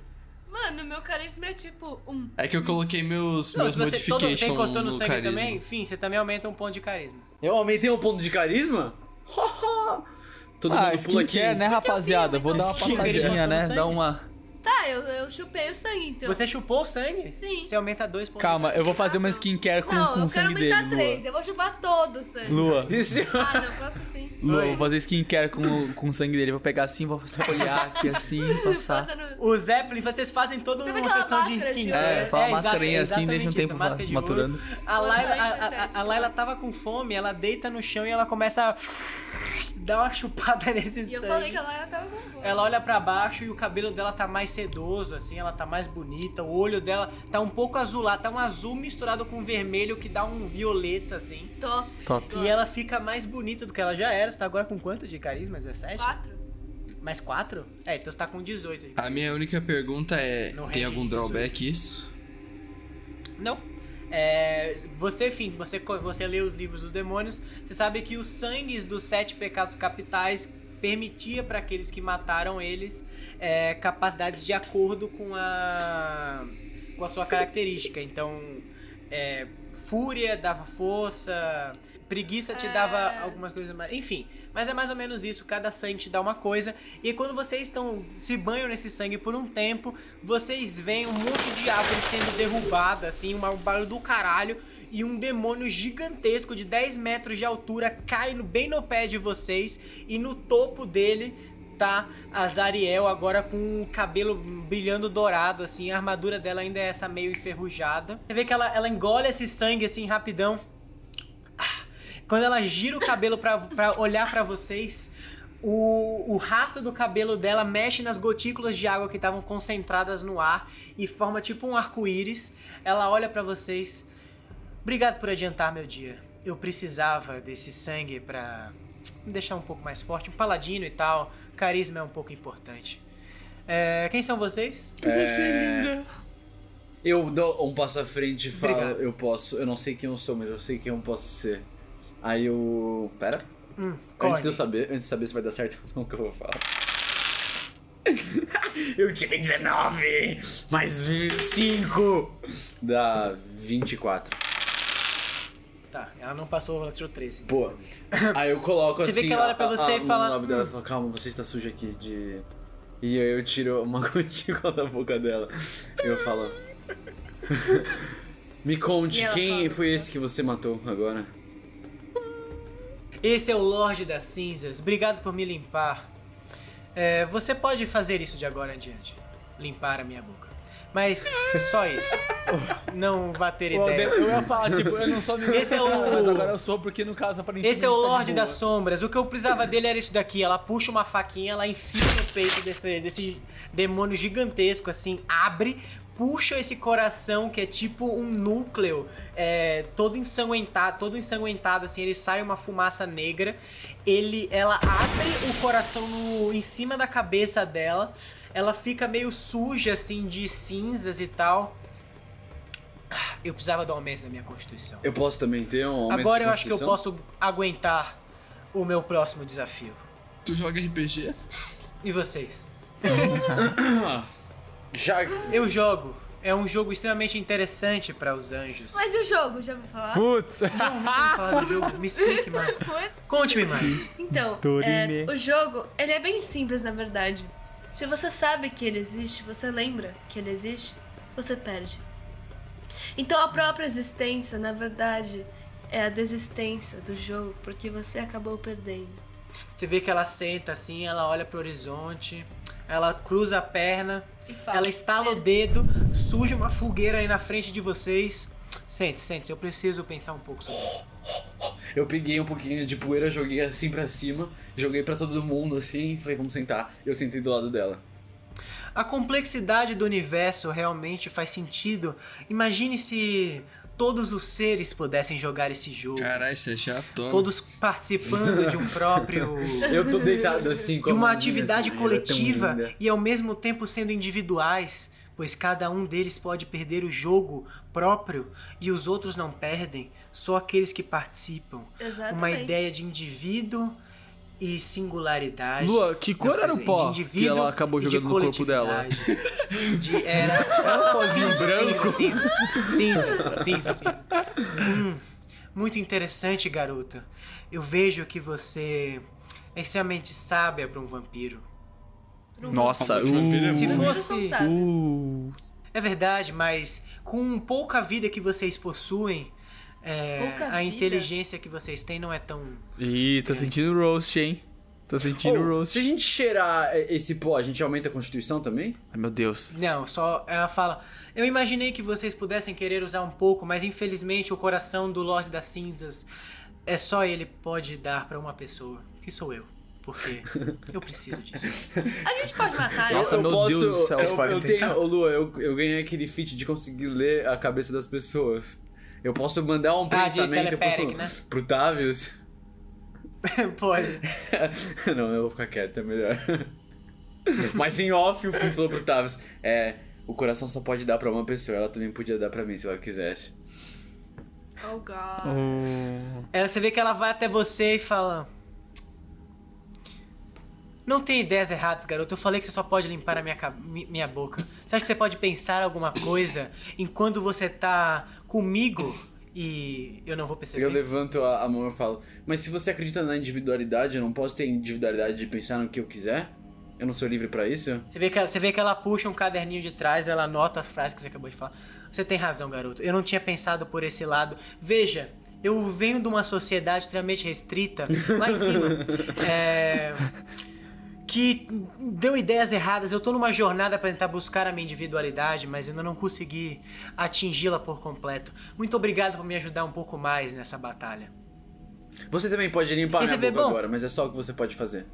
[SPEAKER 3] Mano, meu carisma é tipo um.
[SPEAKER 6] É que eu coloquei meus,
[SPEAKER 1] Não,
[SPEAKER 6] meus
[SPEAKER 1] se você todo, você
[SPEAKER 6] modifications
[SPEAKER 1] encostou no,
[SPEAKER 6] no
[SPEAKER 1] sangue
[SPEAKER 6] carisma.
[SPEAKER 1] também, enfim, você também aumenta um ponto de carisma.
[SPEAKER 3] Então.
[SPEAKER 7] Eu aumentei um ponto de carisma?
[SPEAKER 4] Ah,
[SPEAKER 7] Todo mundo pula aqui. é
[SPEAKER 4] skincare, né, rapaziada? Vou dar uma
[SPEAKER 1] Skincare,
[SPEAKER 4] passadinha,
[SPEAKER 1] botando
[SPEAKER 4] né?
[SPEAKER 1] sangue.
[SPEAKER 4] Dá uma.
[SPEAKER 3] Tá, eu, eu chupei o sangue, então.
[SPEAKER 1] Você chupou o sangue?
[SPEAKER 3] Sim.
[SPEAKER 1] Você aumenta dois pontos.
[SPEAKER 4] Calma, eu vou fazer uma skincare com,
[SPEAKER 3] Não,
[SPEAKER 4] com
[SPEAKER 3] eu
[SPEAKER 4] o
[SPEAKER 3] quero
[SPEAKER 4] sangue dele,
[SPEAKER 3] aumentar três.
[SPEAKER 4] Lua.
[SPEAKER 3] Eu vou chupar todo o sangue.
[SPEAKER 4] Lua.
[SPEAKER 7] Isso.
[SPEAKER 3] Ah, não, posso sim.
[SPEAKER 4] Lua,
[SPEAKER 1] Oi.
[SPEAKER 4] eu vou fazer skincare com, o- com o sangue dele. Vou pegar assim, vou folhear aqui assim, passar.
[SPEAKER 3] Passa no...
[SPEAKER 1] O Zeppelin, vocês fazem toda
[SPEAKER 3] Você
[SPEAKER 1] uma
[SPEAKER 3] vai aquela
[SPEAKER 1] sessão de
[SPEAKER 3] máscara de
[SPEAKER 1] skin.
[SPEAKER 3] ouro?
[SPEAKER 4] É, fala uma mascarinha
[SPEAKER 1] exa-
[SPEAKER 4] assim, deixa um
[SPEAKER 1] exatamente
[SPEAKER 4] tempo
[SPEAKER 1] isso, máscara de ouro.
[SPEAKER 4] maturando.
[SPEAKER 1] A Laila, a, a- a
[SPEAKER 3] 267.
[SPEAKER 1] Laila tava com fome, ela deita no chão e ela começa a dar uma chupada nesse
[SPEAKER 3] E eu
[SPEAKER 1] sangue.
[SPEAKER 3] falei que ela tava com fome.
[SPEAKER 1] Ela olha pra baixo e o cabelo dela tá mais sedoso, assim, ela tá mais bonita, o olho dela tá um pouco azulado, tá um azul misturado com vermelho que dá um violeta, assim.
[SPEAKER 3] Top.
[SPEAKER 4] Top.
[SPEAKER 1] E ela fica mais bonita do que ela já era. Você tá agora com quanto de carisma? 17?
[SPEAKER 3] Quatro.
[SPEAKER 1] Mais 4? É, então você tá com 18 aí.
[SPEAKER 6] A minha única pergunta é:
[SPEAKER 1] Não
[SPEAKER 6] tem
[SPEAKER 1] rende
[SPEAKER 6] algum
[SPEAKER 1] isso.
[SPEAKER 6] drawback isso?
[SPEAKER 1] Não. É, você, enfim, você, co- você lê os livros dos demônios, você sabe que os sangues dos sete pecados capitais permitia para aqueles que mataram eles é, capacidades de acordo com a, com a sua característica. Então, é, fúria dava força, preguiça te dava
[SPEAKER 3] É.
[SPEAKER 1] algumas coisas mais. Enfim, mas é mais ou menos isso. Cada sangue te dá uma coisa. E quando vocês estão se banham nesse sangue por um tempo, vocês veem um monte de árvore sendo derrubada, assim, uma- um barulho do caralho. E um demônio gigantesco de 10 metros de altura cai no- bem no pé de vocês. E no topo dele tá a Zariel, agora com o cabelo brilhando dourado, assim. A armadura dela ainda é essa meio enferrujada. Você vê que ela, ela engole esse sangue, assim, rapidão. Quando ela gira o cabelo pra, pra olhar pra vocês, o, o rastro do cabelo dela mexe nas gotículas de água que estavam concentradas no ar e forma tipo um arco-íris. Ela olha pra vocês. Obrigado por adiantar meu dia. Eu precisava desse sangue pra me deixar um pouco mais forte, um paladino e tal. Carisma é um pouco importante. É, quem são vocês?
[SPEAKER 7] Eu dou um passo à frente e falo,
[SPEAKER 1] Obrigado.
[SPEAKER 7] eu posso. Eu não sei quem eu sou, mas eu sei quem eu posso ser. Aí eu. Pera. antes de eu
[SPEAKER 1] Corne.
[SPEAKER 7] saber, antes de saber se vai dar certo ou não que eu vou falar. eu tirei 19! Mais 5! Dá 24.
[SPEAKER 1] Tá, ela não passou, ela tirou 13.
[SPEAKER 7] Pô. Aí eu coloco
[SPEAKER 1] Você
[SPEAKER 7] assim.
[SPEAKER 1] vê que ela olha pra
[SPEAKER 7] a- a-
[SPEAKER 1] você e
[SPEAKER 7] o
[SPEAKER 1] fala, "Hum."
[SPEAKER 7] nome dela e fala, calma, você está suja aqui de. E aí eu tiro uma cutícula da boca dela. Eu falo. Me
[SPEAKER 3] E
[SPEAKER 7] conte,
[SPEAKER 3] ela
[SPEAKER 7] quem
[SPEAKER 3] fala,
[SPEAKER 7] foi esse que você matou agora?
[SPEAKER 1] Esse é o Lorde das Cinzas. Obrigado por me limpar. É, você pode fazer isso de agora em diante. Limpar a minha boca. Mas só isso. Não vá ter
[SPEAKER 4] Pô,
[SPEAKER 1] ideia.
[SPEAKER 4] Eu ia falar, tipo, eu não sou ninguém,
[SPEAKER 1] Esse é o-
[SPEAKER 4] mas agora eu sou, porque no caso aparentemente.
[SPEAKER 1] Esse é o
[SPEAKER 4] tá de
[SPEAKER 1] Lorde
[SPEAKER 4] boa.
[SPEAKER 1] das Sombras. O que eu precisava dele era isso daqui. Ela puxa uma faquinha, ela enfia no peito desse, desse demônio gigantesco, assim, abre, puxa esse coração que é tipo um núcleo é, todo ensanguentado, todo ensanguentado, assim, ele sai uma fumaça negra. Ele, ela abre o coração no, em cima da cabeça dela. Ela fica meio suja, assim, de cinzas e tal. Ah, Eu precisava do aumento na minha constituição.
[SPEAKER 7] Eu posso também ter um aumento
[SPEAKER 1] Agora
[SPEAKER 7] de
[SPEAKER 1] eu acho que eu
[SPEAKER 7] constituição?
[SPEAKER 1] posso aguentar o meu próximo desafio.
[SPEAKER 6] Tu joga RPG?
[SPEAKER 1] E vocês?
[SPEAKER 7] Ah, Já.
[SPEAKER 1] Eu jogo. É um jogo extremamente interessante para os anjos.
[SPEAKER 3] Mas e o jogo? Já vou falar?
[SPEAKER 4] Putz!
[SPEAKER 1] Não, não tenho falado do jogo. Me explique mais. Conte-me mais.
[SPEAKER 3] Então,
[SPEAKER 4] Dorime.
[SPEAKER 3] é, o jogo, ele é bem simples, na verdade. Se você sabe que ele existe, você lembra que ele existe, você perde. Então a própria existência, na verdade, é a desistência do jogo, porque você acabou perdendo.
[SPEAKER 1] Você vê que ela senta assim, ela olha pro horizonte, ela cruza a perna,
[SPEAKER 3] E fala,
[SPEAKER 1] ela estala o
[SPEAKER 3] "Perde."
[SPEAKER 1] dedo, surge uma fogueira aí na frente de vocês. Sente, sente, eu preciso pensar um pouco sobre isso.
[SPEAKER 7] Eu peguei um pouquinho de poeira, joguei assim pra cima, joguei pra todo mundo assim, falei, vamos sentar. Eu sentei do lado dela.
[SPEAKER 1] A complexidade do universo realmente faz sentido. Imagine se todos os seres pudessem jogar esse jogo.
[SPEAKER 6] Caralho, isso é chato.
[SPEAKER 1] Todos participando de um próprio.
[SPEAKER 7] Eu tô deitado assim com
[SPEAKER 1] de
[SPEAKER 7] a
[SPEAKER 1] uma
[SPEAKER 7] mãozinha
[SPEAKER 1] atividade
[SPEAKER 7] assim, ela é tão
[SPEAKER 1] coletiva
[SPEAKER 7] linda.
[SPEAKER 1] e ao mesmo tempo sendo individuais, pois cada um deles pode perder o jogo próprio e os outros não perdem, só aqueles que participam.
[SPEAKER 3] Exatamente.
[SPEAKER 1] Uma ideia de indivíduo e singularidade.
[SPEAKER 4] Lua, que cor
[SPEAKER 1] Não,
[SPEAKER 4] era
[SPEAKER 1] quer
[SPEAKER 4] o
[SPEAKER 1] dizer,
[SPEAKER 4] pó
[SPEAKER 1] de
[SPEAKER 4] que
[SPEAKER 1] indivíduo
[SPEAKER 4] ela acabou
[SPEAKER 1] e de
[SPEAKER 4] jogando no corpo dela?
[SPEAKER 1] coletividade. De- é, era assim,
[SPEAKER 4] Era um pozinho
[SPEAKER 1] cinza,
[SPEAKER 4] branco?
[SPEAKER 1] Cinza, cinza, cinza, cinza, cinza. Hum, muito interessante, garota. Eu vejo que você é extremamente sábia para um vampiro.
[SPEAKER 3] um
[SPEAKER 4] Nossa,
[SPEAKER 6] Não, mas vampiro é
[SPEAKER 4] uh,
[SPEAKER 1] Se
[SPEAKER 6] Hum.
[SPEAKER 3] Vampiros são
[SPEAKER 1] fosse.
[SPEAKER 3] sábios.
[SPEAKER 4] uh.
[SPEAKER 1] É verdade, mas com pouca vida que vocês possuem, é,
[SPEAKER 3] Pouca vida?
[SPEAKER 1] a inteligência que vocês têm não é tão.
[SPEAKER 4] Ih, tá sentindo roast, hein? Tá sentindo
[SPEAKER 1] Oh.
[SPEAKER 7] Ô,
[SPEAKER 4] roast.
[SPEAKER 7] se a gente cheirar eh, esse pó, a gente aumenta a constituição também?
[SPEAKER 4] Ai, meu Deus.
[SPEAKER 1] Não, só ela fala. Eu imaginei que vocês pudessem querer usar um pouco, mas infelizmente o coração do Lorde das Cinzas é só ele pode dar pra uma pessoa, que sou eu. Porque eu preciso disso.
[SPEAKER 3] A gente pode matar
[SPEAKER 4] Nossa,
[SPEAKER 3] ele.
[SPEAKER 4] meu Deus do céu.
[SPEAKER 7] Eu,
[SPEAKER 4] Vocês
[SPEAKER 7] eu tenho, ô Lua, eu, eu ganhei aquele feat de conseguir ler a cabeça das pessoas. Eu posso mandar um
[SPEAKER 1] Ah, de
[SPEAKER 7] pensamento pro,
[SPEAKER 1] telepéric, né?
[SPEAKER 7] pro Tavius?
[SPEAKER 1] pode.
[SPEAKER 7] Não, eu vou ficar quieto, é melhor. Mas em off, o Fih falou pro Tavius: É, o coração só pode dar pra uma pessoa, ela também podia dar pra mim se ela quisesse.
[SPEAKER 3] Oh, God.
[SPEAKER 1] Ela, É, você vê que ela vai até você e fala. Não tem ideias erradas, garoto. Eu falei que você só pode limpar a minha, ca- mi- minha boca. Você acha que você pode pensar alguma coisa enquanto você tá comigo e eu não vou perceber?
[SPEAKER 7] Eu levanto a, a mão e falo: Mas se você acredita na individualidade, eu não posso ter individualidade de pensar no que eu quiser? Eu não sou livre pra isso?
[SPEAKER 1] Você vê, que ela, você vê que ela puxa um caderninho de trás, ela anota as frases que você acabou de falar. Você tem razão, garoto. Eu não tinha pensado por esse lado. Veja, eu venho de uma sociedade extremamente restrita, lá em cima. é, que deu ideias erradas. Eu tô numa jornada pra tentar buscar a minha individualidade, mas ainda não consegui atingi-la por completo. Muito obrigado por me ajudar um pouco mais nessa batalha.
[SPEAKER 7] Você também pode limpar
[SPEAKER 1] Esse
[SPEAKER 7] minha
[SPEAKER 1] é
[SPEAKER 7] boca
[SPEAKER 1] bom.
[SPEAKER 7] agora, mas é só o que você pode fazer.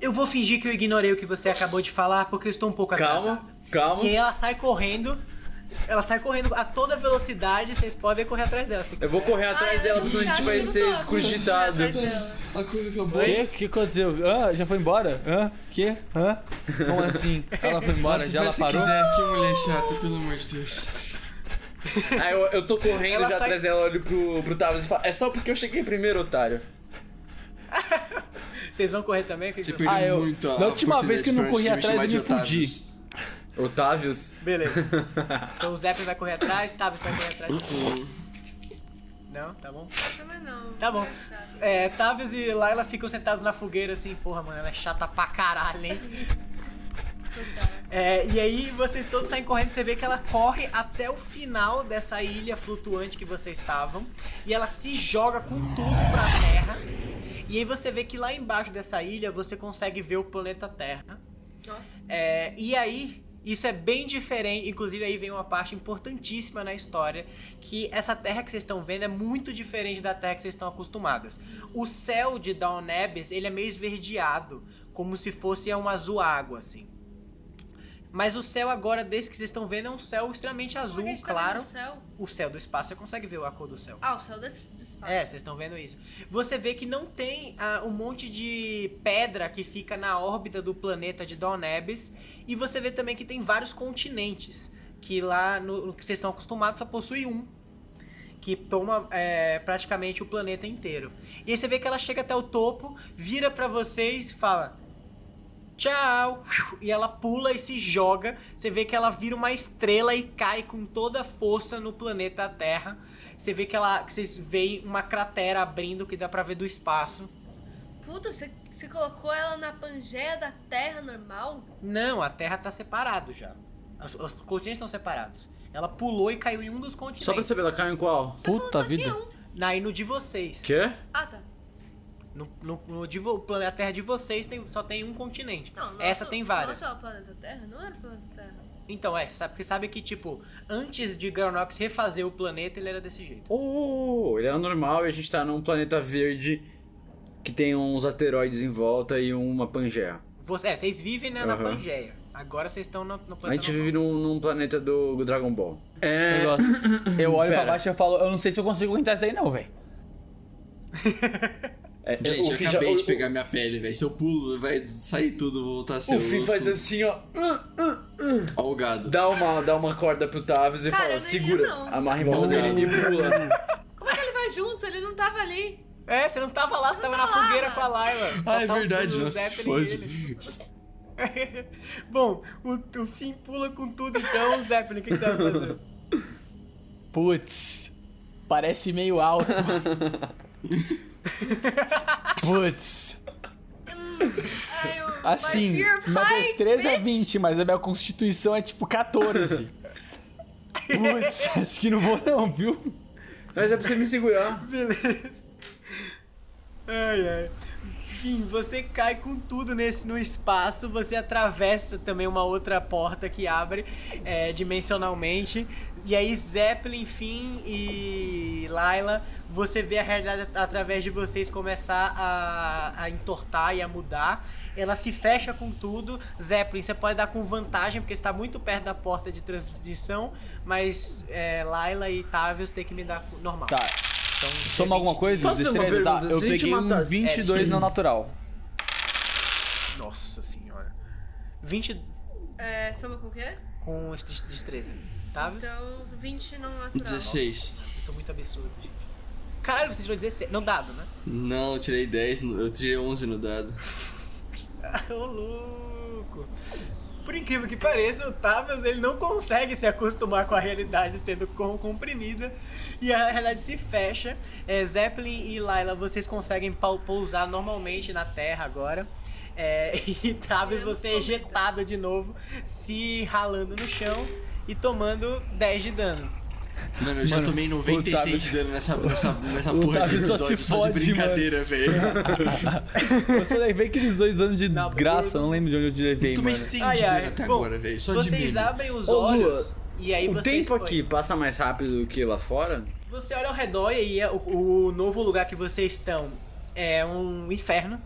[SPEAKER 1] Eu vou fingir que eu ignorei o que você acabou de falar, porque eu estou um pouco atrasado.
[SPEAKER 7] Calma, calma.
[SPEAKER 1] E aí ela sai correndo Ela sai correndo a toda velocidade, vocês podem correr atrás dela. Assim.
[SPEAKER 7] Eu vou correr
[SPEAKER 3] Ai,
[SPEAKER 7] atrás
[SPEAKER 3] eu
[SPEAKER 7] dela,
[SPEAKER 3] não
[SPEAKER 7] porque senão a gente
[SPEAKER 3] acho
[SPEAKER 7] vai
[SPEAKER 3] que eu
[SPEAKER 7] ser
[SPEAKER 3] tô
[SPEAKER 7] escurgitado.
[SPEAKER 3] atrás dela.
[SPEAKER 6] A coisa acabou.
[SPEAKER 4] O que? que aconteceu? Ah, já foi embora? Hã? Que? Hã? Como assim? Ela foi embora,
[SPEAKER 6] Nossa,
[SPEAKER 4] já ela
[SPEAKER 6] faz se
[SPEAKER 4] parou?
[SPEAKER 6] quiser, que mulher chata, pelo amor de Deus.
[SPEAKER 7] Aí eu, eu tô correndo
[SPEAKER 1] Ela
[SPEAKER 7] já
[SPEAKER 1] sai-
[SPEAKER 7] atrás dela, olho pro, pro Tavis e falo, é só porque eu cheguei primeiro, otário.
[SPEAKER 1] Vocês vão correr também? Que-
[SPEAKER 6] Você perdeu
[SPEAKER 4] Ah, eu-
[SPEAKER 6] muito a
[SPEAKER 4] da última
[SPEAKER 6] oportunidade
[SPEAKER 4] vez que eu não
[SPEAKER 6] pra
[SPEAKER 4] corri
[SPEAKER 6] me
[SPEAKER 4] atrás,
[SPEAKER 6] chamar
[SPEAKER 4] eu
[SPEAKER 6] de
[SPEAKER 4] me fudi.
[SPEAKER 6] Otávios.
[SPEAKER 7] Otávios.
[SPEAKER 1] Beleza. Então o Zep vai correr atrás, Tavis vai correr atrás.
[SPEAKER 6] um
[SPEAKER 1] Não? Tá bom?
[SPEAKER 3] Mas não,
[SPEAKER 1] Tá bom.
[SPEAKER 3] não é chato.
[SPEAKER 1] É, Tavis e Laila ficam sentados na fogueira assim, porra, mano, ela é chata pra caralho, hein? É, e aí vocês todos saem correndo, você vê que ela corre até o final dessa ilha flutuante que vocês estavam. E ela se joga com tudo pra terra. E aí você vê que lá embaixo dessa ilha você consegue ver o planeta Terra.
[SPEAKER 3] Nossa.
[SPEAKER 1] É, e aí, isso é bem diferente. Inclusive, aí vem uma parte importantíssima na história: que essa terra que vocês estão vendo é muito diferente da terra que vocês estão acostumadas. O céu de Down Abyss, ele é meio esverdeado, como se fosse um azul água, assim. Mas o céu agora, desse que vocês estão vendo, é um céu extremamente azul,
[SPEAKER 3] Como é que a gente tá
[SPEAKER 1] claro.
[SPEAKER 3] vendo o céu?
[SPEAKER 1] O céu do espaço, você consegue ver a cor do céu.
[SPEAKER 3] Ah, o céu deve do espaço.
[SPEAKER 1] É, vocês estão vendo isso. Você vê que não tem ah, um monte de pedra que fica na órbita do planeta de Donebis. E você vê também que tem vários continentes. Que lá no, no que vocês estão acostumados só possui um. Que toma é, praticamente o planeta inteiro. E aí você vê que ela chega até o topo, vira pra vocês e fala. Tchau! E ela pula e se joga. Você vê que ela vira uma estrela e cai com toda a força no planeta Terra. Você vê que ela. Que vocês veem uma cratera abrindo que dá pra ver do espaço.
[SPEAKER 3] Puta, você, você colocou ela na pangeia da terra normal?
[SPEAKER 1] Não, a Terra tá separado já. Os, os continentes estão separados. Ela pulou e caiu em um dos continentes.
[SPEAKER 7] Só pra saber, ela caiu em qual?
[SPEAKER 3] Você falou
[SPEAKER 4] Puta
[SPEAKER 3] só
[SPEAKER 4] vida.
[SPEAKER 3] Tinha um.
[SPEAKER 1] Na e no de vocês.
[SPEAKER 7] Quê?
[SPEAKER 3] Ah, tá.
[SPEAKER 1] No, no, no de vo- planeta Terra de vocês tem, só tem um continente.
[SPEAKER 3] Não, nosso-
[SPEAKER 1] Essa tem várias.
[SPEAKER 3] Nosso é o planeta Terra? Não era o planeta Terra.
[SPEAKER 1] Então, é, você sabe, porque sabe que, tipo, antes de Garnox refazer o planeta, ele era desse jeito.
[SPEAKER 7] Oh, ele era normal e a gente tá num planeta verde que tem uns asteroides em volta e uma pangeia.
[SPEAKER 1] Você, é, vocês vivem né, na
[SPEAKER 7] Aham.
[SPEAKER 1] Pangeia. Agora vocês estão no, no
[SPEAKER 7] A
[SPEAKER 1] planeta.
[SPEAKER 7] gente
[SPEAKER 1] normal.
[SPEAKER 7] vive num, num planeta do Dragon Ball.
[SPEAKER 4] Eu
[SPEAKER 7] É.
[SPEAKER 4] gosto. Eu olho
[SPEAKER 7] Pera.
[SPEAKER 4] pra baixo e eu falo, eu não sei se eu consigo aguentar isso daí não, velho.
[SPEAKER 7] é
[SPEAKER 6] Gente, eu
[SPEAKER 7] Fih já-
[SPEAKER 6] acabei de
[SPEAKER 7] o-
[SPEAKER 6] pegar minha pele, velho. Se eu pulo, vai sair tudo, vou voltar a ser um
[SPEAKER 7] O Fih faz assim, ó.
[SPEAKER 6] Ó o gado.
[SPEAKER 7] Dá uma, dá uma corda pro Tavis e
[SPEAKER 3] Cara, eu
[SPEAKER 7] fala,
[SPEAKER 3] não ia,
[SPEAKER 7] segura,
[SPEAKER 3] não.
[SPEAKER 7] amarra em volta
[SPEAKER 6] Não.
[SPEAKER 7] dele e pula.
[SPEAKER 3] Como é que ele vai junto? Ele não tava ali.
[SPEAKER 1] É, você não tava lá, você tava na
[SPEAKER 3] tava lá.
[SPEAKER 1] fogueira com a Laila. Só
[SPEAKER 6] Ah, é
[SPEAKER 4] um
[SPEAKER 1] tava
[SPEAKER 6] verdade,
[SPEAKER 1] o
[SPEAKER 6] nossa,
[SPEAKER 1] Zeppelin e ele.
[SPEAKER 6] foge.
[SPEAKER 1] Bom, o, o Fim pula com tudo então, Zeppelin, o que, que você vai fazer?
[SPEAKER 4] Putz, parece meio alto. Putz,
[SPEAKER 3] Aí eu,
[SPEAKER 4] assim,
[SPEAKER 3] my fear of
[SPEAKER 4] minha
[SPEAKER 3] height,
[SPEAKER 4] destreza é
[SPEAKER 3] bitch.
[SPEAKER 4] 20, mas a minha constituição é tipo 14. Putz, acho que não vou não, viu?
[SPEAKER 7] Mas é pra você me segurar.
[SPEAKER 1] Beleza. Ai, ai. Enfim, você cai com tudo nesse no espaço, você atravessa também uma outra porta que abre é, dimensionalmente. E aí Zeppelin, Finn e Laila, você vê a realidade at- através de vocês começar a, a entortar e a mudar. Ela se fecha com tudo. Zeppelin, você pode dar com vantagem, porque está muito perto da porta de transição, mas é, Laila e Tavius tem que me dar normal.
[SPEAKER 4] Tá,
[SPEAKER 1] Então,
[SPEAKER 4] soma alguma coisa?
[SPEAKER 7] Faça uma
[SPEAKER 4] Destreza? Tá,
[SPEAKER 7] pergunta,
[SPEAKER 4] eu
[SPEAKER 7] se a gente É,
[SPEAKER 4] peguei um
[SPEAKER 7] matasse-
[SPEAKER 4] 22 no natural.
[SPEAKER 1] Nossa senhora. 20
[SPEAKER 3] É, soma com o quê?
[SPEAKER 1] com esse de- destreza, tá?
[SPEAKER 3] Então, 20 não natural.
[SPEAKER 6] 16.
[SPEAKER 1] Isso é muito absurdo, gente. Caralho, vocês vão 16. Não dado, né?
[SPEAKER 6] Não, eu tirei 10, no- eu tirei 11 no dado.
[SPEAKER 1] Ô louco. Por incrível que pareça, o Tavius ele não consegue se acostumar com a realidade sendo com- comprimida e a realidade se fecha. É, Zeppelin e Laila, vocês conseguem pau- pousar normalmente na Terra agora. É, e Tavius,
[SPEAKER 3] Eu não
[SPEAKER 1] você é
[SPEAKER 3] sou
[SPEAKER 1] ejetado de novo, se ralando no chão e tomando 10 de dano.
[SPEAKER 6] Mano, eu já tomei 96 de dano nessa, nessa, nessa
[SPEAKER 4] o
[SPEAKER 6] porra de
[SPEAKER 4] Otávio só
[SPEAKER 6] episódio,
[SPEAKER 4] se
[SPEAKER 6] só,
[SPEAKER 4] fode,
[SPEAKER 6] de brincadeira, velho.
[SPEAKER 4] Eu só levei aqueles dois anos de
[SPEAKER 1] Não, porque-
[SPEAKER 4] graça, eu não lembro de onde eu levei,
[SPEAKER 6] Eu tomei
[SPEAKER 4] mano.
[SPEAKER 6] 100
[SPEAKER 1] Ai,
[SPEAKER 6] de
[SPEAKER 1] ai.
[SPEAKER 6] dano até
[SPEAKER 1] Bom,
[SPEAKER 6] agora, velho, só de
[SPEAKER 1] Vocês
[SPEAKER 6] meme.
[SPEAKER 1] abrem os
[SPEAKER 7] Ô, Lua,
[SPEAKER 1] olhos e
[SPEAKER 4] tipo-
[SPEAKER 1] aí
[SPEAKER 7] o
[SPEAKER 1] vocês
[SPEAKER 7] tempo
[SPEAKER 1] foi.
[SPEAKER 7] aqui passa mais rápido do que lá fora?
[SPEAKER 1] Você olha ao redor e aí é o, o novo lugar que vocês estão É um inferno.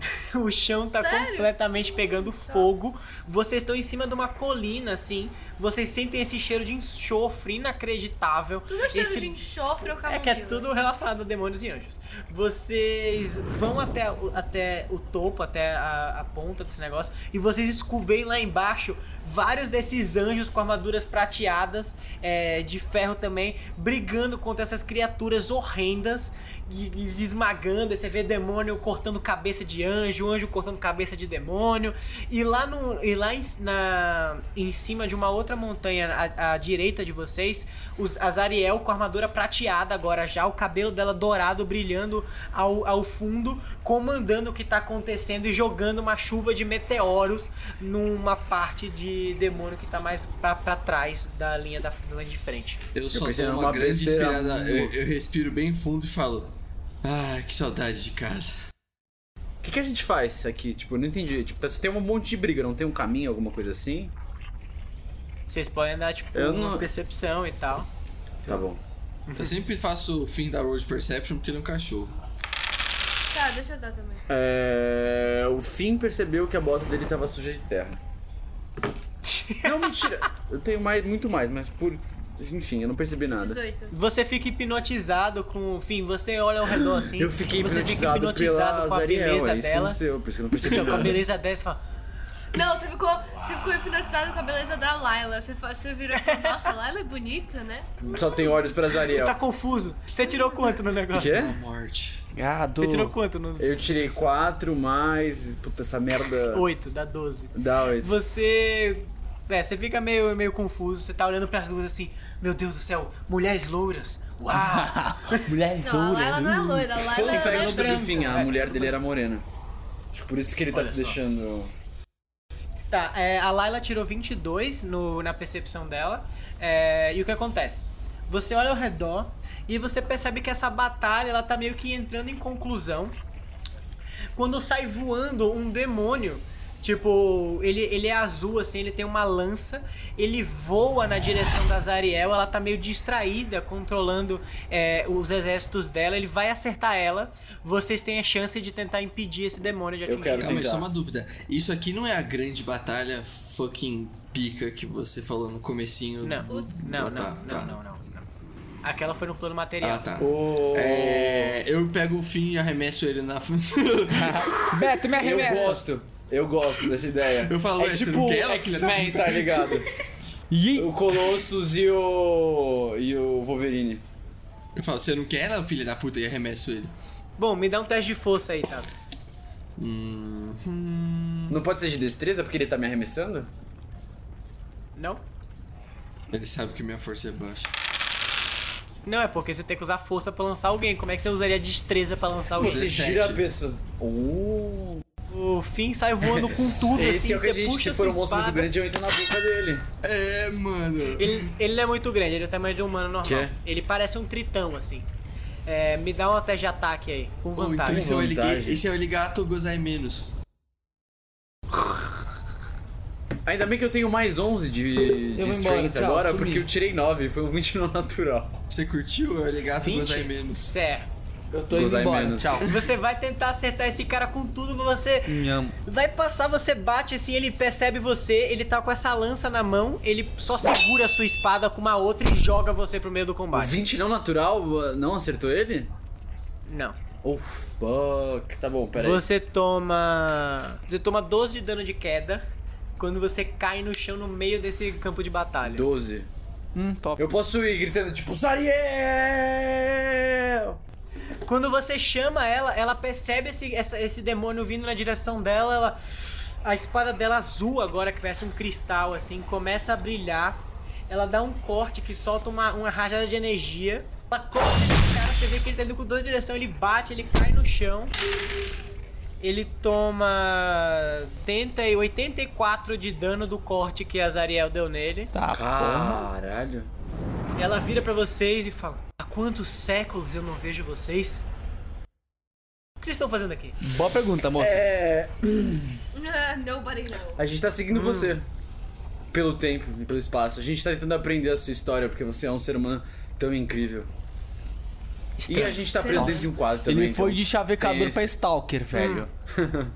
[SPEAKER 1] O chão tá
[SPEAKER 3] Sério?
[SPEAKER 1] completamente pegando fogo. Vocês estão em cima de uma colina, assim. Vocês sentem esse cheiro de enxofre inacreditável.
[SPEAKER 3] Tudo é cheiro
[SPEAKER 1] Esse-
[SPEAKER 3] de enxofre ou
[SPEAKER 1] É
[SPEAKER 3] camomila.
[SPEAKER 1] que é tudo relacionado a demônios e anjos. Vocês vão até, o- até o topo, até a, a ponta desse negócio, e vocês escu- veem lá embaixo vários desses anjos com armaduras prateadas, é, de ferro também, brigando contra essas criaturas horrendas, e, e esmagando. E você vê demônio cortando cabeça de anjo, anjo cortando cabeça de demônio. E lá, no, e lá em, na, em cima de uma outra montanha à, à direita de vocês, os, as Ariel com a armadura prateada agora já, o cabelo dela dourado brilhando ao, ao fundo, comandando o que tá acontecendo e jogando uma chuva de meteoros numa parte de demônio que tá mais pra, pra trás da linha, da, da linha de frente.
[SPEAKER 6] Eu só
[SPEAKER 7] pensei
[SPEAKER 6] dou uma
[SPEAKER 7] numa
[SPEAKER 6] grande
[SPEAKER 7] besteira
[SPEAKER 6] inspirada.
[SPEAKER 7] boa.
[SPEAKER 6] Eu, eu respiro bem fundo e falo. Ah, que saudade de casa.
[SPEAKER 7] O que, que a gente faz aqui? Tipo, eu não entendi. Tipo, tá- tem um monte de briga, não tem um caminho, alguma coisa assim?
[SPEAKER 1] Vocês podem dar, tipo,
[SPEAKER 7] Eu
[SPEAKER 1] uma
[SPEAKER 7] não-
[SPEAKER 1] percepção e tal.
[SPEAKER 7] Tá bom.
[SPEAKER 6] Eu sempre faço o fim da Road Perception porque ele é um cachorro.
[SPEAKER 3] Tá, deixa eu dar também.
[SPEAKER 7] É... O Finn percebeu que a bota dele tava suja de terra. Não, mentira. Eu tenho mais, muito mais, mas por... Enfim, eu não percebi nada.
[SPEAKER 3] 18.
[SPEAKER 1] Você fica hipnotizado com. Enfim, você olha ao redor assim.
[SPEAKER 7] Eu fiquei
[SPEAKER 1] você fica
[SPEAKER 7] hipnotizado pela
[SPEAKER 1] com a
[SPEAKER 7] Zariel,
[SPEAKER 1] beleza
[SPEAKER 7] é isso que
[SPEAKER 1] dela.
[SPEAKER 7] aconteceu, por isso que eu
[SPEAKER 1] Então,
[SPEAKER 7] não percebi
[SPEAKER 1] com a
[SPEAKER 7] nada.
[SPEAKER 1] beleza dela, você fala.
[SPEAKER 3] Não, você ficou, você ficou hipnotizado com a beleza da Laila. Você, fa- você virou e falou, nossa, a Laila é bonita, né?
[SPEAKER 7] Só tem olhos pra
[SPEAKER 1] Você
[SPEAKER 7] Zariel.
[SPEAKER 1] tá confuso. Você tirou quanto no negócio?
[SPEAKER 7] Quê?
[SPEAKER 6] A É morte.
[SPEAKER 4] Gado.
[SPEAKER 1] Você tirou quanto no.
[SPEAKER 7] Eu tirei 4 mais... Puta, essa merda...
[SPEAKER 1] 8, dá 12.
[SPEAKER 7] Dá 8.
[SPEAKER 1] Você. É, você fica meio, meio confuso, você tá olhando pras duas assim, meu Deus do céu, mulheres louras, uau!
[SPEAKER 4] Mulheres
[SPEAKER 3] Não, a
[SPEAKER 4] duras.
[SPEAKER 3] Laila não
[SPEAKER 7] hum,
[SPEAKER 3] é loira, a
[SPEAKER 7] Fun
[SPEAKER 3] Laila é
[SPEAKER 7] fact
[SPEAKER 3] loira
[SPEAKER 7] sobre o Finn, a
[SPEAKER 1] é.
[SPEAKER 7] mulher dele era morena. Acho que por isso que ele tá
[SPEAKER 1] Olha
[SPEAKER 7] se
[SPEAKER 1] só.
[SPEAKER 7] deixando...
[SPEAKER 1] Tá, é, a Layla tirou 22 no, na percepção dela. é, e o que acontece? Você olha ao redor e você percebe que essa batalha ela tá meio que entrando em conclusão. Quando sai voando um demônio, tipo, ele, ele é azul assim, ele tem uma lança, ele voa na direção da Zariel, ela tá meio distraída, controlando é, os exércitos dela, ele vai acertar ela. Vocês têm a chance de tentar impedir esse demônio de
[SPEAKER 7] Eu quero
[SPEAKER 1] atingir.
[SPEAKER 6] Calma aí,
[SPEAKER 7] tentar.
[SPEAKER 6] só uma dúvida. Isso aqui não é a grande batalha fucking pica que você falou no comecinho?
[SPEAKER 1] Não,
[SPEAKER 6] do-
[SPEAKER 1] não, não,
[SPEAKER 6] Ah, tá, tá.
[SPEAKER 1] não, não, não, não. Aquela foi no plano material.
[SPEAKER 6] Ah, tá.
[SPEAKER 7] O...
[SPEAKER 6] É, eu pego o fim e arremesso ele na.
[SPEAKER 4] Beto,
[SPEAKER 1] É
[SPEAKER 4] me
[SPEAKER 7] Eu
[SPEAKER 4] arremessa.
[SPEAKER 7] gosto, eu gosto dessa ideia.
[SPEAKER 6] Eu falo,
[SPEAKER 7] é
[SPEAKER 6] "Ué, você
[SPEAKER 7] tipo
[SPEAKER 6] não quer ela,
[SPEAKER 7] X-Men,
[SPEAKER 6] filha da
[SPEAKER 7] tá ligado?
[SPEAKER 4] Ih.
[SPEAKER 7] o Colossus e o. e o Wolverine.
[SPEAKER 6] eu falo, você não quer ela, filha da puta, e arremesso ele.
[SPEAKER 1] Bom, me dá um teste de força aí, Tavis.
[SPEAKER 6] Hum.
[SPEAKER 7] Não pode ser de destreza porque ele tá me arremessando?
[SPEAKER 1] Não?
[SPEAKER 6] Ele sabe que minha força é baixa.
[SPEAKER 1] Não, é porque você tem que usar força pra lançar alguém. Como é que você usaria destreza pra lançar alguém?
[SPEAKER 7] Você
[SPEAKER 6] 17.
[SPEAKER 7] gira a pessoa. Uh,
[SPEAKER 1] O Finn sai voando com tudo, assim,
[SPEAKER 7] esse é o que
[SPEAKER 1] você
[SPEAKER 7] a gente,
[SPEAKER 1] puxa
[SPEAKER 7] se for um
[SPEAKER 1] sua
[SPEAKER 7] monstro muito
[SPEAKER 1] espada.
[SPEAKER 7] grande, eu entro na boca dele.
[SPEAKER 6] É, mano.
[SPEAKER 1] Ele, ele é muito grande, ele é o tamanho de um humano normal.
[SPEAKER 7] Quê?
[SPEAKER 1] Ele parece um tritão, assim. É, me dá um teste de ataque aí, com
[SPEAKER 6] Ou então
[SPEAKER 1] vantagem.
[SPEAKER 6] esse é, o
[SPEAKER 7] Vantagem.
[SPEAKER 6] Eliga- esse é o Eligato Gozai Menos.
[SPEAKER 7] Ainda bem que eu tenho mais 11 de, de
[SPEAKER 4] vou
[SPEAKER 7] strength
[SPEAKER 4] embora, tchau,
[SPEAKER 7] agora,
[SPEAKER 4] sumi.
[SPEAKER 7] porque eu tirei 9, foi um 20 no natural.
[SPEAKER 6] Você curtiu? É o Eligato
[SPEAKER 1] 20?
[SPEAKER 6] Gozai Menos.
[SPEAKER 7] é
[SPEAKER 1] Certo.
[SPEAKER 4] Eu tô indo
[SPEAKER 7] Gozar
[SPEAKER 4] embora.
[SPEAKER 7] menos.
[SPEAKER 4] Tchau.
[SPEAKER 1] Você vai tentar acertar esse cara com tudo, mas você
[SPEAKER 4] Me Hum, amo.
[SPEAKER 1] Vai passar, você bate assim, ele percebe você, ele tá com essa lança na mão, ele só segura a sua espada com uma outra e joga você pro meio do
[SPEAKER 7] O
[SPEAKER 1] combate.
[SPEAKER 7] 20 não natural uh, não acertou ele?
[SPEAKER 1] Não.
[SPEAKER 7] Oh fuck. Tá bom, peraí.
[SPEAKER 1] Você toma. Você toma 12 de dano de queda quando você cai no chão no meio desse campo de batalha.
[SPEAKER 7] 12.
[SPEAKER 4] Hum, top.
[SPEAKER 7] Eu posso ir gritando tipo Zariel!
[SPEAKER 1] Quando você chama ela, ela percebe esse, essa- esse demônio vindo na direção dela, ela. A espada dela azul agora, que parece um cristal, assim, começa a brilhar. Ela dá um corte que solta uma, uma rajada de energia. Ela corta esse cara, você vê que ele tá indo com toda a direção, ele bate, ele cai no chão. Ele toma 80 e 84 de dano do corte que a Zariel deu nele.
[SPEAKER 4] Tá, porra.
[SPEAKER 7] Caralho.
[SPEAKER 1] Ela vira pra vocês e fala: Há quantos séculos eu não vejo vocês? O que vocês estão fazendo aqui?
[SPEAKER 4] Boa pergunta, moça.
[SPEAKER 7] É.
[SPEAKER 3] Ah, Nobody knows.
[SPEAKER 7] A gente tá
[SPEAKER 4] Hum.
[SPEAKER 7] seguindo você. Pelo tempo e pelo espaço. A gente tá tentando aprender a sua história, porque você é um ser humano tão incrível. E a
[SPEAKER 1] Estranho.
[SPEAKER 7] gente tá preso dentro de um quadro também.
[SPEAKER 4] Ele foi
[SPEAKER 7] então.
[SPEAKER 4] de chavecador
[SPEAKER 7] Tem
[SPEAKER 4] pra Stalker, velho.
[SPEAKER 6] Você é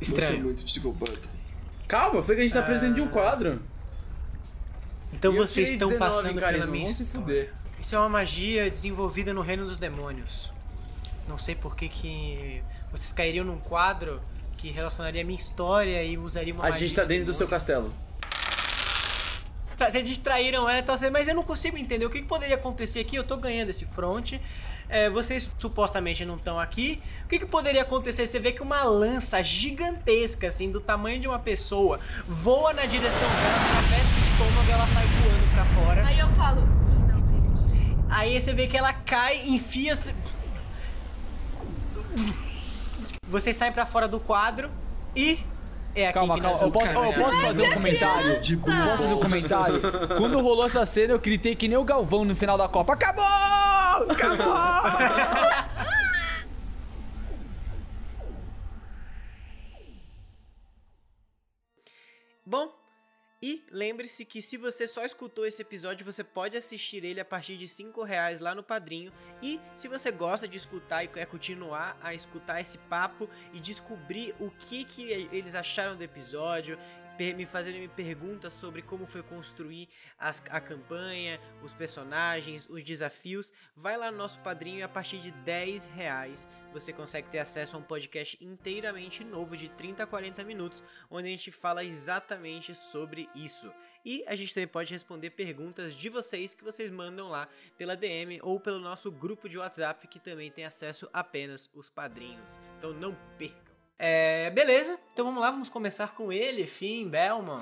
[SPEAKER 1] Estranho.
[SPEAKER 6] muito psicopata.
[SPEAKER 7] Calma, foi que a gente tá preso dentro de um quadro.
[SPEAKER 1] Então
[SPEAKER 7] E eu
[SPEAKER 1] vocês
[SPEAKER 7] tirei
[SPEAKER 1] estão
[SPEAKER 7] 19 em
[SPEAKER 1] passando
[SPEAKER 7] carisma,
[SPEAKER 1] pela minha
[SPEAKER 7] vão se
[SPEAKER 1] história.
[SPEAKER 7] fuder.
[SPEAKER 1] Isso é uma magia desenvolvida no reino dos demônios. Não sei por que que vocês cairiam num quadro que relacionaria a minha história e usaria uma
[SPEAKER 7] A
[SPEAKER 1] magia
[SPEAKER 7] gente tá
[SPEAKER 1] de
[SPEAKER 7] dentro do seu
[SPEAKER 1] demônio.
[SPEAKER 7] castelo.
[SPEAKER 1] Tá, Vocês distraíram ela, tá, mas eu não consigo entender o que, que poderia acontecer aqui. Eu tô ganhando esse front. É, vocês supostamente não estão aqui. O que, que poderia acontecer? Você vê que uma lança gigantesca, assim, do tamanho de uma pessoa, voa na direção dela, atravessa o estômago ela sai voando pra fora.
[SPEAKER 3] Aí eu falo, finalmente.
[SPEAKER 1] Aí você vê que ela cai, enfia-se. Vocês saem pra fora do quadro e. É aqui
[SPEAKER 4] Calma,
[SPEAKER 1] que
[SPEAKER 4] calma.
[SPEAKER 1] nós
[SPEAKER 4] Eu posso, eu posso fazer um comentário?
[SPEAKER 6] De
[SPEAKER 4] Posso fazer um comentário? Quando rolou essa cena, eu gritei que nem o Galvão no final da Copa. Acabou! Acabou!
[SPEAKER 2] Bom, e lembre-se que se você só escutou esse episódio, você pode assistir ele a partir de 5 reais lá no Padrinho. E se você gosta de escutar e quer continuar a escutar esse papo e descobrir o que, que eles acharam do episódio, per- me fazerem me perguntas sobre como foi construir as- a campanha, os personagens, os desafios, vai lá no nosso Padrinho e a partir de 10 reais você consegue ter acesso a um podcast inteiramente novo de 30 a 40 minutos onde a gente fala exatamente sobre isso. E a gente também pode responder perguntas de vocês que vocês mandam lá pela DM ou pelo nosso grupo de WhatsApp que também tem acesso apenas os padrinhos. Então não percam.
[SPEAKER 1] É, beleza. Então vamos lá, vamos começar com ele, Finn Bellman.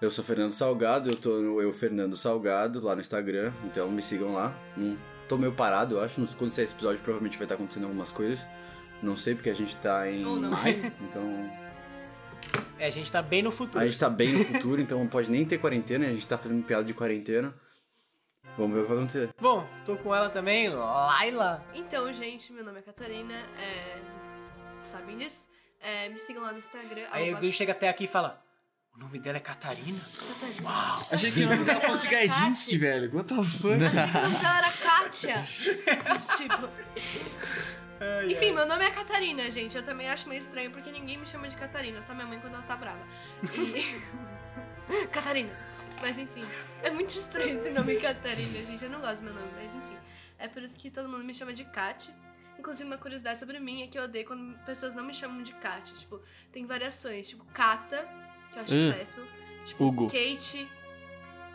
[SPEAKER 7] Eu sou Fernando Salgado, eu tô no Eu Fernando Salgado lá no Instagram, então me sigam lá. Hum, tô meio parado, eu acho. não- Quando sair esse episódio, provavelmente vai estar acontecendo algumas coisas. Não sei, porque a gente tá em
[SPEAKER 3] Ou não.
[SPEAKER 7] maio, então.
[SPEAKER 1] É, a gente tá bem no futuro.
[SPEAKER 7] A gente tá bem no futuro, então não pode nem ter quarentena, a gente tá fazendo piada de quarentena. Vamos ver o que vai acontecer.
[SPEAKER 1] Bom, tô com ela também, Laila.
[SPEAKER 3] Então, gente, meu nome é Catarina, é... sabem disso? É, me sigam lá no Instagram.
[SPEAKER 1] Aí
[SPEAKER 3] arroba
[SPEAKER 1] alguém chega até aqui e fala: O nome dela é Catarina?
[SPEAKER 3] Catarina.
[SPEAKER 1] Uau!
[SPEAKER 6] Achei
[SPEAKER 7] assim?
[SPEAKER 6] que o nome dela fosse Gajinski, velho. What the fuck?
[SPEAKER 3] O nome dela era Kátia. tipo. Enfim, meu nome é Catarina, gente. Eu também acho meio estranho porque ninguém me chama de Catarina, só minha mãe quando ela tá brava. E- Catarina. Mas enfim, é muito estranho esse nome Catarina, gente. Eu não gosto do meu nome, mas enfim. É por isso que todo mundo me chama de Kat. Inclusive, uma curiosidade sobre mim é que eu odeio quando pessoas não me chamam de Kat. Tipo, tem variações. Tipo, Kata, que eu acho
[SPEAKER 4] Hum.
[SPEAKER 3] péssimo. Tipo,
[SPEAKER 4] Hugo.
[SPEAKER 3] Kate.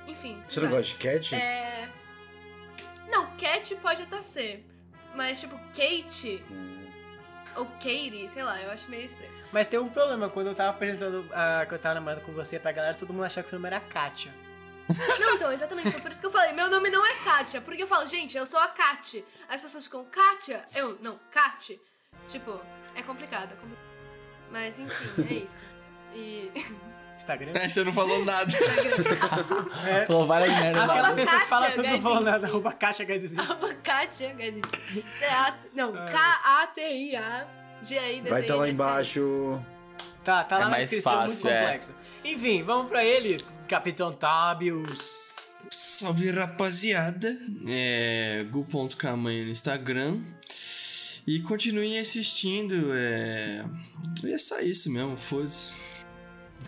[SPEAKER 3] Enfim.
[SPEAKER 7] Você não
[SPEAKER 3] várias.
[SPEAKER 7] gosta de cat?
[SPEAKER 3] É. Não, Cat pode até ser. Mas, tipo, Kate
[SPEAKER 7] Hum.
[SPEAKER 3] ou Katie, sei lá, eu acho meio estranho.
[SPEAKER 1] Mas tem um problema, quando eu tava apresentando a que eu tava namorando com você pra galera, todo mundo achava que seu nome era Kátia.
[SPEAKER 3] Não, então, exatamente, foi por isso que eu falei, meu nome não é Kátia. Porque eu falo, gente, eu sou a Kat. As pessoas ficam, Kátia? Eu, não, Kat. Tipo, é complicado, é complicado. Mas, enfim, é isso. E.
[SPEAKER 1] Instagram.
[SPEAKER 6] É, você não falou nada.
[SPEAKER 1] É.
[SPEAKER 4] Falou várias merdas.
[SPEAKER 1] Aquela
[SPEAKER 3] Arroba
[SPEAKER 1] pessoa que fala
[SPEAKER 3] Kátia,
[SPEAKER 1] tudo não
[SPEAKER 3] Gazinski.
[SPEAKER 1] falou nada, arroba Kátia Gazinski.
[SPEAKER 3] Kátia, quer dizer, C-A- não, K-A-T-I-A. G-A-I-D-C-I.
[SPEAKER 7] Ah. Vai estar lá embaixo.
[SPEAKER 1] Tá, tá
[SPEAKER 4] É
[SPEAKER 1] lá na
[SPEAKER 4] mais
[SPEAKER 1] descrição,
[SPEAKER 4] fácil,
[SPEAKER 1] muito
[SPEAKER 4] é.
[SPEAKER 1] complexo. Enfim, vamos pra ele, Capitão Tabius.
[SPEAKER 6] Salve rapaziada, é gu.camanha no Instagram e continuem assistindo. É, é só isso mesmo, foda-se.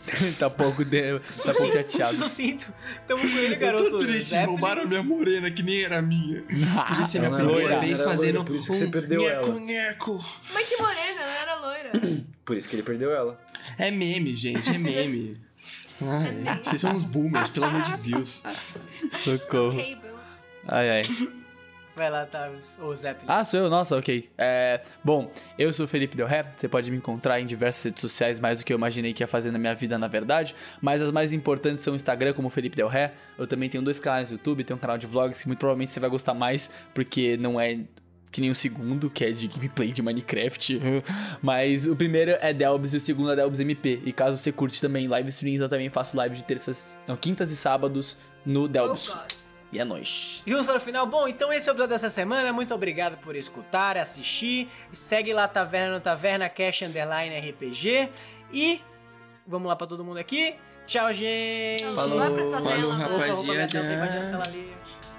[SPEAKER 4] tá pouco, de... tá pouco chateado.
[SPEAKER 1] Sucinto. Tamo com ele,
[SPEAKER 6] Eu
[SPEAKER 1] garoto.
[SPEAKER 6] tô triste,
[SPEAKER 1] Zeppelin.
[SPEAKER 6] roubaram minha morena que nem era minha. Podia ser minha
[SPEAKER 7] Ela era
[SPEAKER 6] primeira
[SPEAKER 7] loira,
[SPEAKER 6] vez
[SPEAKER 7] era loira,
[SPEAKER 6] fazendo
[SPEAKER 7] por isso que você
[SPEAKER 6] um
[SPEAKER 7] perdeu ela.
[SPEAKER 6] nherco-nherco.
[SPEAKER 3] Mas que morena, ela era loira.
[SPEAKER 7] Por isso que ele perdeu ela.
[SPEAKER 6] É meme, gente, é meme. Ai, vocês são uns boomers, pelo amor de Deus.
[SPEAKER 4] Socorro.
[SPEAKER 3] Ok, Bella.
[SPEAKER 4] Ai, ai.
[SPEAKER 1] Vai lá, Tabius. Ou Zeppelin.
[SPEAKER 4] Ah, sou eu? Nossa, ok. É, bom, eu sou o Felipe Del Ré, você pode me encontrar em diversas redes sociais, mais do que eu imaginei que ia fazer na minha vida, na verdade, mas as mais importantes são o Instagram, como Felipe Del Ré, eu também tenho dois canais no YouTube, tenho um canal de vlogs que muito provavelmente você vai gostar mais, porque não é que nem o segundo, que é de gameplay de Minecraft, mas o primeiro é Delbs e o segundo é Delbs MP, e caso você curte também live streams, eu também faço live de terças, não, quintas e sábados no
[SPEAKER 3] Oh,
[SPEAKER 4] Delbs,
[SPEAKER 3] God.
[SPEAKER 4] e é nóis.
[SPEAKER 1] E vamos para o final. Bom, então esse é o episódio dessa semana. Muito obrigado por escutar, assistir. Segue lá Taverna no Taverna Cash Underline RPG. E vamos lá para todo mundo aqui. Tchau, gente.
[SPEAKER 3] Tchau, Falou. vai pra sua
[SPEAKER 6] Falou,
[SPEAKER 3] tela.
[SPEAKER 1] Opa, opa, minha tela,
[SPEAKER 6] rapaziada.
[SPEAKER 1] tem mais uma tela ali.